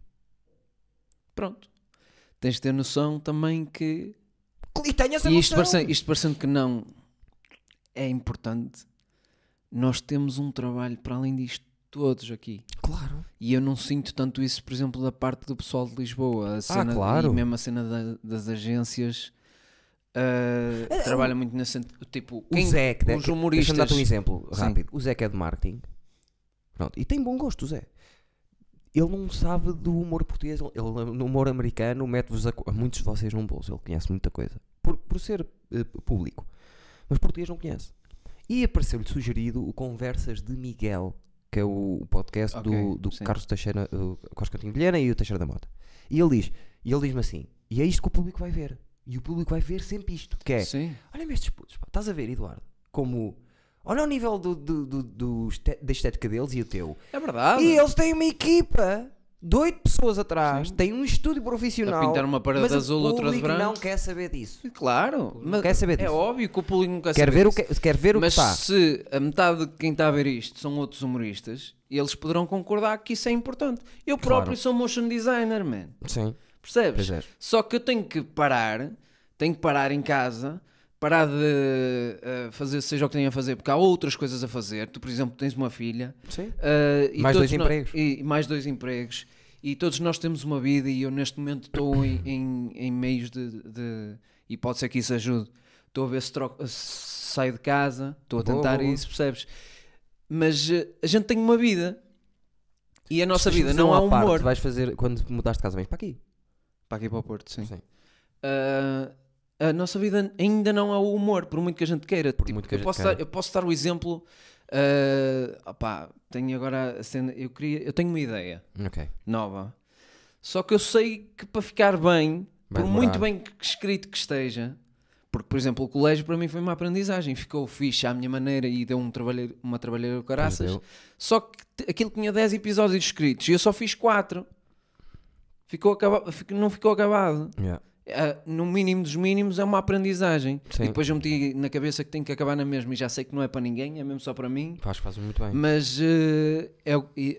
S1: Pronto. Tens de ter noção também que.
S2: E tenho essa
S1: E isto
S2: noção.
S1: parecendo, isto parecendo que não é importante, nós temos um trabalho para além disto todos aqui.
S2: Claro.
S1: E eu não sinto tanto isso, por exemplo, da parte do pessoal de Lisboa. A cena,
S2: Ah, claro.
S1: E mesmo a cena da- das agências ah, trabalha muito nesse sentido. Tipo,
S2: O
S1: quem,
S2: Zé, que
S1: os
S2: deve- Deixa-me
S1: humoristas.
S2: dar-te um exemplo
S1: Sim.
S2: rápido. O Zé que é de marketing. Pronto. E tem bom gosto, o Zé. Ele não sabe do humor português. Ele, no humor americano, mete-vos a, co- a muitos de vocês num bolso. Ele conhece muita coisa. Por, por ser eh, público. Mas português não conhece. E apareceu-lhe sugerido o Conversas de Miguel, que é o, o podcast
S1: Ok,
S2: do, do
S1: sim.
S2: Carlos Teixeira, eh, o Carlos Coutinho Vilhena e o Teixeira da Mota. E ele diz, e ele diz-me assim, e é isto que o público vai ver. E o público vai ver sempre isto, que é...
S1: Sim.
S2: Olha-me estes putos, pá. Estás a ver, Eduardo? Como. Olha o nível do, do, do- do este- da estética deles e o teu.
S1: É verdade.
S2: E eles têm uma equipa de oito pessoas atrás, têm um estúdio profissional.
S1: A pintar uma parede
S2: mas o
S1: azul, outra de
S2: público não
S1: branco.
S2: quer saber disso.
S1: Claro. Mas
S2: quer saber
S1: É
S2: disso.
S1: óbvio que o público nunca
S2: Quer
S1: sabe
S2: ver, o
S1: disso.
S2: que, é- quer ver o que tá.
S1: Mas
S2: está.
S1: se a metade de quem está a ver isto são outros humoristas, eles poderão concordar que isso é importante. Eu
S2: Claro.
S1: próprio sou motion designer, man.
S2: Sim.
S1: Percebes?
S2: Pois é.
S1: Só que eu tenho que parar, tenho que parar em casa, parar de eh, fazer seja o que tenho a fazer, porque há outras coisas a fazer. Tu, por exemplo, tens uma filha.
S2: Sim.
S1: eh, e
S2: Mais
S1: todos
S2: dois
S1: nó-
S2: empregos.
S1: E, e mais dois empregos. E todos nós temos uma vida e eu neste momento estou em, em, em meios de, de- E pode ser que isso ajude. Estou a ver se, troco, se saio de casa, estou a
S2: Boa,
S1: tentar
S2: boa, boa.
S1: isso, percebes? Mas eh, a gente tem uma vida. E a nossa vida
S2: Deixa-me fazer
S1: não
S2: é uma
S1: há
S2: um parte.
S1: humor.
S2: Vais fazer quando mudaste de casa, vens para aqui.
S1: Para aqui para o Porto, sim.
S2: Sim.
S1: Ah, a nossa vida ainda não há o humor, por muito que a gente queira. Tipo,
S2: muito que a
S1: eu,
S2: gente
S1: posso
S2: queira.
S1: Dar, eu posso dar o exemplo. ah, opá, tenho agora a cena. Eu, queria, eu tenho uma ideia
S2: Ok.
S1: nova. Só que eu sei que para ficar bem,
S2: Vai
S1: por
S2: demorar.
S1: muito bem que escrito que esteja, porque, por exemplo, o colégio para mim foi uma aprendizagem, ficou fixe à minha maneira e deu um trabalheiro, uma trabalheira do
S2: Pois
S1: caraças.
S2: deu.
S1: Só que t- aquilo tinha 10 episódios escritos e eu só fiz 4. Ficou acaba- fic- não ficou acabado.
S2: Yeah.
S1: Ah, no mínimo dos mínimos é uma aprendizagem.
S2: Sim.
S1: E depois eu meti na cabeça que tem que acabar na mesma e já sei que não é para ninguém, é mesmo só para mim.
S2: Faz, fazes muito bem.
S1: Mas eh, é, o- e-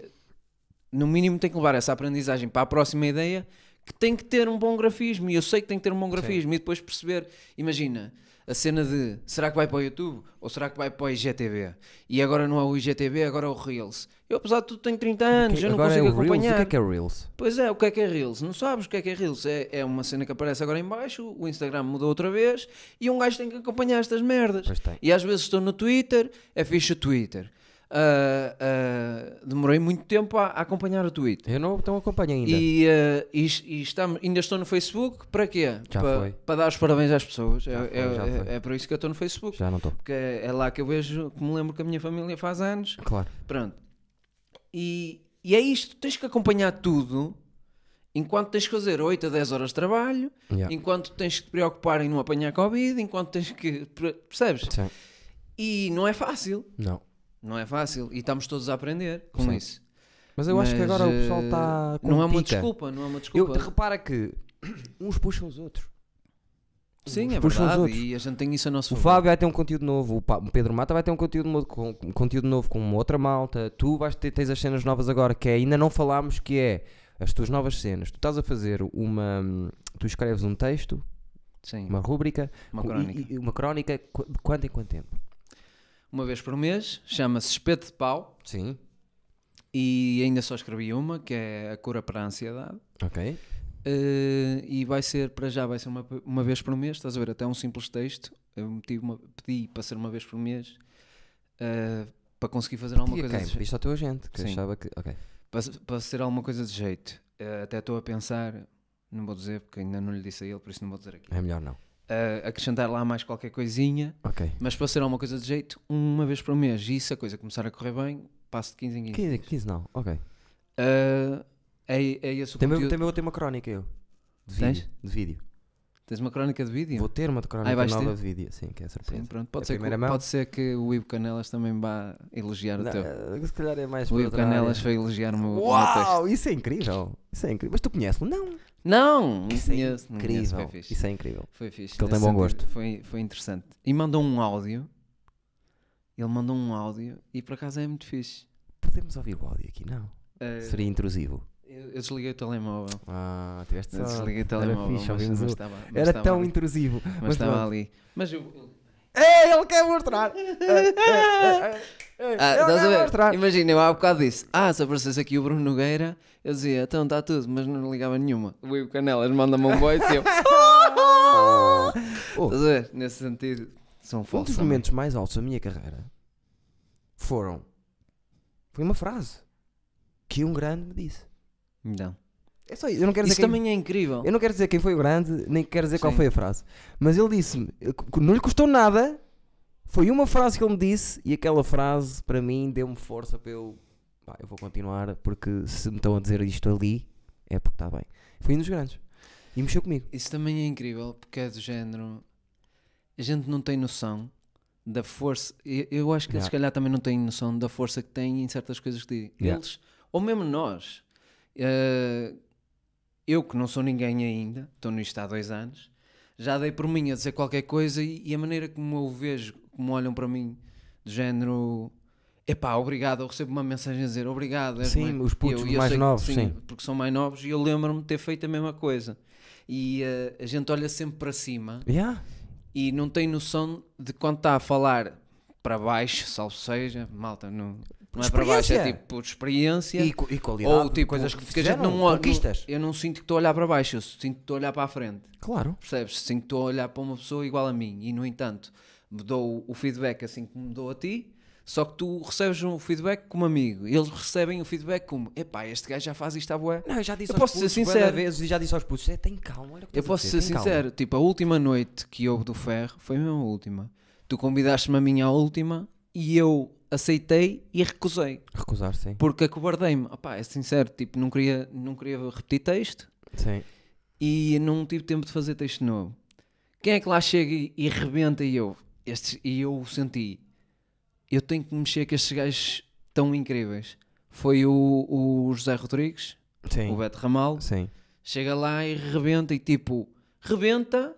S1: no mínimo tem que levar essa aprendizagem para a próxima ideia que tem que ter um bom grafismo. E eu sei que tem que ter um bom grafismo. E depois perceber, imagina, a cena de será que vai para o YouTube ou será que vai para o IGTV? E agora não é o IGTV, agora é o Reels. Eu, apesar de tudo, tenho 30 anos,
S2: Que-
S1: eu não
S2: agora
S1: consigo
S2: é o Reels.
S1: acompanhar.
S2: O que é que é Reels?
S1: Pois é, o que é que é Reels? Não sabes o que é que é Reels? É, é uma cena que aparece agora em baixo, o Instagram mudou outra vez e um gajo tem que acompanhar estas merdas.
S2: Pois tem.
S1: E às vezes estou no Twitter, é fixe o Twitter. Ah, ah, demorei muito tempo a, a acompanhar o Twitter.
S2: Eu não então acompanho ainda.
S1: E, ah, e es- e estamos- ainda estou no Facebook, para quê?
S2: Já
S1: para,
S2: foi.
S1: para dar os parabéns às pessoas. É,
S2: foi,
S1: é-
S2: já
S1: é-
S2: foi.
S1: é por isso que eu estou no Facebook.
S2: Já não estou.
S1: Porque é é lá que eu vejo, que me lembro que a minha família faz anos
S2: Claro.
S1: Pronto. E, e é isto, tens que acompanhar tudo enquanto tens que fazer 8 a 10 horas de trabalho,
S2: Yeah.
S1: enquanto tens que te preocupar em não apanhar Covid, enquanto tens que. per- Percebes?
S2: Sim.
S1: E não é fácil,
S2: Não.
S1: não é fácil. E estamos todos a aprender com
S2: Sim.
S1: isso.
S2: Mas eu acho que
S1: Mas,
S2: agora o
S1: eh,
S2: pessoal está com
S1: Não é uma
S2: pica.
S1: desculpa, não é uma
S2: Eu,
S1: desculpa.
S2: repara que uns puxam os outros.
S1: Sim, é
S2: puxam os
S1: verdade.
S2: outros.
S1: E a gente tem isso a nosso
S2: O Fábio vai ter um conteúdo novo, o Pa- o Pedro Mata vai ter um conteúdo novo com, com- conteúdo novo com uma outra malta, tu vais ter tens as cenas novas agora que é- ainda não falámos que é as tuas novas cenas. Tu estás a fazer uma. Tu escreves um texto,
S1: Sim,
S2: uma rúbrica,
S1: uma
S2: com- e-
S1: crónica.
S2: e- uma crónica qu- de quanto em quanto tempo?
S1: Uma vez por mês, chama-se Espeto de Pau.
S2: Sim.
S1: E ainda só escrevi uma, que é a cura para a ansiedade.
S2: Ok.
S1: Eh, e vai ser, para já, vai ser uma, uma vez por mês, estás a ver? Até um simples texto. Eu meti uma- pedi para ser uma vez por mês eh, para conseguir fazer alguma
S2: e
S1: coisa
S2: quem?
S1: de jeito.
S2: Isto ao teu agente, que
S1: Sim.
S2: achava que. Ok.
S1: Para, se- para ser alguma coisa de jeito. Eh, até estou a pensar, não vou dizer porque ainda não lhe disse a ele, por isso não vou dizer aqui.
S2: É melhor não.
S1: Eh, acrescentar lá mais qualquer coisinha,
S2: Ok.
S1: mas para ser alguma coisa de jeito, uma vez por mês. E se a coisa começar a correr bem, passo de 15 em 15.
S2: 15, 15 não. Ok.
S1: Eh, é, é esse o
S2: Também,
S1: conteúdo.
S2: também vou ter uma crónica eu. De
S1: Tens?
S2: vídeo. De vídeo.
S1: Tens uma crónica de vídeo?
S2: Vou ter uma de crónica
S1: vais ter?
S2: nova de vídeo. Sim, que é
S1: Sim,
S2: surpresa.
S1: pronto.
S2: É
S1: Pode, ser que,
S2: primeira mão?
S1: pode ser que o Ivo Canelas também vá elogiar o
S2: Não,
S1: teu.
S2: eh, se calhar é mais
S1: O
S2: para
S1: Ivo
S2: outra
S1: Canelas
S2: área.
S1: foi elogiar o meu, o meu texto.
S2: Uau, isso é incrível. Isso é incrível. Mas tu conheces-me? Não.
S1: Não! Não
S2: Isso é
S1: conheço, não conheço,
S2: incrível.
S1: Foi fixe.
S2: Isso é incrível.
S1: Foi fixe.
S2: Que ele
S1: nesse
S2: tem bom
S1: sentido. Foi, foi interessante. E mandou um áudio. Ele mandou um áudio e por acaso é muito fixe.
S2: Podemos ouvir o áudio aqui, não?
S1: Eh,
S2: Seria intrusivo.
S1: eu, eu desliguei o telemóvel.
S2: Ah, tiveste
S1: Eu
S2: sorte.
S1: desliguei o
S2: Era
S1: telemóvel.
S2: fixe,
S1: mas,
S2: ouvimos
S1: mas
S2: o-
S1: estava, mas
S2: Era
S1: estava
S2: tão
S1: ali,
S2: intrusivo.
S1: Mas, tá
S2: Mas
S1: estava
S2: pronto.
S1: ali. Mas eu.
S2: Ei, ele quer mostrar! Ei, ei, ei, ei,
S1: Ah,
S2: ele
S1: estás a
S2: quer
S1: ver?
S2: mostrar!
S1: Imagina, eu há bocado disse: Ah, se aparecesse aqui o Bruno Nogueira, eu dizia: Então está tudo, mas não ligava nenhuma. O Ivo Canelas manda-me um voice e eu.
S2: Oh,
S1: Estás a ver? Nesse sentido, são
S2: um dos
S1: falsos. também.
S2: momentos mais altos da minha carreira foram. Foi uma frase que um grande me disse.
S1: Então,
S2: É só isso. Eu não quero
S1: isso
S2: dizer quem-
S1: também é incrível.
S2: Eu não quero dizer quem foi o grande, nem quero dizer qual
S1: Sim.
S2: foi a frase. Mas ele disse-me, eu- que não lhe custou nada. Foi uma frase que ele me disse e aquela frase para mim deu-me força para eu. Pá, eu vou continuar porque se me estão a dizer isto ali é porque está bem. Foi um dos grandes. E mexeu comigo.
S1: Isso também é incrível porque é do género. A gente não tem noção da força. e- Eu acho que eles,
S2: Yeah.
S1: se calhar, também não têm noção da força que têm em certas coisas que dizem.
S2: Yeah.
S1: Eles, ou mesmo nós. eh, eu, que não sou ninguém ainda, estou nisto há dois anos, já dei por mim a dizer qualquer coisa e, e a maneira como eu vejo, como olham para mim, do género. Epá, obrigado, eu recebo uma mensagem a dizer obrigado. és
S2: Sim,
S1: mais-
S2: os putos
S1: eu- eu
S2: mais
S1: sei que
S2: novos, sim.
S1: Porque são mais novos e eu lembro-me de ter feito a mesma coisa. E eh, a gente olha sempre para cima
S2: Yeah.
S1: e não tem noção de quando está a falar para baixo, salvo seja, malta, não, não é para baixo, é
S2: Experiência.
S1: tipo por experiência.
S2: E, co- e qualidade,
S1: ou tipo,
S2: coisas que
S1: porque a gente
S2: fizeram,
S1: olha-
S2: conquistas.
S1: eu não sinto que estou a olhar para baixo, eu sinto que estou a olhar para a frente.
S2: Claro.
S1: Percebes? Sinto que estou a olhar para uma pessoa igual a mim e, no entanto, me dou o feedback assim como me dou a ti, só que tu recebes um feedback como amigo. Eles recebem o feedback como, epá, este gajo já faz isto à boé.
S2: Não, eu já disse
S1: Eu
S2: aos
S1: posso
S2: putos
S1: ser
S2: bué
S1: sincero.
S2: de vezes e já disse aos putos, é, tem calma, olha o que
S1: Eu
S2: estás a
S1: posso
S2: dizer,
S1: ser
S2: tem calma."
S1: sincero, tipo, a última noite que houve do ferro foi mesmo a última. Tu convidaste-me a mim à última e eu aceitei e recusei.
S2: Recusar, sim.
S1: Porque acobardei-me. Opá, é sincero, tipo, não queria, não queria repetir texto
S2: Sim.
S1: e não tive tempo de fazer texto novo. Quem é que lá chega e, e rebenta e eu? Estes, e eu senti, eu tenho que mexer com estes gajos tão incríveis. Foi o, o José Rodrigues,
S2: Sim.
S1: o Beto Ramal,
S2: Sim.
S1: chega lá e rebenta e tipo, rebenta.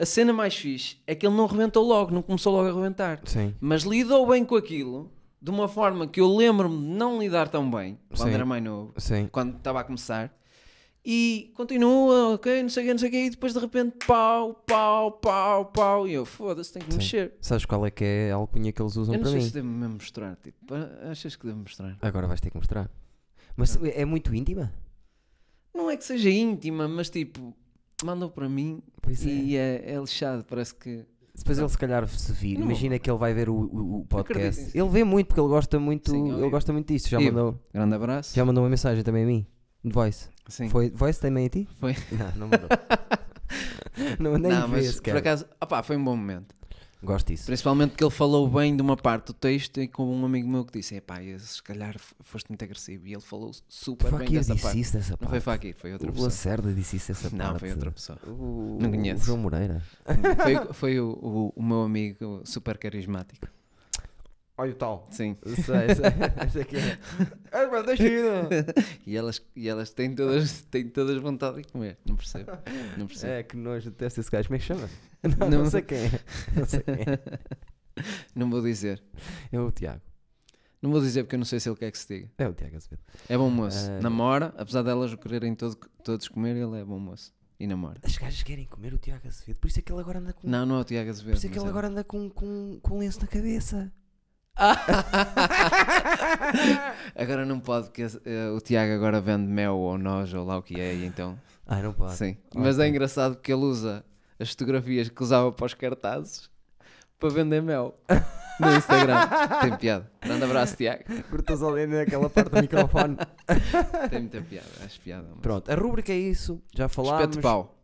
S1: A cena mais fixe é que ele não rebentou logo, não começou logo a rebentar.
S2: Sim.
S1: Mas lidou bem com aquilo, de uma forma que eu lembro-me de não lidar tão bem, quando
S2: Sim.
S1: era mais novo
S2: Sim.
S1: quando estava a começar. E continua, ok, não sei o que, não sei o que, e depois de repente pau, pau, pau, pau, e eu foda-se, tenho que
S2: Sim.
S1: mexer.
S2: Sabes qual é que é a alcunha que eles usam
S1: eu não
S2: para
S1: sei
S2: mim?
S1: se devo mesmo mostrar, tipo, ah, achas que devo mostrar?
S2: Agora vais ter que mostrar. Mas é muito íntima?
S1: Não é que seja íntima, mas tipo, mandou para mim
S2: Pois é.
S1: e é, é lixado, parece que.
S2: Depois ele se calhar se vir,
S1: Não.
S2: imagina que ele vai ver o, o-
S1: Acredito
S2: o
S1: em
S2: podcast.
S1: si.
S2: Ele vê muito porque ele gosta muito,
S1: Sim, eu-
S2: ele gosta muito disso. Já
S1: eu-
S2: mandou,
S1: Grande abraço.
S2: já mandou uma mensagem também a mim. De voice.
S1: Sim.
S2: Foi voice também a ti?
S1: Foi.
S2: Não, não mandou. não mandei
S1: não,
S2: ver
S1: mas
S2: sequer.
S1: por acaso, opá, foi um bom momento.
S2: Gosto disso.
S1: Principalmente que ele falou bem de uma parte do texto e com um amigo meu que disse: Epá, esse, se calhar f- foste muito agressivo. E ele falou super bem
S2: Faquir
S1: dessa
S2: disse
S1: parte.
S2: isso dessa
S1: Não foi
S2: parte.
S1: Fakir, foi outra
S2: O
S1: pessoa.
S2: Lacerda disse isso dessa parte.
S1: Não, foi outra pessoa.
S2: O,
S1: Não
S2: o
S1: conheço.
S2: João Moreira.
S1: Foi, foi o, o- o meu amigo super carismático.
S2: Olha o tal.
S1: Sim.
S2: Sei, sei. Essa aqui é. Ah, mas deixa ir.
S1: E elas, e elas têm, todas, têm todas vontade de comer. Não percebo. Não percebo.
S2: É que nós detesto esse gajo. Como é que chama? Não,
S1: Não.
S2: não sei quem é. Não sei quem é.
S1: Não vou dizer.
S2: É o Tiago.
S1: Não vou dizer porque eu não sei se ele quer que se diga.
S2: É o Tiago Azevedo.
S1: É bom moço.
S2: Ah.
S1: Namora, apesar delas o quererem todo- todos comer, ele é bom moço. E namora.
S2: As gajas querem comer o Tiago Azevedo. Por isso é que ele agora anda com.
S1: Não, não é o Tiago
S2: Por
S1: Azevedo.
S2: isso é que
S1: mas
S2: ele
S1: é
S2: agora anda com, com, com um lenço na cabeça.
S1: bom. Agora não pode, porque eh, o Tiago agora vende mel ou nós ou lá o que é, e então.
S2: Ai, não pode.
S1: Sim.
S2: Ah,
S1: Mas é
S2: ok.
S1: engraçado porque ele usa as fotografias que usava para os cartazes para vender mel no Instagram. Tem piada. Grande abraço, Tiago.
S2: Cortou só dentro daquela parte do microfone.
S1: Tem muita piada. Acho piada. Mas...
S2: Pronto, a rúbrica é isso. Já falámos.
S1: Espeto pau.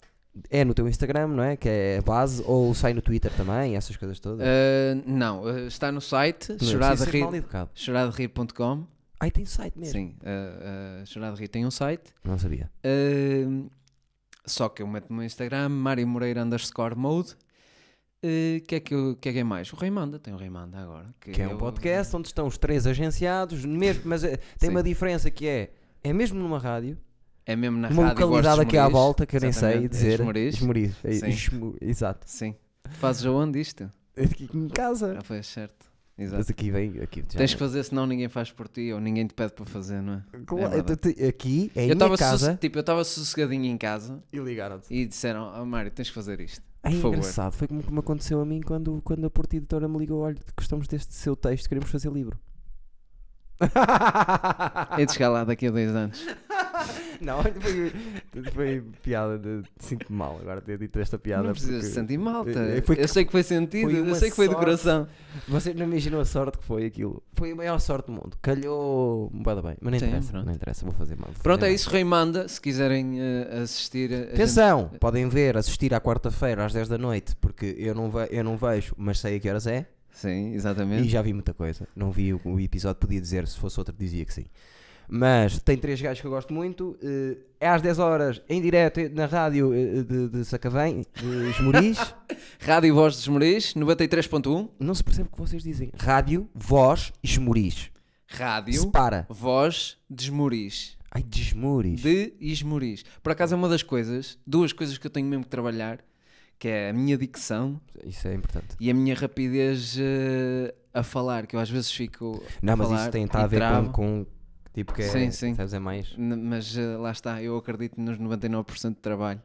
S2: É no teu Instagram, não é? Que é a base. Ou sai no Twitter também, essas coisas todas.
S1: Ah, não, ah, está no site
S2: Não, sem ser mal
S1: choraderir.com.
S2: educado.
S1: choraderir.com.
S2: Ai, tem site mesmo.
S1: Sim, ah, ah, Chorar de Rir tem um site.
S2: Não sabia.
S1: Ah, só que eu meto no meu Instagram, Mário Moreira underscore mode. O que, é que, eu- que é que é mais? O Rei Manda, tem o Rei Manda agora.
S2: Que é um
S1: eu-
S2: podcast onde estão os três agenciados, mesmo, mas é-
S1: Sim.
S2: tem uma diferença que é. É mesmo numa rádio,
S1: É mesmo na
S2: uma
S1: rádio.
S2: localidade aqui à volta que eu nem sei
S1: exatamente,
S2: dizer.
S1: Esmoriz.
S2: Esmoriz. É,
S1: Sim.
S2: esmo- Exato.
S1: Sim. Fazes aonde isto?
S2: É Aqui em casa.
S1: Já foi certo.
S2: Mas
S1: Exato.
S2: aqui vem. Aqui, já- é
S1: Tens que fazer, senão ninguém faz por ti ou ninguém te pede para fazer, não é?
S2: Claro,
S1: é
S2: eu
S1: verdade.
S2: te- aqui é
S1: eu
S2: em minha
S1: estava
S2: casa.
S1: tipo, eu estava sossegadinho em casa
S2: E ligaram-te.
S1: e disseram: oh, Mário, tens que fazer isto.
S2: É
S1: Por favor.
S2: engraçado, foi como me aconteceu a mim quando, quando a Porta Editora me ligou: olha, gostamos deste seu texto, queremos fazer livro.
S1: Hei de chegar lá daqui a dois anos.
S2: Não, foi, foi piada de. Sinto mal agora ter dito esta piada.
S1: não precisas
S2: porque
S1: te sentir mal, tá?
S2: Eh, eh, foi-
S1: eu sei que foi sentido,
S2: foi
S1: eu
S2: uma
S1: sei que foi do
S2: sorte.
S1: coração.
S2: Vocês não imaginam a sorte que foi aquilo. Foi a maior sorte do mundo. Calhou. Bada bem, mas não
S1: Sim,
S2: interessa.
S1: pronto.
S2: Não interessa, vou fazer mal. vou
S1: Pronto,
S2: fazer
S1: é
S2: mal.
S1: isso. Rei Manda, se quiserem eh, assistir. a- a gente-
S2: Atenção, podem ver, assistir à quarta-feira às 10 da noite, porque eu não, ve- eu não vejo, mas sei a que horas é.
S1: Sim,
S2: E
S1: exatamente.
S2: já vi muita coisa. Não vi o, o episódio, podia dizer, se fosse outro, dizia que sim. Mas tem três gajos que eu gosto muito. eh, É às 10 horas, em direto, eh, na rádio eh, de, de Sacavém, de Esmoriz.
S1: Rádio Voz dos Moreis, 93.1.
S2: não se percebe o que vocês dizem. Rádio, voz, Esmoriz.
S1: Rádio
S2: Separa.
S1: Voz dos Moreis.
S2: Ai, desmoriz.
S1: de Ismoriz. Por acaso é uma das coisas, duas coisas que eu tenho mesmo que trabalhar, que é a minha dicção
S2: Isso é importante.
S1: e a minha rapidez eh, a falar, que eu às vezes fico. a
S2: Não, mas
S1: falar
S2: isso tem
S1: e
S2: tá a ver
S1: travo.
S2: com, com tipo que é,
S1: Sim, sim.
S2: sabes, é mais.
S1: N- Mas eh, lá está, eu acredito nos 99% de trabalho.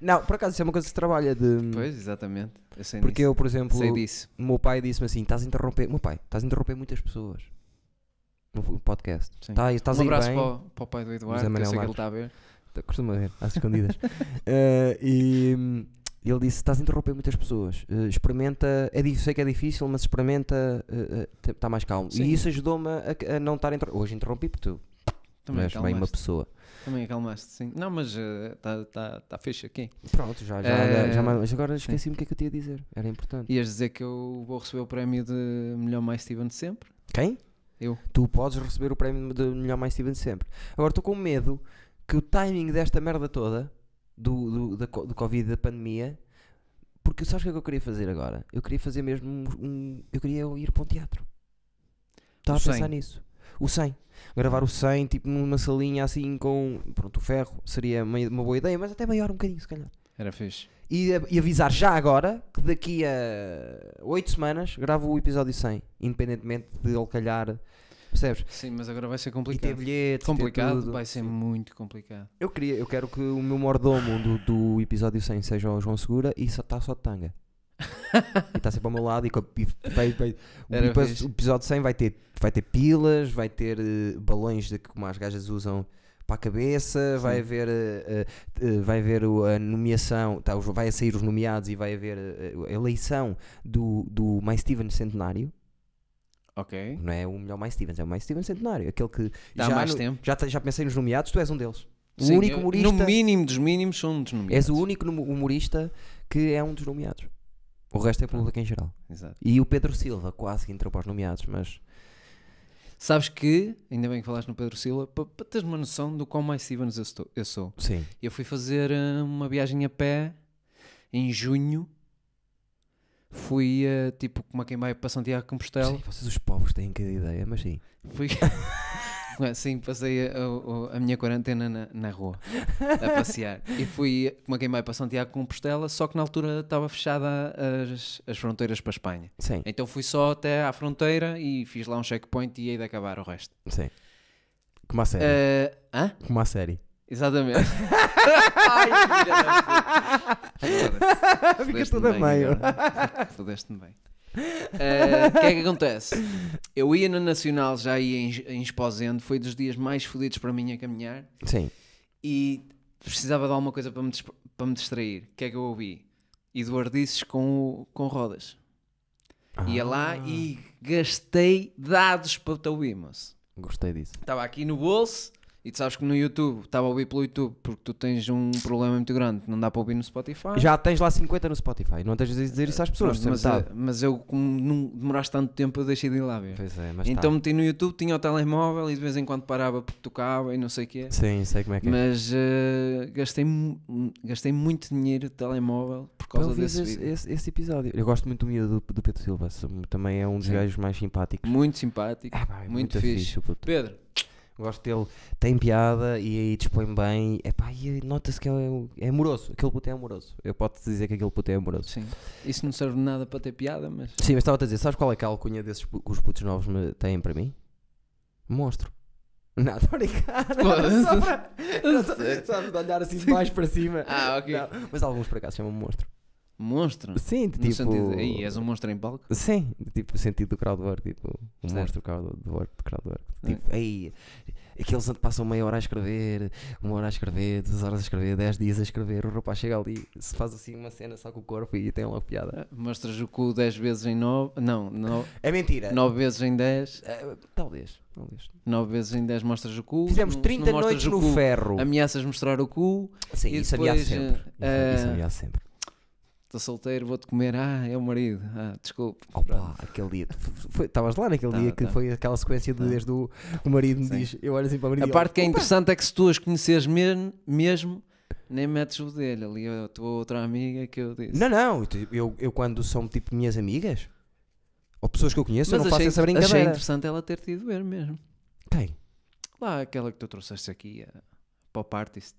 S2: Não, por acaso isso é uma coisa que se trabalha de
S1: Pois, exatamente. Eu sei
S2: porque
S1: disso.
S2: eu, por exemplo,
S1: sei disso.
S2: o meu pai disse-me assim: estás a interromper, meu pai, estás a interromper muitas pessoas no podcast.
S1: Sim.
S2: Tá, estás
S1: um
S2: a ir
S1: abraço
S2: bem.
S1: para, o- para o pai do Eduardo, que eu
S2: Manuel
S1: sei que ele
S2: Marcos.
S1: está a ver.
S2: costuma ver, às escondidas. Eh, e hum, ele disse: Estás a interromper muitas pessoas. Eh, experimenta, é, di- sei que é difícil, mas experimenta, eh, está tá mais calmo.
S1: Sim.
S2: E isso ajudou-me a, a não estar. a inter- Hoje interrompi porque tu
S1: Também
S2: és bem uma
S1: acalmaste.
S2: pessoa.
S1: Também acalmaste, sim. Não, mas está tá, tá fixe aqui.
S2: Pronto, já, já,
S1: Eh,
S2: já- mas agora esqueci-me o que é que eu tinha a dizer. Era importante.
S1: Ias dizer que eu vou receber o prémio de melhor mais Steven de sempre?
S2: Quem?
S1: Eu.
S2: Tu podes receber o prémio de melhor mais Steven sempre. Agora estou com medo que o timing desta merda toda, do, do, da, co- do Covid, da pandemia, porque sabes o que é que eu queria fazer agora? Eu queria fazer mesmo um. um- eu queria ir para um teatro. Estava
S1: O
S2: a
S1: 100.
S2: pensar nisso. O 100. Gravar o 100, tipo numa salinha assim com. Pronto, o ferro seria uma, uma boa ideia, mas até maior um bocadinho, se calhar.
S1: Era fixe.
S2: E, a- e avisar já agora que daqui a 8 semanas gravo o episódio 100, independentemente de ele calhar. Percebes?
S1: Sim, mas agora vai ser
S2: E ter
S1: complicado.
S2: bilhetes, ter
S1: Complicado?
S2: tudo.
S1: Vai ser muito complicado.
S2: Eu, queria, eu quero que o meu mordomo do, do episódio 100 seja o João Segura e só está só de tanga. e está sempre ao meu lado e, co- e vai- vai- o,
S1: Era
S2: epi-
S1: fixe.
S2: o episódio 100 vai ter, vai ter pilas, vai ter eh, balões de como as gajas usam para a cabeça, vai
S1: Sim.
S2: haver, eh, eh, eh, vai haver o- a nomeação, tá, os- vai sair os nomeados e vai haver eh, a eleição do, do My Steven Centenário.
S1: Ok.
S2: Não é o melhor My Stevens, é o My Steven Centenário, aquele que
S1: Dá
S2: já
S1: mais
S2: no-
S1: tempo.
S2: já, te- já pensei nos nomeados, tu és um deles. O
S1: Sim,
S2: único
S1: eu-
S2: humorista.
S1: No mínimo dos mínimos são um dos
S2: És
S1: nomeados.
S2: o único num- humorista que é um dos nomeados. O resto é público em geral.
S1: Exato.
S2: E o Pedro Silva quase que entrou para os nomeados, mas.
S1: Sabes que, ainda bem que falaste no Pedro Silva, para teres uma noção do quão mais Stevens eu, estou- eu sou.
S2: Sim.
S1: Eu fui fazer eh, uma viagem a pé em junho. Fui, eh, tipo, como a quem vai para Santiago de Compostela.
S2: sim. Vocês, os pobres, têm cada ideia, mas sim.
S1: Fui. Sim, passei a, a- a minha quarentena na, na rua a passear. E fui, eh, como é a quem vai para Santiago de Compostela, só que na altura estava fechada as, as fronteiras para a Espanha.
S2: Sim.
S1: Então fui só até à fronteira e fiz lá um checkpoint e ia de acabar o resto.
S2: Sim. Como a série.
S1: Eh, hã?
S2: Como a série.
S1: Exatamente. Ai, filha da puta. Fodeste-me
S2: toda
S1: bem
S2: meio.
S1: agora. Fodeste-me bem. Eh, O que é que acontece? Eu ia na Nacional, já ia em, em Esposende, foi dos dias mais fodidos para mim a caminhar
S2: Sim.
S1: e precisava de alguma coisa para me, dis- para me distrair. O que é que eu ouvi? Eduardices com, o- com rodas. Ia lá e gastei dados para o Tauimas
S2: Gostei disso.
S1: estava aqui no bolso e tu sabes que no YouTube estava a ouvir pelo YouTube porque tu tens um problema muito grande, não dá para ouvir no Spotify.
S2: Já tens lá 50 no Spotify. Não tens de dizer isso às pessoas.
S1: Pronto,
S2: sempre
S1: mas,
S2: sabe.
S1: eh, mas eu, como não demoraste tanto tempo, eu deixei de ir lá ver.
S2: Pois é, mas.
S1: então meti no YouTube, tinha o telemóvel e de vez em quando parava porque tocava e não sei o quê.
S2: Tá. Sim, sei como é que é.
S1: Mas eh, gastei, mu- gastei muito dinheiro de telemóvel por
S2: Para
S1: causa
S2: ouvires
S1: desse
S2: esse,
S1: vídeo.
S2: esse- esse episódio. Eu gosto muito do miúdo do, do Pedro Silva. se- Também é um dos
S1: Sim.
S2: gajos mais simpáticos.
S1: Muito simpático.
S2: Ah, pá, é
S1: muito
S2: muito
S1: fixe.
S2: fixe. o puto.
S1: Pedro,
S2: Gosto dele, tem piada e aí dispõe bem. Epá, e nota-se que é, é amoroso. Aquele puto é amoroso. Eu posso-te dizer que aquele puto é amoroso.
S1: sim, isso não serve de nada para ter piada, mas
S2: Sim, mas estava-te a dizer, sabes qual é que a alcunha desses pu- que os putos novos me têm para mim? Monstro. Não, estou a brincar.
S1: Foda-se.
S2: Só para- só- Sabes, de olhar assim de mais para cima.
S1: Ah, ok.
S2: Não, mas alguns por acaso chamam-me monstro.
S1: monstro.
S2: Sim, de
S1: No
S2: tipo.
S1: sentido, aí és um monstro em palco.
S2: Sim, tipo, o sentido do crowdwork, tipo, o
S1: Certo.
S2: monstro crowd- do work- do crowdwork.
S1: Sim.
S2: Tipo, aí, aqueles onde passam meia hora a escrever, uma hora a escrever, duas horas a escrever, dez dias a escrever, o rapaz chega ali, se faz assim uma cena só com o corpo e tem logo piada.
S1: Mostras o cu 10 vezes em 9. Não,
S2: É mentira!
S1: 9 vezes em 10.
S2: Eh, talvez, talvez.
S1: 9 vezes em 10 mostras o cu.
S2: Fizemos
S1: se não- se
S2: 30
S1: não
S2: noites
S1: mostras o
S2: no
S1: cu,
S2: ferro.
S1: Ameaças mostrar o cu.
S2: Sim,
S1: e
S2: isso ameaça
S1: depois,
S2: sempre. Isso-
S1: eh,
S2: isso ameaça sempre.
S1: Estou solteiro, vou-te comer. Ah, é o marido. Ah, desculpe.
S2: Opa, aquele dia. f- foi- Estavas lá naquele
S1: Tá,
S2: dia que
S1: tá.
S2: foi aquela sequência de
S1: Tá.
S2: desde o, o marido me
S1: Sim.
S2: diz. Eu olho assim para o marido
S1: A
S2: e
S1: parte que é
S2: ele, "Opa,
S1: interessante é que se tu as conheces mesmo, mesmo nem metes o dele. Ali a tua outra amiga que eu disse.
S2: Não, não, eu, te- eu- eu quando são tipo minhas amigas ou pessoas que eu conheço, eu não faço
S1: achei,
S2: essa
S1: achei
S2: brincadeira.
S1: interessante ela ter tido ver mesmo.
S2: Quem?
S1: Lá, aquela que tu trouxeste aqui, a pop artist.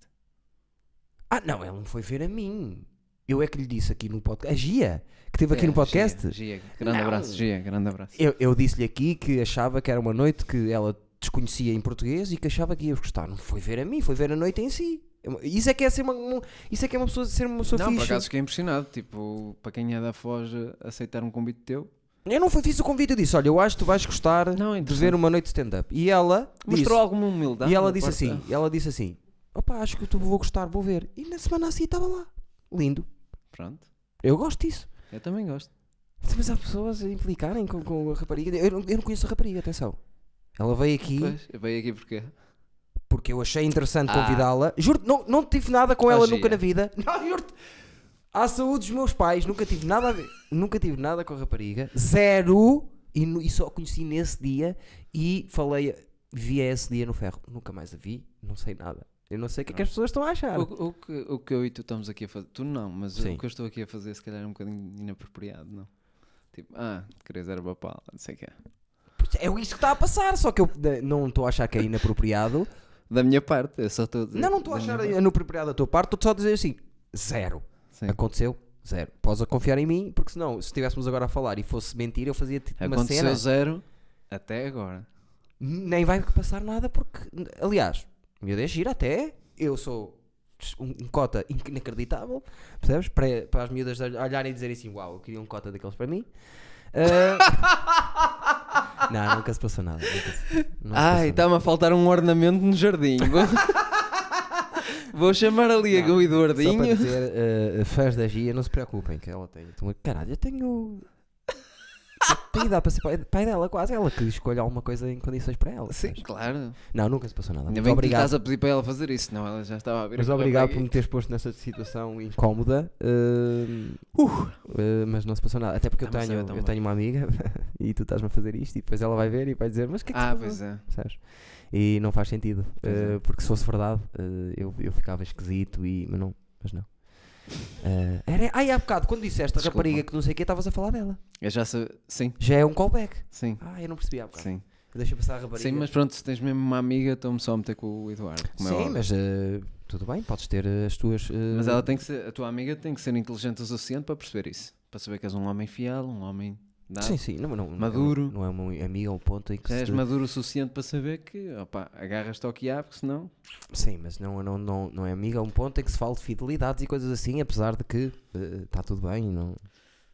S2: Ah, não, ela não foi ver a mim. Eu é que lhe disse aqui no podcast. A Gia, que esteve aqui
S1: É,
S2: no podcast.
S1: Gia, Gia. Grande
S2: Não.
S1: abraço, Gia, grande abraço.
S2: Eu, eu disse-lhe aqui que achava que era uma noite que ela desconhecia em português e que achava que ia gostar. Não foi ver a mim, foi ver a noite em si. Isso é que é ser uma, um- isso é que é uma pessoa ser uma pessoa
S1: Não, por
S2: fixe.
S1: acaso fiquei impressionado. Tipo, para quem é da Foz, aceitar um convite teu.
S2: Eu não fui, fiz o convite, eu disse: Olha, eu acho que tu vais gostar
S1: Não, é
S2: de ver uma noite de stand-up. E ela
S1: Mostrou alguma humildade.
S2: disse, e ela
S1: da
S2: disse
S1: parte
S2: assim:
S1: dela?
S2: e ela disse assim: Opa, acho que tu vou gostar, vou ver. E na semana assim estava lá. Lindo.
S1: Pronto,
S2: Eu gosto disso.
S1: eu também gosto.
S2: Mas há pessoas a implicarem com, com a rapariga. Eu não, eu não conheço a rapariga, atenção. Ela veio aqui.
S1: Pois, veio aqui porque.
S2: porque eu achei interessante
S1: Ah.
S2: convidá-la. Juro-te, não, não tive nada com
S1: Oh,
S2: ela
S1: Gia.
S2: nunca na vida. Não, juro-te. À saúde dos meus pais, nunca tive nada a ver. Nunca tive nada com a rapariga. Zero. E, nu- e só a conheci nesse dia e falei, vi esse dia no ferro. Nunca mais a vi, não sei nada. Eu não sei o que é que as pessoas estão a achar.
S1: O, o que, o que eu e tu estamos aqui a fazer, tu não, mas
S2: Sim.
S1: o que eu estou aqui a fazer se calhar é um bocadinho inapropriado, não? Tipo, ah, querias era papal, não sei o que é.
S2: É isso que está a passar, só que eu eh, não estou a achar que é inapropriado.
S1: Da minha parte, eu só estou a dizer.
S2: não, não estou a
S1: da minha
S2: achar
S1: parte.
S2: inapropriado da tua parte, estou só a dizer assim, zero.
S1: Sim.
S2: Aconteceu? Zero. Podes a confiar em mim, porque senão, se estivéssemos agora a falar e fosse mentira, eu fazia tipo uma
S1: Aconteceu
S2: cena. "Hum,
S1: zero até agora.
S2: Nem vai passar nada, porque. Aliás, me é gira até. Eu sou um, um cota inc- inacreditável, percebes? Para, para as miúdas olh- olharem e dizerem assim: Uau, eu queria um cota daqueles para mim. Ah, não, nunca se passou nada. nunca se- nunca se
S1: Ai,
S2: passou nada.
S1: está-me a faltar um ornamento no jardim. Vou, Vou chamar ali a
S2: Não,
S1: Gui
S2: Só para
S1: Eduardinho.
S2: dizer, ah, fãs da Gia, não se preocupem, que ela tem. tem uma- Caralho, eu tenho. Tem idade para ser pai, pai dela, quase. Ela que escolhe alguma coisa em condições para ela.
S1: Sim,
S2: percebes?
S1: claro.
S2: Não, nunca se passou nada.
S1: Ainda
S2: Muito
S1: bem que tu
S2: obrigado.
S1: estás a pedir para ela fazer isso, não? Ela é já estava a ver.
S2: Mas
S1: aquilo
S2: obrigado
S1: aqui.
S2: por me teres posto nessa situação incómoda. hum, eh, mas não se passou nada. Até porque eu
S1: Tá, mas
S2: tenho,
S1: é tão
S2: eu
S1: bom.
S2: tenho uma amiga e tu estás-me a fazer isto e depois ela vai ver e vai dizer: Mas o que é que
S1: Ah,
S2: se
S1: pois é.
S2: passou?" Sabes? E não faz sentido.
S1: Pois
S2: eh,
S1: é.
S2: Porque se fosse verdade, eh, eu, eu ficava esquisito e. Mas não. Mas não. Eh, era, ai, há bocado, quando disseste a
S1: Desculpa.
S2: rapariga que não sei o que, estavas a falar dela.
S1: Eu já sei. Sim,
S2: Já é um callback.
S1: sim,
S2: Ah, eu não percebi há bocado.
S1: sim.
S2: Deixa eu passar a rapariga.
S1: Sim, mas pronto, se tens mesmo uma amiga, estou-me só a meter com o Eduardo. como é
S2: Sim,
S1: óbvio.
S2: mas eh, tudo bem, podes ter eh, as tuas. eh,
S1: Mas ela tem que ser, a tua amiga tem que ser inteligente o suficiente para perceber isso. Para saber que és um homem fiel, um homem dado.
S2: Sim, sim, não, não,
S1: Maduro.
S2: Não é uma amiga ao ponto em que.
S1: Já
S2: se-
S1: és maduro o suficiente para saber que, opa, agarras-te ao que há, porque senão...
S2: Sim, mas não, não, não, não é amiga a um ponto em que se fala de fidelidades e coisas assim, apesar de que está tudo bem. Não...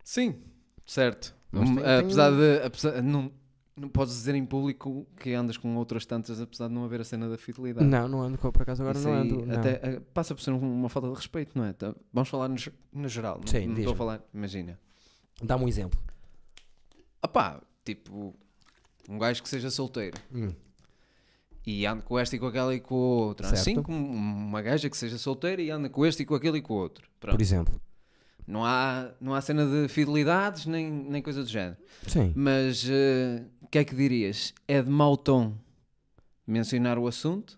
S1: Sim, certo.
S2: Mas
S1: Hum,
S2: tem- tem-
S1: Apesar de... apesar- não, não podes dizer em público que andas com outras tantas, apesar de não haver a cena da fidelidade.
S2: não, não ando, com- por acaso agora
S1: Isso
S2: não
S1: aí
S2: ando. não.
S1: até, eh, passa por ser um- uma falta de respeito, não é? Tá- Vamos falar no, ge- no geral, não- é?
S2: Sim,
S1: não estou
S2: diz-me.
S1: a falar, imagina.
S2: Dá-me um exemplo.
S1: Opá, tipo, um gajo que seja solteiro. e ando com este e com aquela e com a outra.
S2: Certo.
S1: Assim como uma gaja que seja solteira e anda com este e com aquele e com o outro. Pronto.
S2: Por exemplo.
S1: Não, há, não há cena de fidelidades nem, nem coisa do género.
S2: Sim.
S1: Mas eh, o que é que dirias? É de mau tom mencionar o assunto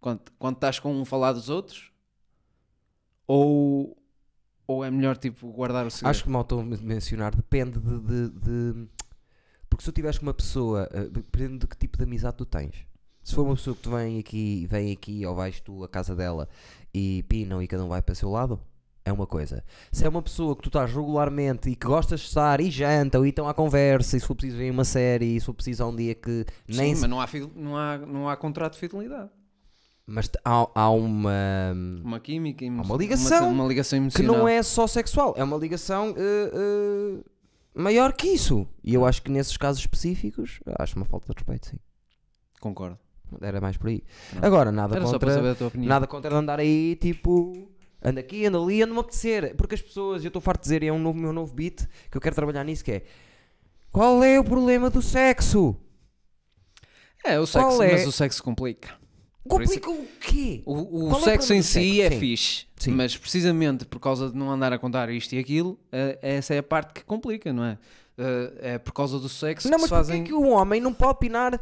S1: quando, quando estás com um a falar dos outros? Ou, ou é melhor tipo guardar o segredo?
S2: Acho que mal estou a men- mencionar, depende de, de- de- Porque se tu tiveres com uma pessoa, eh, depende de que tipo de amizade tu tens. Se for uma pessoa que tu vem aqui, vem aqui ou vais tu à casa dela e pinam e cada um vai para o seu lado, é uma coisa. Se é uma pessoa que tu estás regularmente e que gostas de estar e jantam e estão à conversa e se for preciso ver uma série e se for preciso há um dia que nem
S1: Sim,
S2: se-
S1: mas não há, fidel- não, há, não há contrato de fidelidade.
S2: Mas t- há, há uma. hum,
S1: Uma química, emo-
S2: uma ligação
S1: uma, ligação
S2: que
S1: emocional.
S2: não é só sexual, é uma ligação eh, eh, maior que isso. E eu acho que nesses casos específicos, acho uma falta de respeito, sim.
S1: Concordo.
S2: Era mais por aí.
S1: Não.
S2: Agora, nada
S1: Era só para
S2: contra.
S1: saber a tua opinião.
S2: Nada contra andar aí tipo. Anda aqui, anda ali, anda-me apetecer. Porque as pessoas, eu estou farto de dizer, e é um novo, meu novo beat que eu quero trabalhar nisso, que é qual é o problema do sexo?
S1: É, o sexo,
S2: Qual é?
S1: mas o sexo complica. Por isso-
S2: Complica o quê?
S1: O, o
S2: Qual é o
S1: sexo
S2: problema
S1: em
S2: do
S1: si
S2: sexo?
S1: é
S2: Sim.
S1: fixe,
S2: Sim.
S1: mas precisamente por causa de não andar a contar isto e aquilo, eh, essa é a parte que complica, não é? Eh, é por causa do sexo
S2: Não,
S1: que se
S2: mas
S1: fazem...
S2: porquê que um homem não pode pinar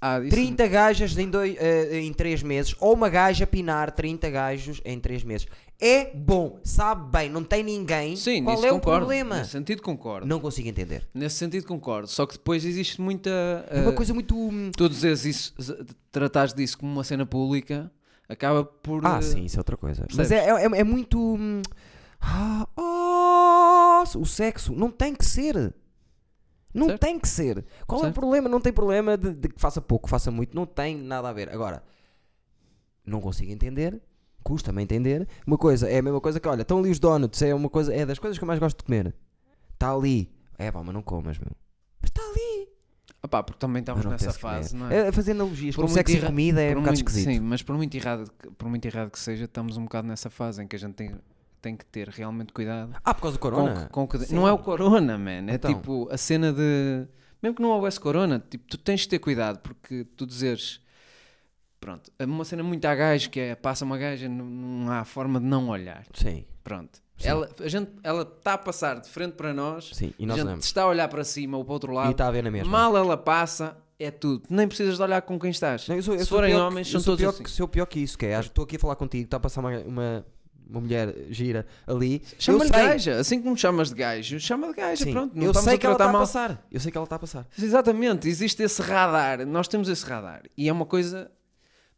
S1: Ah, isso-
S2: 30 gajas em, dois, eh, em 3 meses ou uma gaja pinar 30 gajos em 3 meses. É bom, sabe bem, não tem ninguém.
S1: Sim,
S2: Qual
S1: nisso
S2: é
S1: concordo.
S2: o problema?
S1: Nesse sentido concordo.
S2: Não consigo entender.
S1: Nesse sentido concordo. Só que depois existe muita...
S2: É uma
S1: eh,
S2: coisa muito. hum,
S1: Tu dizes isso, z- tratares disso como uma cena pública, acaba por...
S2: Ah,
S1: eh,
S2: sim, isso é outra coisa. Mas
S1: percebes?
S2: é, é, é- é muito. hum, Ah, ah, o sexo não tem que ser. Não
S1: Certo.
S2: tem que ser. Qual é o
S1: Certo.
S2: problema? Não tem problema de, de que faça pouco, faça muito. Não tem nada a ver. Agora, não consigo entender. Custa-me a entender. Uma coisa é a mesma coisa que, olha, estão ali os donuts. É, uma coisa, é das coisas que eu mais gosto de comer. Está ali. É pá, mas não comas, meu. Mas está ali.
S1: Ah pá, porque também
S2: Mas
S1: estamos
S2: não
S1: nessa
S2: tens que
S1: fase,
S2: comer.
S1: não é?
S2: É, fazer analogias
S1: Por
S2: com
S1: muito
S2: sexo e
S1: erra-
S2: comida é
S1: Por
S2: um bocado
S1: muito-
S2: esquisito.
S1: Sim, mas por muito, errado, que- por muito errado que seja, estamos um bocado nessa fase em que a gente tem, tem que ter realmente cuidado
S2: Ah, por causa do
S1: com o
S2: corona?
S1: que- com o que-
S2: Sim.
S1: Não é o corona, man. É
S2: Então.
S1: tipo a cena de. Mesmo que não houvesse corona, tipo, tu tens de ter cuidado porque tu dizeres. Pronto, é uma cena muito a gajo que é passa uma gaja, não, não há forma de não olhar.
S2: Sim,
S1: Pronto.
S2: Sim.
S1: Ela, a gente, ela está a passar de frente para nós,
S2: sim. E
S1: a
S2: nós
S1: gente
S2: damos.
S1: está a olhar para cima ou para o outro
S2: E tá
S1: lado.
S2: está a ver na mesma.
S1: Mal ela passa, é tudo. Nem precisas de olhar com quem estás.
S2: Não, eu sou- eu
S1: Se
S2: sou
S1: forem
S2: pior
S1: homens,
S2: que,
S1: são
S2: eu sou
S1: todos
S2: pior,
S1: assim.
S2: que- sou pior que isso, que é, estou aqui a falar contigo, está a passar uma, uma, uma mulher gira ali. eu
S1: Chama de
S2: sei,
S1: gaja, assim como chamas de gajo, chama de gaja,
S2: sim,
S1: pronto. Não
S2: eu
S1: estamos
S2: sei
S1: a
S2: que ela
S1: tratar
S2: está a
S1: mal.
S2: passar. Eu sei que ela está a passar.
S1: Exatamente, existe esse radar, nós temos esse radar e é uma coisa,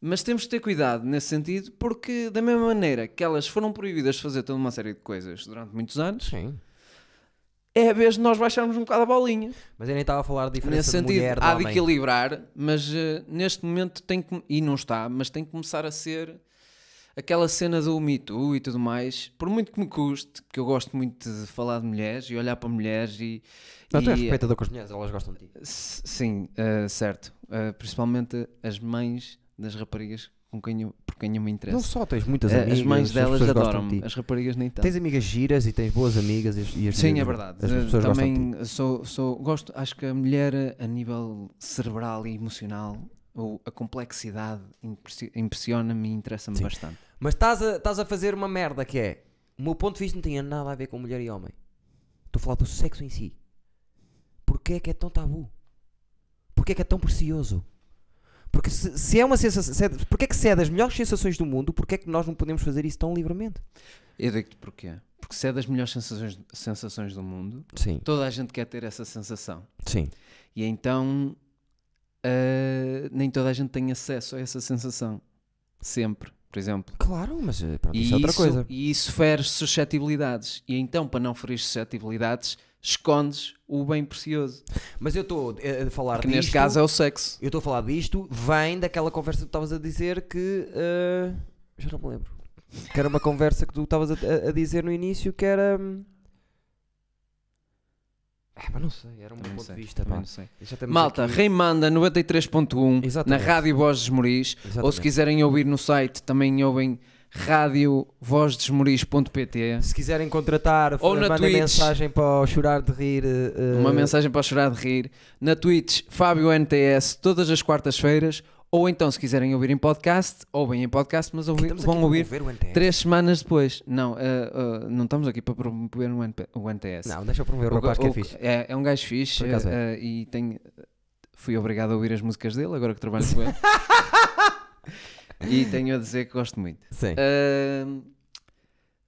S1: mas temos de ter cuidado nesse sentido porque da mesma maneira que elas foram proibidas de fazer toda uma série de coisas durante muitos anos,
S2: Sim.
S1: é a vez de nós baixarmos um bocado a bolinha.
S2: Mas eu nem estava a falar de diferença
S1: Nesse
S2: de
S1: sentido,
S2: mulher de
S1: há de
S2: homem.
S1: equilibrar, mas eh, neste momento tem que, e não está, mas tem que começar a ser aquela cena do Me Too e tudo mais, por muito que me custe, que eu gosto muito de falar de mulheres e olhar para mulheres e...
S2: Não, tu és
S1: e- eh,
S2: respeitador com as mulheres, elas gostam de ti.
S1: S- Sim, eh, certo. Eh, principalmente as mães das raparigas com quem eu, por quem eu me interesso.
S2: Não só, tens muitas
S1: Eh,
S2: amigas,
S1: as mães delas
S2: pessoas gostam de
S1: adoram-me,
S2: ti.
S1: as raparigas nem tanto.
S2: Tens amigas giras e tens boas amigas e, as- e as
S1: Sim, é
S2: miúdas-
S1: verdade.
S2: As
S1: Eh,
S2: pessoas gostam de ti.
S1: Também sou, sou, gosto, acho que a mulher, eh, a nível cerebral e emocional, ou a complexidade impressi- impressiona-me e interessa-me
S2: Sim.
S1: bastante.
S2: Mas estás a, estás a fazer uma merda que é. O meu ponto de vista não tinha nada a ver com mulher e homem. Estou a falar do sexo em si. Porquê é que é tão tabu? Porquê é que é tão precioso? Porque se, se é uma sensação. Se é, porquê é que se é das melhores sensações do mundo, porquê é que nós não podemos fazer isso tão livremente?
S1: Eu digo-te porquê. Porque se é das melhores sensações, sensações do mundo,
S2: Sim,
S1: toda a gente quer ter essa sensação.
S2: sim.
S1: E então ah, nem toda a gente tem acesso a essa sensação. Sempre, por exemplo.
S2: Claro, mas eh, pronto,
S1: E
S2: isso é outra coisa.
S1: E isso fere suscetibilidades. E então, para não ferir suscetibilidades, escondes o bem precioso.
S2: Mas eu estou eh, a falar
S1: Que
S2: disto,
S1: neste caso é o sexo.
S2: Eu estou a falar disto, vem daquela conversa que tu estavas a dizer que. eh, já não me lembro. Que era uma conversa que tu estavas a, a- a dizer no início que era. hum, Ah, mas não sei, era um
S1: Também
S2: ponto
S1: não
S2: de
S1: sei,
S2: vista.
S1: também
S2: Pá.
S1: não sei.
S2: Já temos
S1: Malta,
S2: aqui-
S1: Rei Manda 93.1 na
S2: Exatamente.
S1: Rádio Voz dos Moris. Ou se
S2: Exatamente.
S1: quiserem ouvir no site, também ouvem radiovozdesmoris.pt.
S2: se quiserem contratar,
S1: Ou na
S2: mandem
S1: Twitch.
S2: mensagem para o chorar de rir. eh,
S1: Uma
S2: eh,
S1: mensagem para chorar de rir. Na Twitch, Fábio NTS, todas as quartas-feiras. Ou então, se quiserem ouvir em podcast, ouvem em podcast, mas ouvi-
S2: Estamos aqui
S1: vão
S2: para
S1: ouvir
S2: promover o NTS.
S1: três semanas depois. Não, eh, eh, não estamos aqui para promover o, NP o NTS.
S2: Não, deixa eu promover o
S1: ga-
S2: rapaz que é
S1: o-
S2: fixe.
S1: É, é um gajo fixe
S2: Por acaso
S1: eh, e tenho, fui obrigado a ouvir as músicas dele, agora que trabalho com ele. e tenho a dizer que gosto muito.
S2: Sim.
S1: Ahm,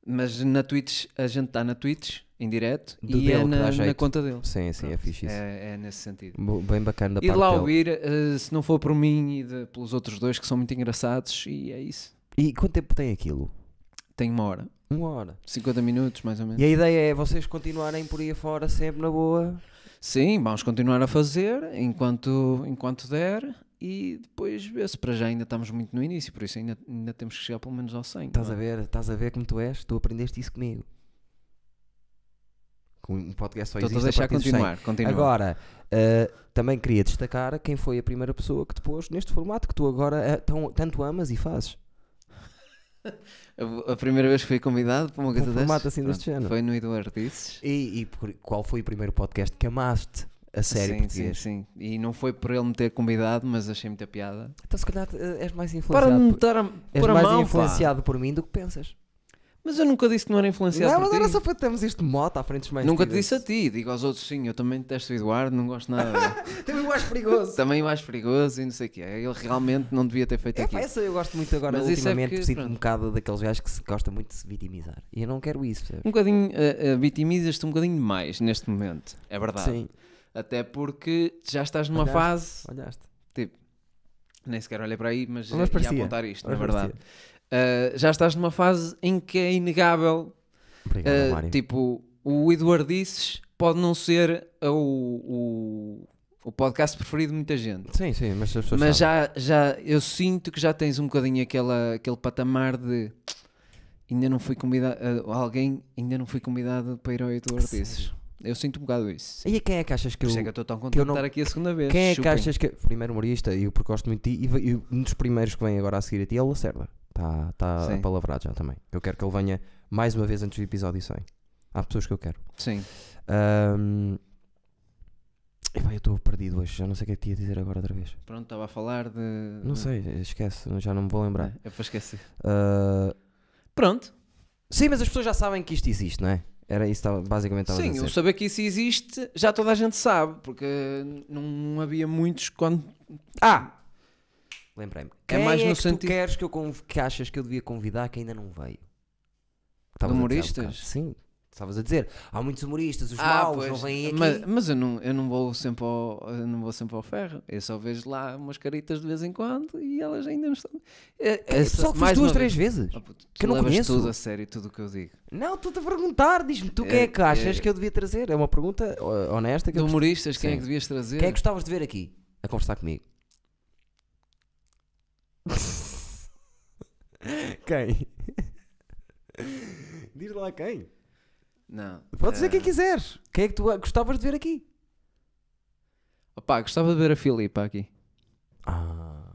S1: mas na Twitch, a gente está na Twitch, em direto,
S2: Do
S1: e
S2: dele,
S1: é
S2: que dá
S1: na, na
S2: jeito.
S1: conta dele.
S2: Sim, sim, é fixe isso.
S1: É, é nesse sentido.
S2: Bo- Bem bacana da
S1: E de
S2: parte
S1: lá
S2: dele.
S1: ouvir, eh, se não for por mim e de- pelos outros dois que são muito engraçados, e é isso.
S2: E quanto tempo tem aquilo?
S1: Tem uma hora,
S2: Uma hora.
S1: 50 minutos mais ou menos.
S2: E a ideia é vocês continuarem por aí afora sempre na boa.
S1: Sim, vamos continuar a fazer enquanto, enquanto der e depois vê-se. Para já ainda estamos muito no início, por isso ainda, ainda temos que chegar pelo menos ao 100.
S2: Estás
S1: não
S2: a
S1: é?
S2: ver, estás a ver como tu és, tu aprendeste isso comigo. Com um podcast só
S1: Estou-te
S2: existe
S1: a deixar
S2: a partir dos 100.
S1: continuar. continua.
S2: Agora, eh, também queria destacar quem foi a primeira pessoa que te pôs neste formato que tu agora eh, tão- tanto amas e fazes.
S1: A- A primeira vez que fui convidado para uma coisa
S2: Um
S1: destas,
S2: formato assim deste
S1: pronto,
S2: género.
S1: Foi no Eduardices.
S2: E, e por- qual foi o primeiro podcast que amaste a sério
S1: Sim, sim,
S2: português?
S1: sim. E não foi por ele me ter convidado, mas achei muita piada.
S2: Então se calhar eh, és mais
S1: Para de
S2: influenciado,
S1: me
S2: por,
S1: estar a
S2: és
S1: pôr a
S2: mais
S1: mão, pá.
S2: influenciado por mim do que pensas.
S1: Mas eu nunca disse que não era influenciado por
S2: Não, mas
S1: ti.
S2: era só para termos este moto à frente dos mais
S1: Nunca te
S2: tímidos.
S1: disse a ti, digo aos outros sim, eu também detesto o Eduardo, não gosto nada dele.
S2: Também mais Então, perigoso.
S1: também mais perigoso e não sei o que é. Ele realmente não devia ter feito
S2: É,
S1: aquilo.
S2: pá, essa eu gosto muito agora,
S1: Mas isso é
S2: ultimamente,
S1: porque,
S2: sinto um
S1: pronto.
S2: bocado daqueles gajos que se gosta muito de se vitimizar. E eu não quero isso, percebes?
S1: Um bocadinho, uh, uh, vitimizas-te um bocadinho mais neste momento, é verdade.
S2: Sim,
S1: Até porque já estás numa
S2: Olhaste.
S1: fase,
S2: olhaste.
S1: nem sequer olhei para aí, mas,
S2: Mas
S1: mas ia
S2: parecia.
S1: apontar isto, na
S2: Mas
S1: verdade. Uh, já estás numa fase em que é inegável
S2: Obrigado,
S1: Ah,
S2: Mário.
S1: tipo, o Eduardices pode não ser ah, o, o, o podcast preferido de muita gente.
S2: Sim, sim, mas as pessoas
S1: Mas
S2: sabem.
S1: já, já eu sinto que já tens um bocadinho aquela, aquele patamar de ainda não fui convidado, ah, alguém ainda não fui convidado para ir ao Eduardices. Eu sinto um bocado isso.
S2: E quem é que achas que
S1: Por
S2: eu...
S1: isso é que eu estou tão
S2: que eu
S1: contente
S2: não-
S1: de estar aqui a segunda vez.
S2: Quem é que
S1: Chupem.
S2: achas que... Primeiro humorista, e eu porque gosto muito de ti, e ve- e um dos primeiros que vem agora a seguir a ti é o Lacerda. Está tá
S1: Sim.
S2: apalavrado já também. Eu quero que ele venha mais uma vez antes do episódio 100. Há pessoas que eu quero.
S1: Sim.
S2: Ahm, epá, eu estou perdido hoje. Já não sei o que é que te ia dizer agora outra vez.
S1: Pronto, estava a falar de.
S2: Não sei, esquece. Já não me vou lembrar.
S1: Uhum. É para esquecer.
S2: Ah,
S1: Pronto.
S2: sim, mas as pessoas já sabem que isto existe, não é? Era isso que estava- basicamente estava a
S1: Sim,
S2: dizer.
S1: eu saber que isso existe, já toda a gente sabe, porque eh, não havia muitos quando.
S2: Ah! Lembrei-me. Quem é,
S1: mais no
S2: que tu
S1: sentido-
S2: queres que, eu conv- que achas que eu devia convidar que ainda não veio? Estavas a dizer há
S1: Humoristas? Ah,
S2: bocado. Sim. Estavas a dizer, há muitos humoristas, os maus não vêm aqui.
S1: Mas, mas eu, não, eu não vou sempre ao, eu não vou sempre ao ferro. Eu só vejo lá umas caritas de vez em quando e elas ainda não estão. É,
S2: É,
S1: essa-
S2: pessoal que fez
S1: mais
S2: duas,
S1: uma vez.
S2: três vezes.
S1: Oh, puto, tu
S2: que eu não
S1: levas
S2: conheço. é
S1: tudo a sério, tudo o que eu digo.
S2: Não, estou-te a perguntar, diz-me tu quem é que achas
S1: é-
S2: que eu devia trazer. É uma pergunta ó, honesta que
S1: De
S2: eu gost-
S1: humoristas, quem é
S2: Sim.
S1: que devias trazer?
S2: Quem é que gostavas de ver aqui a conversar comigo? quem? Diz lá quem.
S1: Não.
S2: Pode dizer
S1: eh,
S2: quem quiseres. Quem é que tu gostavas de ver aqui?
S1: Opá, Ah. gostava de ver a Filipa aqui.
S2: Ah.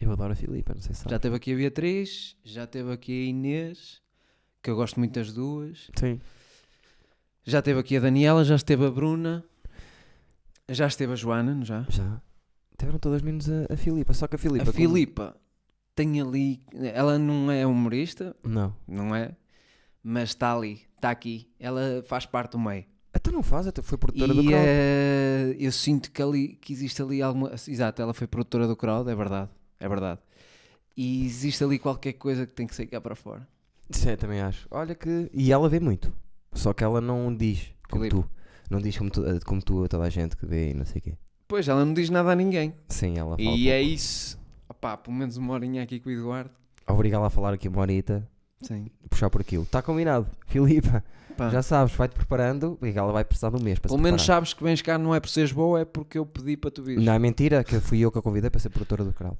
S2: Eu adoro a Filipa, não sei se
S1: Já teve aqui a Beatriz, já teve aqui a Inês, que eu gosto muito das duas.
S2: Sim.
S1: Já teve aqui a Daniela, já esteve a Bruna, já esteve a Joana, não já?
S2: Já. Tiveram todas menos a, a Filipa, só que a Filipa.
S1: a
S2: como-
S1: Filipa tem ali. Ela não é humorista,
S2: Não.
S1: não é? Mas está ali, está aqui. Ela faz parte do meio.
S2: Até não faz, até foi produtora do
S1: E
S2: canal.
S1: eh, eu sinto que, ali, que existe ali alguma. Exato, ela foi produtora do crowd, é verdade. É verdade. E existe ali qualquer coisa que tem que sair cá para fora.
S2: Sim, também acho. Olha que. E ela vê muito. Só que ela não diz como
S1: Filipe.
S2: tu. Não diz como tu, eh, como tu a toda a gente que vê e não sei o quê.
S1: Pois, ela não diz nada a ninguém.
S2: Sim, ela fala.
S1: E é isso. Opá, pelo menos uma horinha aqui com o Eduardo.
S2: Obrigá-la a falar aqui uma horita,
S1: Sim.
S2: puxar por aquilo. Está combinado. Filipa,
S1: Pá.
S2: já sabes, vai-te preparando e ela vai precisar de um mês para
S1: Pelo
S2: se
S1: menos
S2: preparar.
S1: sabes que vens cá não é por seres boa, é porque eu pedi para tu vires.
S2: Não é mentira, que fui eu que a convidei para ser produtora do canal.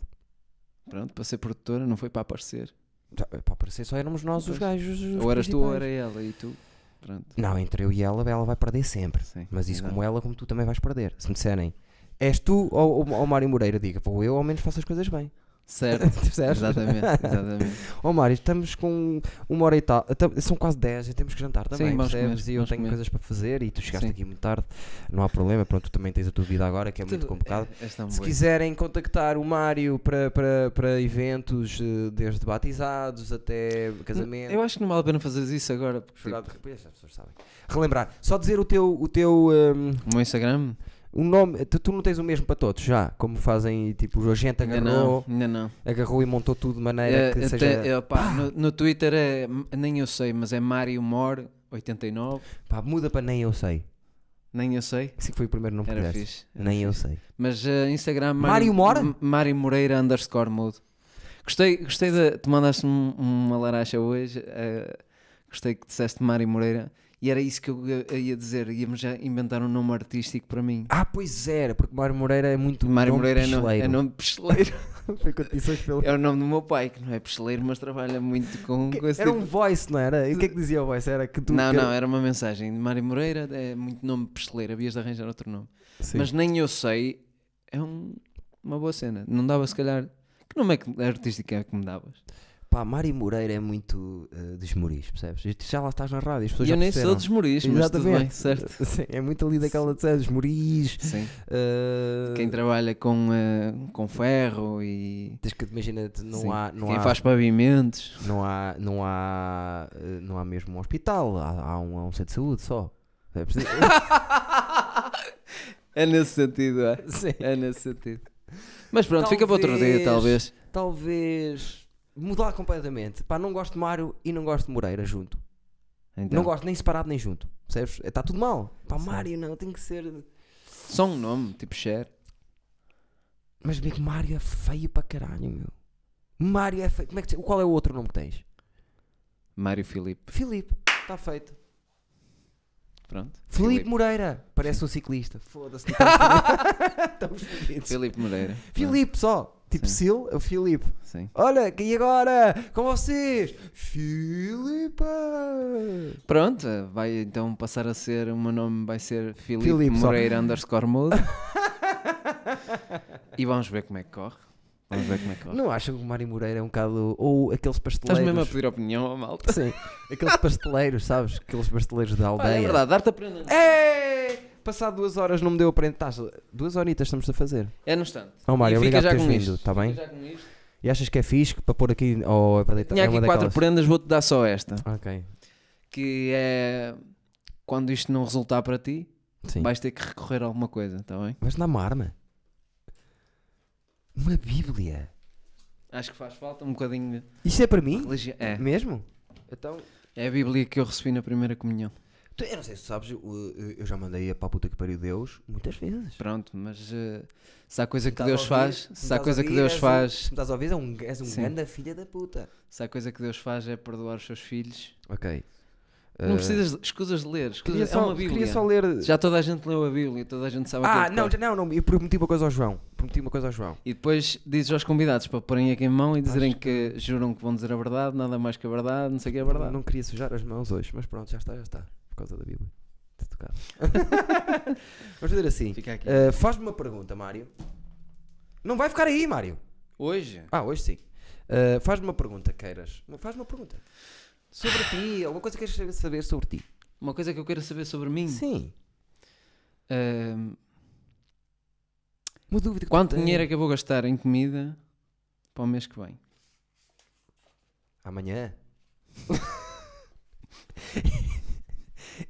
S1: Pronto, para ser produtora, não foi para aparecer.
S2: Já, é Para parecer, só éramos nós os
S1: Pois.
S2: gajos. os
S1: ou eras tu ou era
S2: principais.
S1: ela e tu. Pronto.
S2: Não, entre eu e ela, ela vai perder sempre.
S1: Sim,
S2: Mas isso,
S1: exato.
S2: como é- ela, como tu também vais perder. Se me disserem, és tu ou, ou, ou Mário Moreira, diga, vou eu, ao menos faço as coisas bem.
S1: Certo.
S2: Percebes?
S1: exatamente, exatamente.
S2: Ó Oh, Mário, estamos com uma hora e tal. tam- São quase 10 e temos que jantar também.
S1: Sim, vamos comer,
S2: percebes? e eu
S1: vamos
S2: tenho
S1: comer.
S2: coisas para fazer e tu chegaste
S1: Sim.
S2: aqui muito tarde. Não há problema. Pronto, tu também tens a tua vida agora que é muito complicado.
S1: Esta é uma
S2: Se
S1: boa.
S2: quiserem contactar o Mário para, para, para eventos, eh, desde batizados até casamento.
S1: Eu acho que não vale a pena fazeres isso agora. Porque, tipo,
S2: Jurado de repente, as pessoas sabem. Relembrar, só dizer o teu, o teu um,
S1: o meu Instagram?
S2: o nome. Tu, tu não tens o mesmo para todos já? Como fazem, tipo, o agente
S1: Ainda não.
S2: agarrou,
S1: Ainda não.
S2: agarrou e montou tudo de maneira
S1: É,
S2: que
S1: até-
S2: seja.
S1: é, opá, no, no Twitter é. Nem eu sei, mas é Mario Mor 89.
S2: Pá, muda para nem eu sei.
S1: Nem eu sei.
S2: Esse que foi o primeiro nome que
S1: Era
S2: deste.
S1: fixe. era
S2: Nem eu
S1: fixe.
S2: sei.
S1: Mas eh, Instagram
S2: Mário Mora?
S1: M- Mário Moreira underscore mood. Gostei, gostei de. Tu mandaste um- uma laracha hoje. eh, gostei que disseste Mário Moreira. E era isso que eu ia- ia dizer. Íamos já inventar um nome artístico para mim.
S2: Ah, pois era, porque Mário Moreira é muito.
S1: Mário
S2: nome
S1: Moreira é, no, é
S2: picheleiro.
S1: nome de pesteleiro.
S2: Foi quando disse hoje pelo-
S1: É o nome do meu pai, que não é pesteleiro, mas trabalha muito com, com esse
S2: Era
S1: tipo.
S2: um voice, não era? E o que é que dizia o voice? Era que tu.
S1: Não,
S2: que-
S1: não, era uma mensagem. Mário Moreira é muito nome de pesteleiro. Havias de arranjar outro nome.
S2: Sim.
S1: é- Mas nem eu sei. É um- uma boa cena. Não dava, se calhar. Que nome é que, artístico é que me davas?
S2: Pá, Mário Moreira é muito uh, desmoriz, percebes? E tu já lá estás na rádio, as pessoas
S1: E
S2: já
S1: eu nem
S2: perceberam.
S1: sou dos Moris, mas tudo bem,
S2: Exatamente.
S1: certo?
S2: Sim, é muito ali daquela de desmoriz.
S1: Sim.
S2: Uh,
S1: Quem trabalha com, eh, com ferro e
S2: Tens que imagina, te- não
S1: Sim.
S2: há. Não
S1: quem
S2: há...
S1: faz pavimentos.
S2: Não há, não há, eh, não há mesmo um hospital, há, há um, há um centro de saúde só. É preciso-
S1: É nesse sentido, é.
S2: Sim.
S1: É nesse sentido. Mas pronto, fica para outro dia,
S2: Talvez.
S1: talvez.
S2: talvez mudar completamente. Pá, não gosto de Mário e não gosto de Moreira junto.
S1: Então,
S2: Não gosto nem separado nem junto. Percebes? Está tudo mal. Pá,
S1: Sim.
S2: Mário não, tem que ser.
S1: Só um nome, tipo Cher.
S2: Mas bem que Mário é feio para caralho, meu. Mário é feio. Como é que... se- Qual é o outro nome que tens?
S1: Mário Filipe.
S2: Filipe, está feito.
S1: Pronto.
S2: Filipe, Moreira, parece um ciclista. Foda-se, não estamos- estamos fodidos.
S1: Filipe Moreira.
S2: Filipe só. Tipo
S1: Sim.
S2: Sil, é o Filipe.
S1: Pronto, Sim.
S2: Olha, e agora? Com vocês, Filipe.
S1: Pronto, vai então passar a ser, o meu nome vai ser Filipe,
S2: Filipe só.
S1: Moreira underscore mudo. e vamos ver como é que corre. Vamos ver como é que corre.
S2: Não acham que o Mário Moreira é um bocado. Ou aqueles
S1: Estás
S2: pasteleiros.
S1: mesmo a pedir opinião à malta?
S2: Sim, aqueles pasteleiros, sabes? Aqueles pasteleiros da
S1: Olha, é
S2: aldeia.
S1: verdade, dar-te a prenda.
S2: Ei! Passado duas horas não me deu a prenda. Estás- Duas horitas estamos a fazer.
S1: É no instante.
S2: Ó Mário,
S1: E fica
S2: obrigado
S1: já
S2: por teres
S1: com
S2: vindo,
S1: isto.
S2: tá bem?
S1: Fica já com isto.
S2: E achas que é fixe que para pôr aqui. Ou é para deitar?
S1: Tinha
S2: é uma
S1: aqui quatro
S2: daquelas-
S1: prendas, vou-te dar só esta.
S2: Ok.
S1: Que é quando isto não resultar para ti,
S2: Sim.
S1: vais ter que recorrer a alguma coisa, está bem?
S2: Vais dar uma arma. Uma Bíblia.
S1: Acho que faz falta um bocadinho de
S2: Isto é para mim?
S1: religião. É,
S2: Mesmo? Então.
S1: é a Bíblia que eu recebi na primeira comunhão.
S2: Tu- Eu não sei se sabes, eu, eu já mandei a para a puta que pariu Deus muitas vezes.
S1: Pronto, mas eh, se há coisa que
S2: Estás a
S1: Deus
S2: ouvir?
S1: faz,
S2: Me
S1: se há
S2: estás a
S1: coisa que
S2: ouvir?
S1: Deus
S2: És um-
S1: faz,
S2: Se me estás a ouvir, és um, és um
S1: Sim.
S2: grande filha da puta.
S1: se há coisa que Deus faz é perdoar os seus filhos.
S2: Ok.
S1: Não precisas de escusas de ler, escusas,
S2: Queria
S1: é
S2: só,
S1: Eh, uma Bíblia.
S2: queria só ler.
S1: Já toda a gente leu a Bíblia, toda a gente sabe aquilo
S2: ah,
S1: que é.
S2: não,
S1: está.
S2: já- não, não, eu prometi uma coisa ao João. Prometi uma coisa ao João.
S1: E depois dizes aos convidados para porem aqui em mão e dizerem
S2: Acho
S1: que juram que vão dizer a verdade, nada mais que a verdade, não sei o que é
S2: Não,
S1: verdade.
S2: não queria sujar as mãos hoje, mas pronto, já está, já está. Por causa da Bíblia. Está tocado. Vamos fazer assim.
S1: Fica aqui.
S2: Uh, Faz-me uma pergunta, Mário. Não vai ficar aí, Mário.
S1: Hoje?
S2: Ah, hoje sim. Uh, Faz-me uma pergunta, queiras. Faz-me uma pergunta. Sobre ti, alguma coisa que queiras saber sobre ti.
S1: Uma coisa que eu quero saber sobre mim.
S2: Sim.
S1: Ahm,
S2: Uma dúvida. que
S1: quanto
S2: tu tens.
S1: dinheiro é que eu vou gastar em comida para o mês que vem?
S2: Amanhã.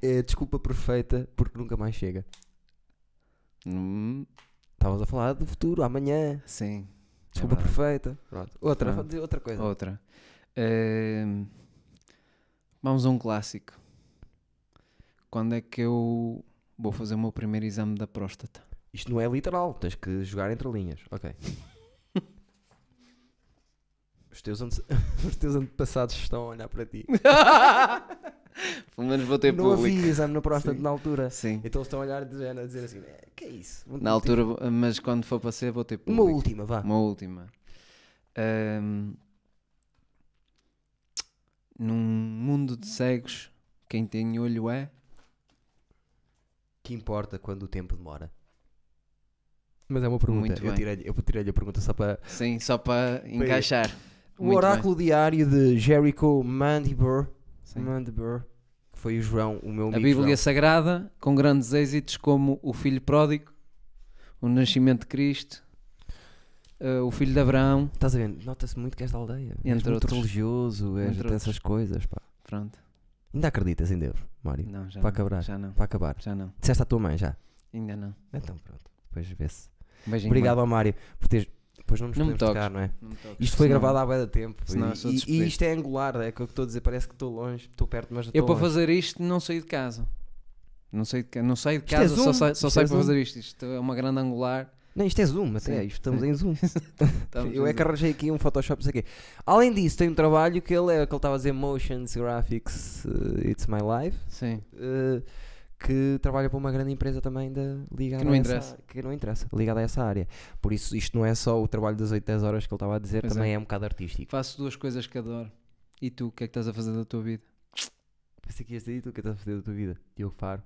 S2: É, desculpa perfeita, porque nunca mais chega.
S1: Hum,
S2: Estavas a falar do futuro, amanhã.
S1: sim. é
S2: Desculpa
S1: verdade.
S2: perfeita. Pronto. Outra,
S1: Pronto.
S2: outra coisa.
S1: Outra. Ahm, vamos a um clássico. Quando é que eu vou fazer o meu primeiro exame da próstata?
S2: Isto não é literal, tens que jogar entre linhas. Ok. Os teus, ante- Os teus antepassados estão a olhar para ti.
S1: Pelo menos vou ter
S2: não
S1: público.
S2: havia exame na próstata
S1: Sim.
S2: na altura.
S1: Sim.
S2: Então eles estão a olhar de género a dizer assim: "Eh, que é isso? Vou-
S1: Na
S2: vou ter-
S1: altura, mas quando for para ser, vou ter
S2: Uma
S1: público.
S2: última, vá.
S1: Uma última. Ahm, num mundo de cegos, quem tem olho é.
S2: que importa quando o tempo demora? Mas é uma pergunta.
S1: Muito
S2: eu
S1: bem.
S2: tirei-lhe eu tirei a pergunta só para.
S1: Sim, só para encaixar.
S2: O
S1: Muito bem.
S2: Um oráculo diário de Jericho Mandibur.
S1: Sim.
S2: Mandibur. Que foi o João, o meu
S1: A
S2: amigo.
S1: Bíblia
S2: João.
S1: Sagrada, com grandes êxitos como o Filho Pródigo, o Nascimento de Cristo, eh, o Filho de Abraão.
S2: Estás a ver? Nota-se muito que és da aldeia. és
S1: Entre
S2: muito
S1: outros.
S2: religioso, és
S1: Entre
S2: até essas coisas. Pá.
S1: Pronto.
S2: Ainda acreditas em Deus, Mário?
S1: Não, já não.
S2: Para acabar.
S1: Já não.
S2: Para acabar.
S1: Já não.
S2: Disseste à tua mãe já.
S1: Ainda não.
S2: Então pronto. Depois vê-se.
S1: Um beijinho,
S2: Obrigado ao Mário por teres. Depois não nos
S1: Não me
S2: podemos
S1: toques.
S2: tocar, não é?
S1: mano. Não me toques,
S2: Isto foi
S1: senão-
S2: gravado há bem tempo.
S1: senão eu
S2: e-
S1: sou
S2: e- e,
S1: despedido.
S2: isto é angular, é o que eu estou a dizer. Parece que estou longe, estou perto, mas não
S1: Eu
S2: estou
S1: para
S2: longe.
S1: fazer isto não saí de casa. Não saí de, ca- não saio de
S2: Isto é
S1: casa,
S2: Zoom.
S1: só saio, só
S2: Isto
S1: saio
S2: é
S1: para
S2: Zoom.
S1: fazer isto. Isto é uma grande angular.
S2: Não, isto é Zoom, até.
S1: Sim,
S2: isto estamos
S1: sim.
S2: em Zoom.
S1: Estamos
S2: eu
S1: a
S2: é que
S1: dizer.
S2: arranjei aqui um Photoshop, não sei o quê. Além disso, tem um trabalho que ele é, que ele estava a dizer Motions Graphics eh, It's My Life,
S1: Sim.
S2: eh, que trabalha para uma grande empresa também da ligada
S1: Que não
S2: a
S1: interessa.
S2: Essa, que não interessa, ligada a essa área. Por isso, isto não é só o trabalho das 8, 10 horas que ele estava a dizer,
S1: Pois
S2: também
S1: é.
S2: é. um bocado artístico.
S1: Faço duas coisas que adoro. E tu, o que é que estás a fazer da tua vida?
S2: Pensei que ias dizer, e tu o que estás a fazer da tua vida? Diogo Faro.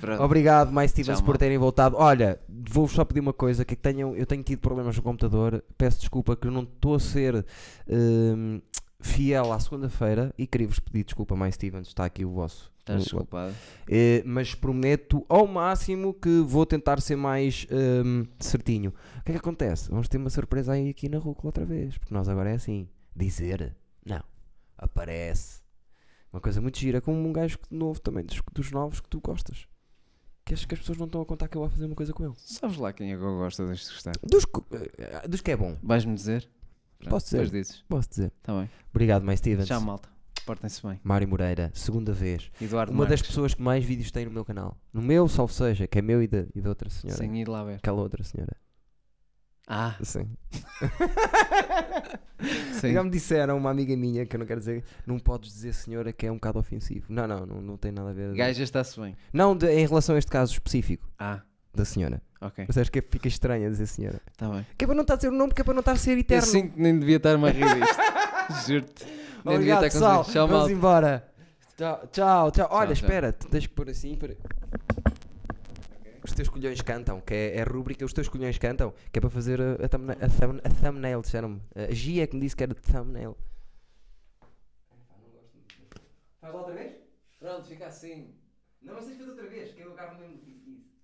S1: Pronto.
S2: Obrigado, mais Stevens,
S1: Tchau,
S2: por
S1: malta.
S2: terem voltado. Olha, vou-vos só pedir uma coisa: que tenham, eu tenho tido problemas no computador. Peço desculpa que eu não estou a ser hum, fiel à segunda-feira e queria-vos pedir desculpa, mais Stevens. Está aqui o vosso.
S1: Estás
S2: o-
S1: desculpado.
S2: eh, mas prometo ao máximo que vou tentar ser mais hum, certinho. O que é que acontece? Vamos ter uma surpresa aí aqui na rúcula outra vez, porque nós agora é assim: dizer não, aparece. Uma coisa muito gira, como um gajo que- novo também, dos, dos novos que tu gostas. Que achas que as pessoas não estão a contar que eu vou fazer uma coisa com ele?
S1: Sabes lá quem é que eu gosto deste gostar?
S2: Dos, co- eh, dos que é bom,
S1: Vais-me dizer? Pronto,
S2: Posso dizer.
S1: Depois dizes.
S2: posso dizer.
S1: Está bem.
S2: Obrigado, mais Stevens.
S1: Tchau, malta. Portem-se bem.
S2: Mário Moreira, segunda vez.
S1: Eduardo
S2: Uma das
S1: Marques.
S2: pessoas que mais vídeos tem no meu canal. No meu, salvo seja, que é meu e da, e da outra senhora.
S1: Sem ir lá ver.
S2: Aquela outra senhora.
S1: Ah,
S2: Sim.
S1: sim.
S2: Já me disseram uma amiga minha, que eu não quero dizer, não podes dizer senhora que é um bocado ofensivo. Não, não, não, não tem nada a ver.
S1: Gaja está-se bem.
S2: Não, de- em relação a este caso específico
S1: Ah,
S2: da senhora.
S1: ok.
S2: Mas acho que fica estranho a dizer senhora.
S1: Está bem.
S2: Que é para não estar a dizer o nome, que é para não estar a ser
S1: Eu
S2: eterno.
S1: sinto que nem devia estar-me a rir disto. Juro-te. Nem devia
S2: Obrigado,
S1: estar
S2: pessoal.
S1: conseguindo. Tchau,
S2: Vamos
S1: malta.
S2: embora. Tchau, tchau. tchau. Olha,
S1: tchau.
S2: espera, te- tens que pôr assim. espera. Os teus colhões cantam, que é, é a rúbrica Os teus colhões cantam, que é para fazer a, a, thumbna- a thumb- a thumbnail, disseram-me. A Gia é que me disse que era de thumbnail. Faz lá outra vez?
S1: Pronto, fica assim.
S2: Não, mas tens que fazer outra vez, que eu agarro mesmo.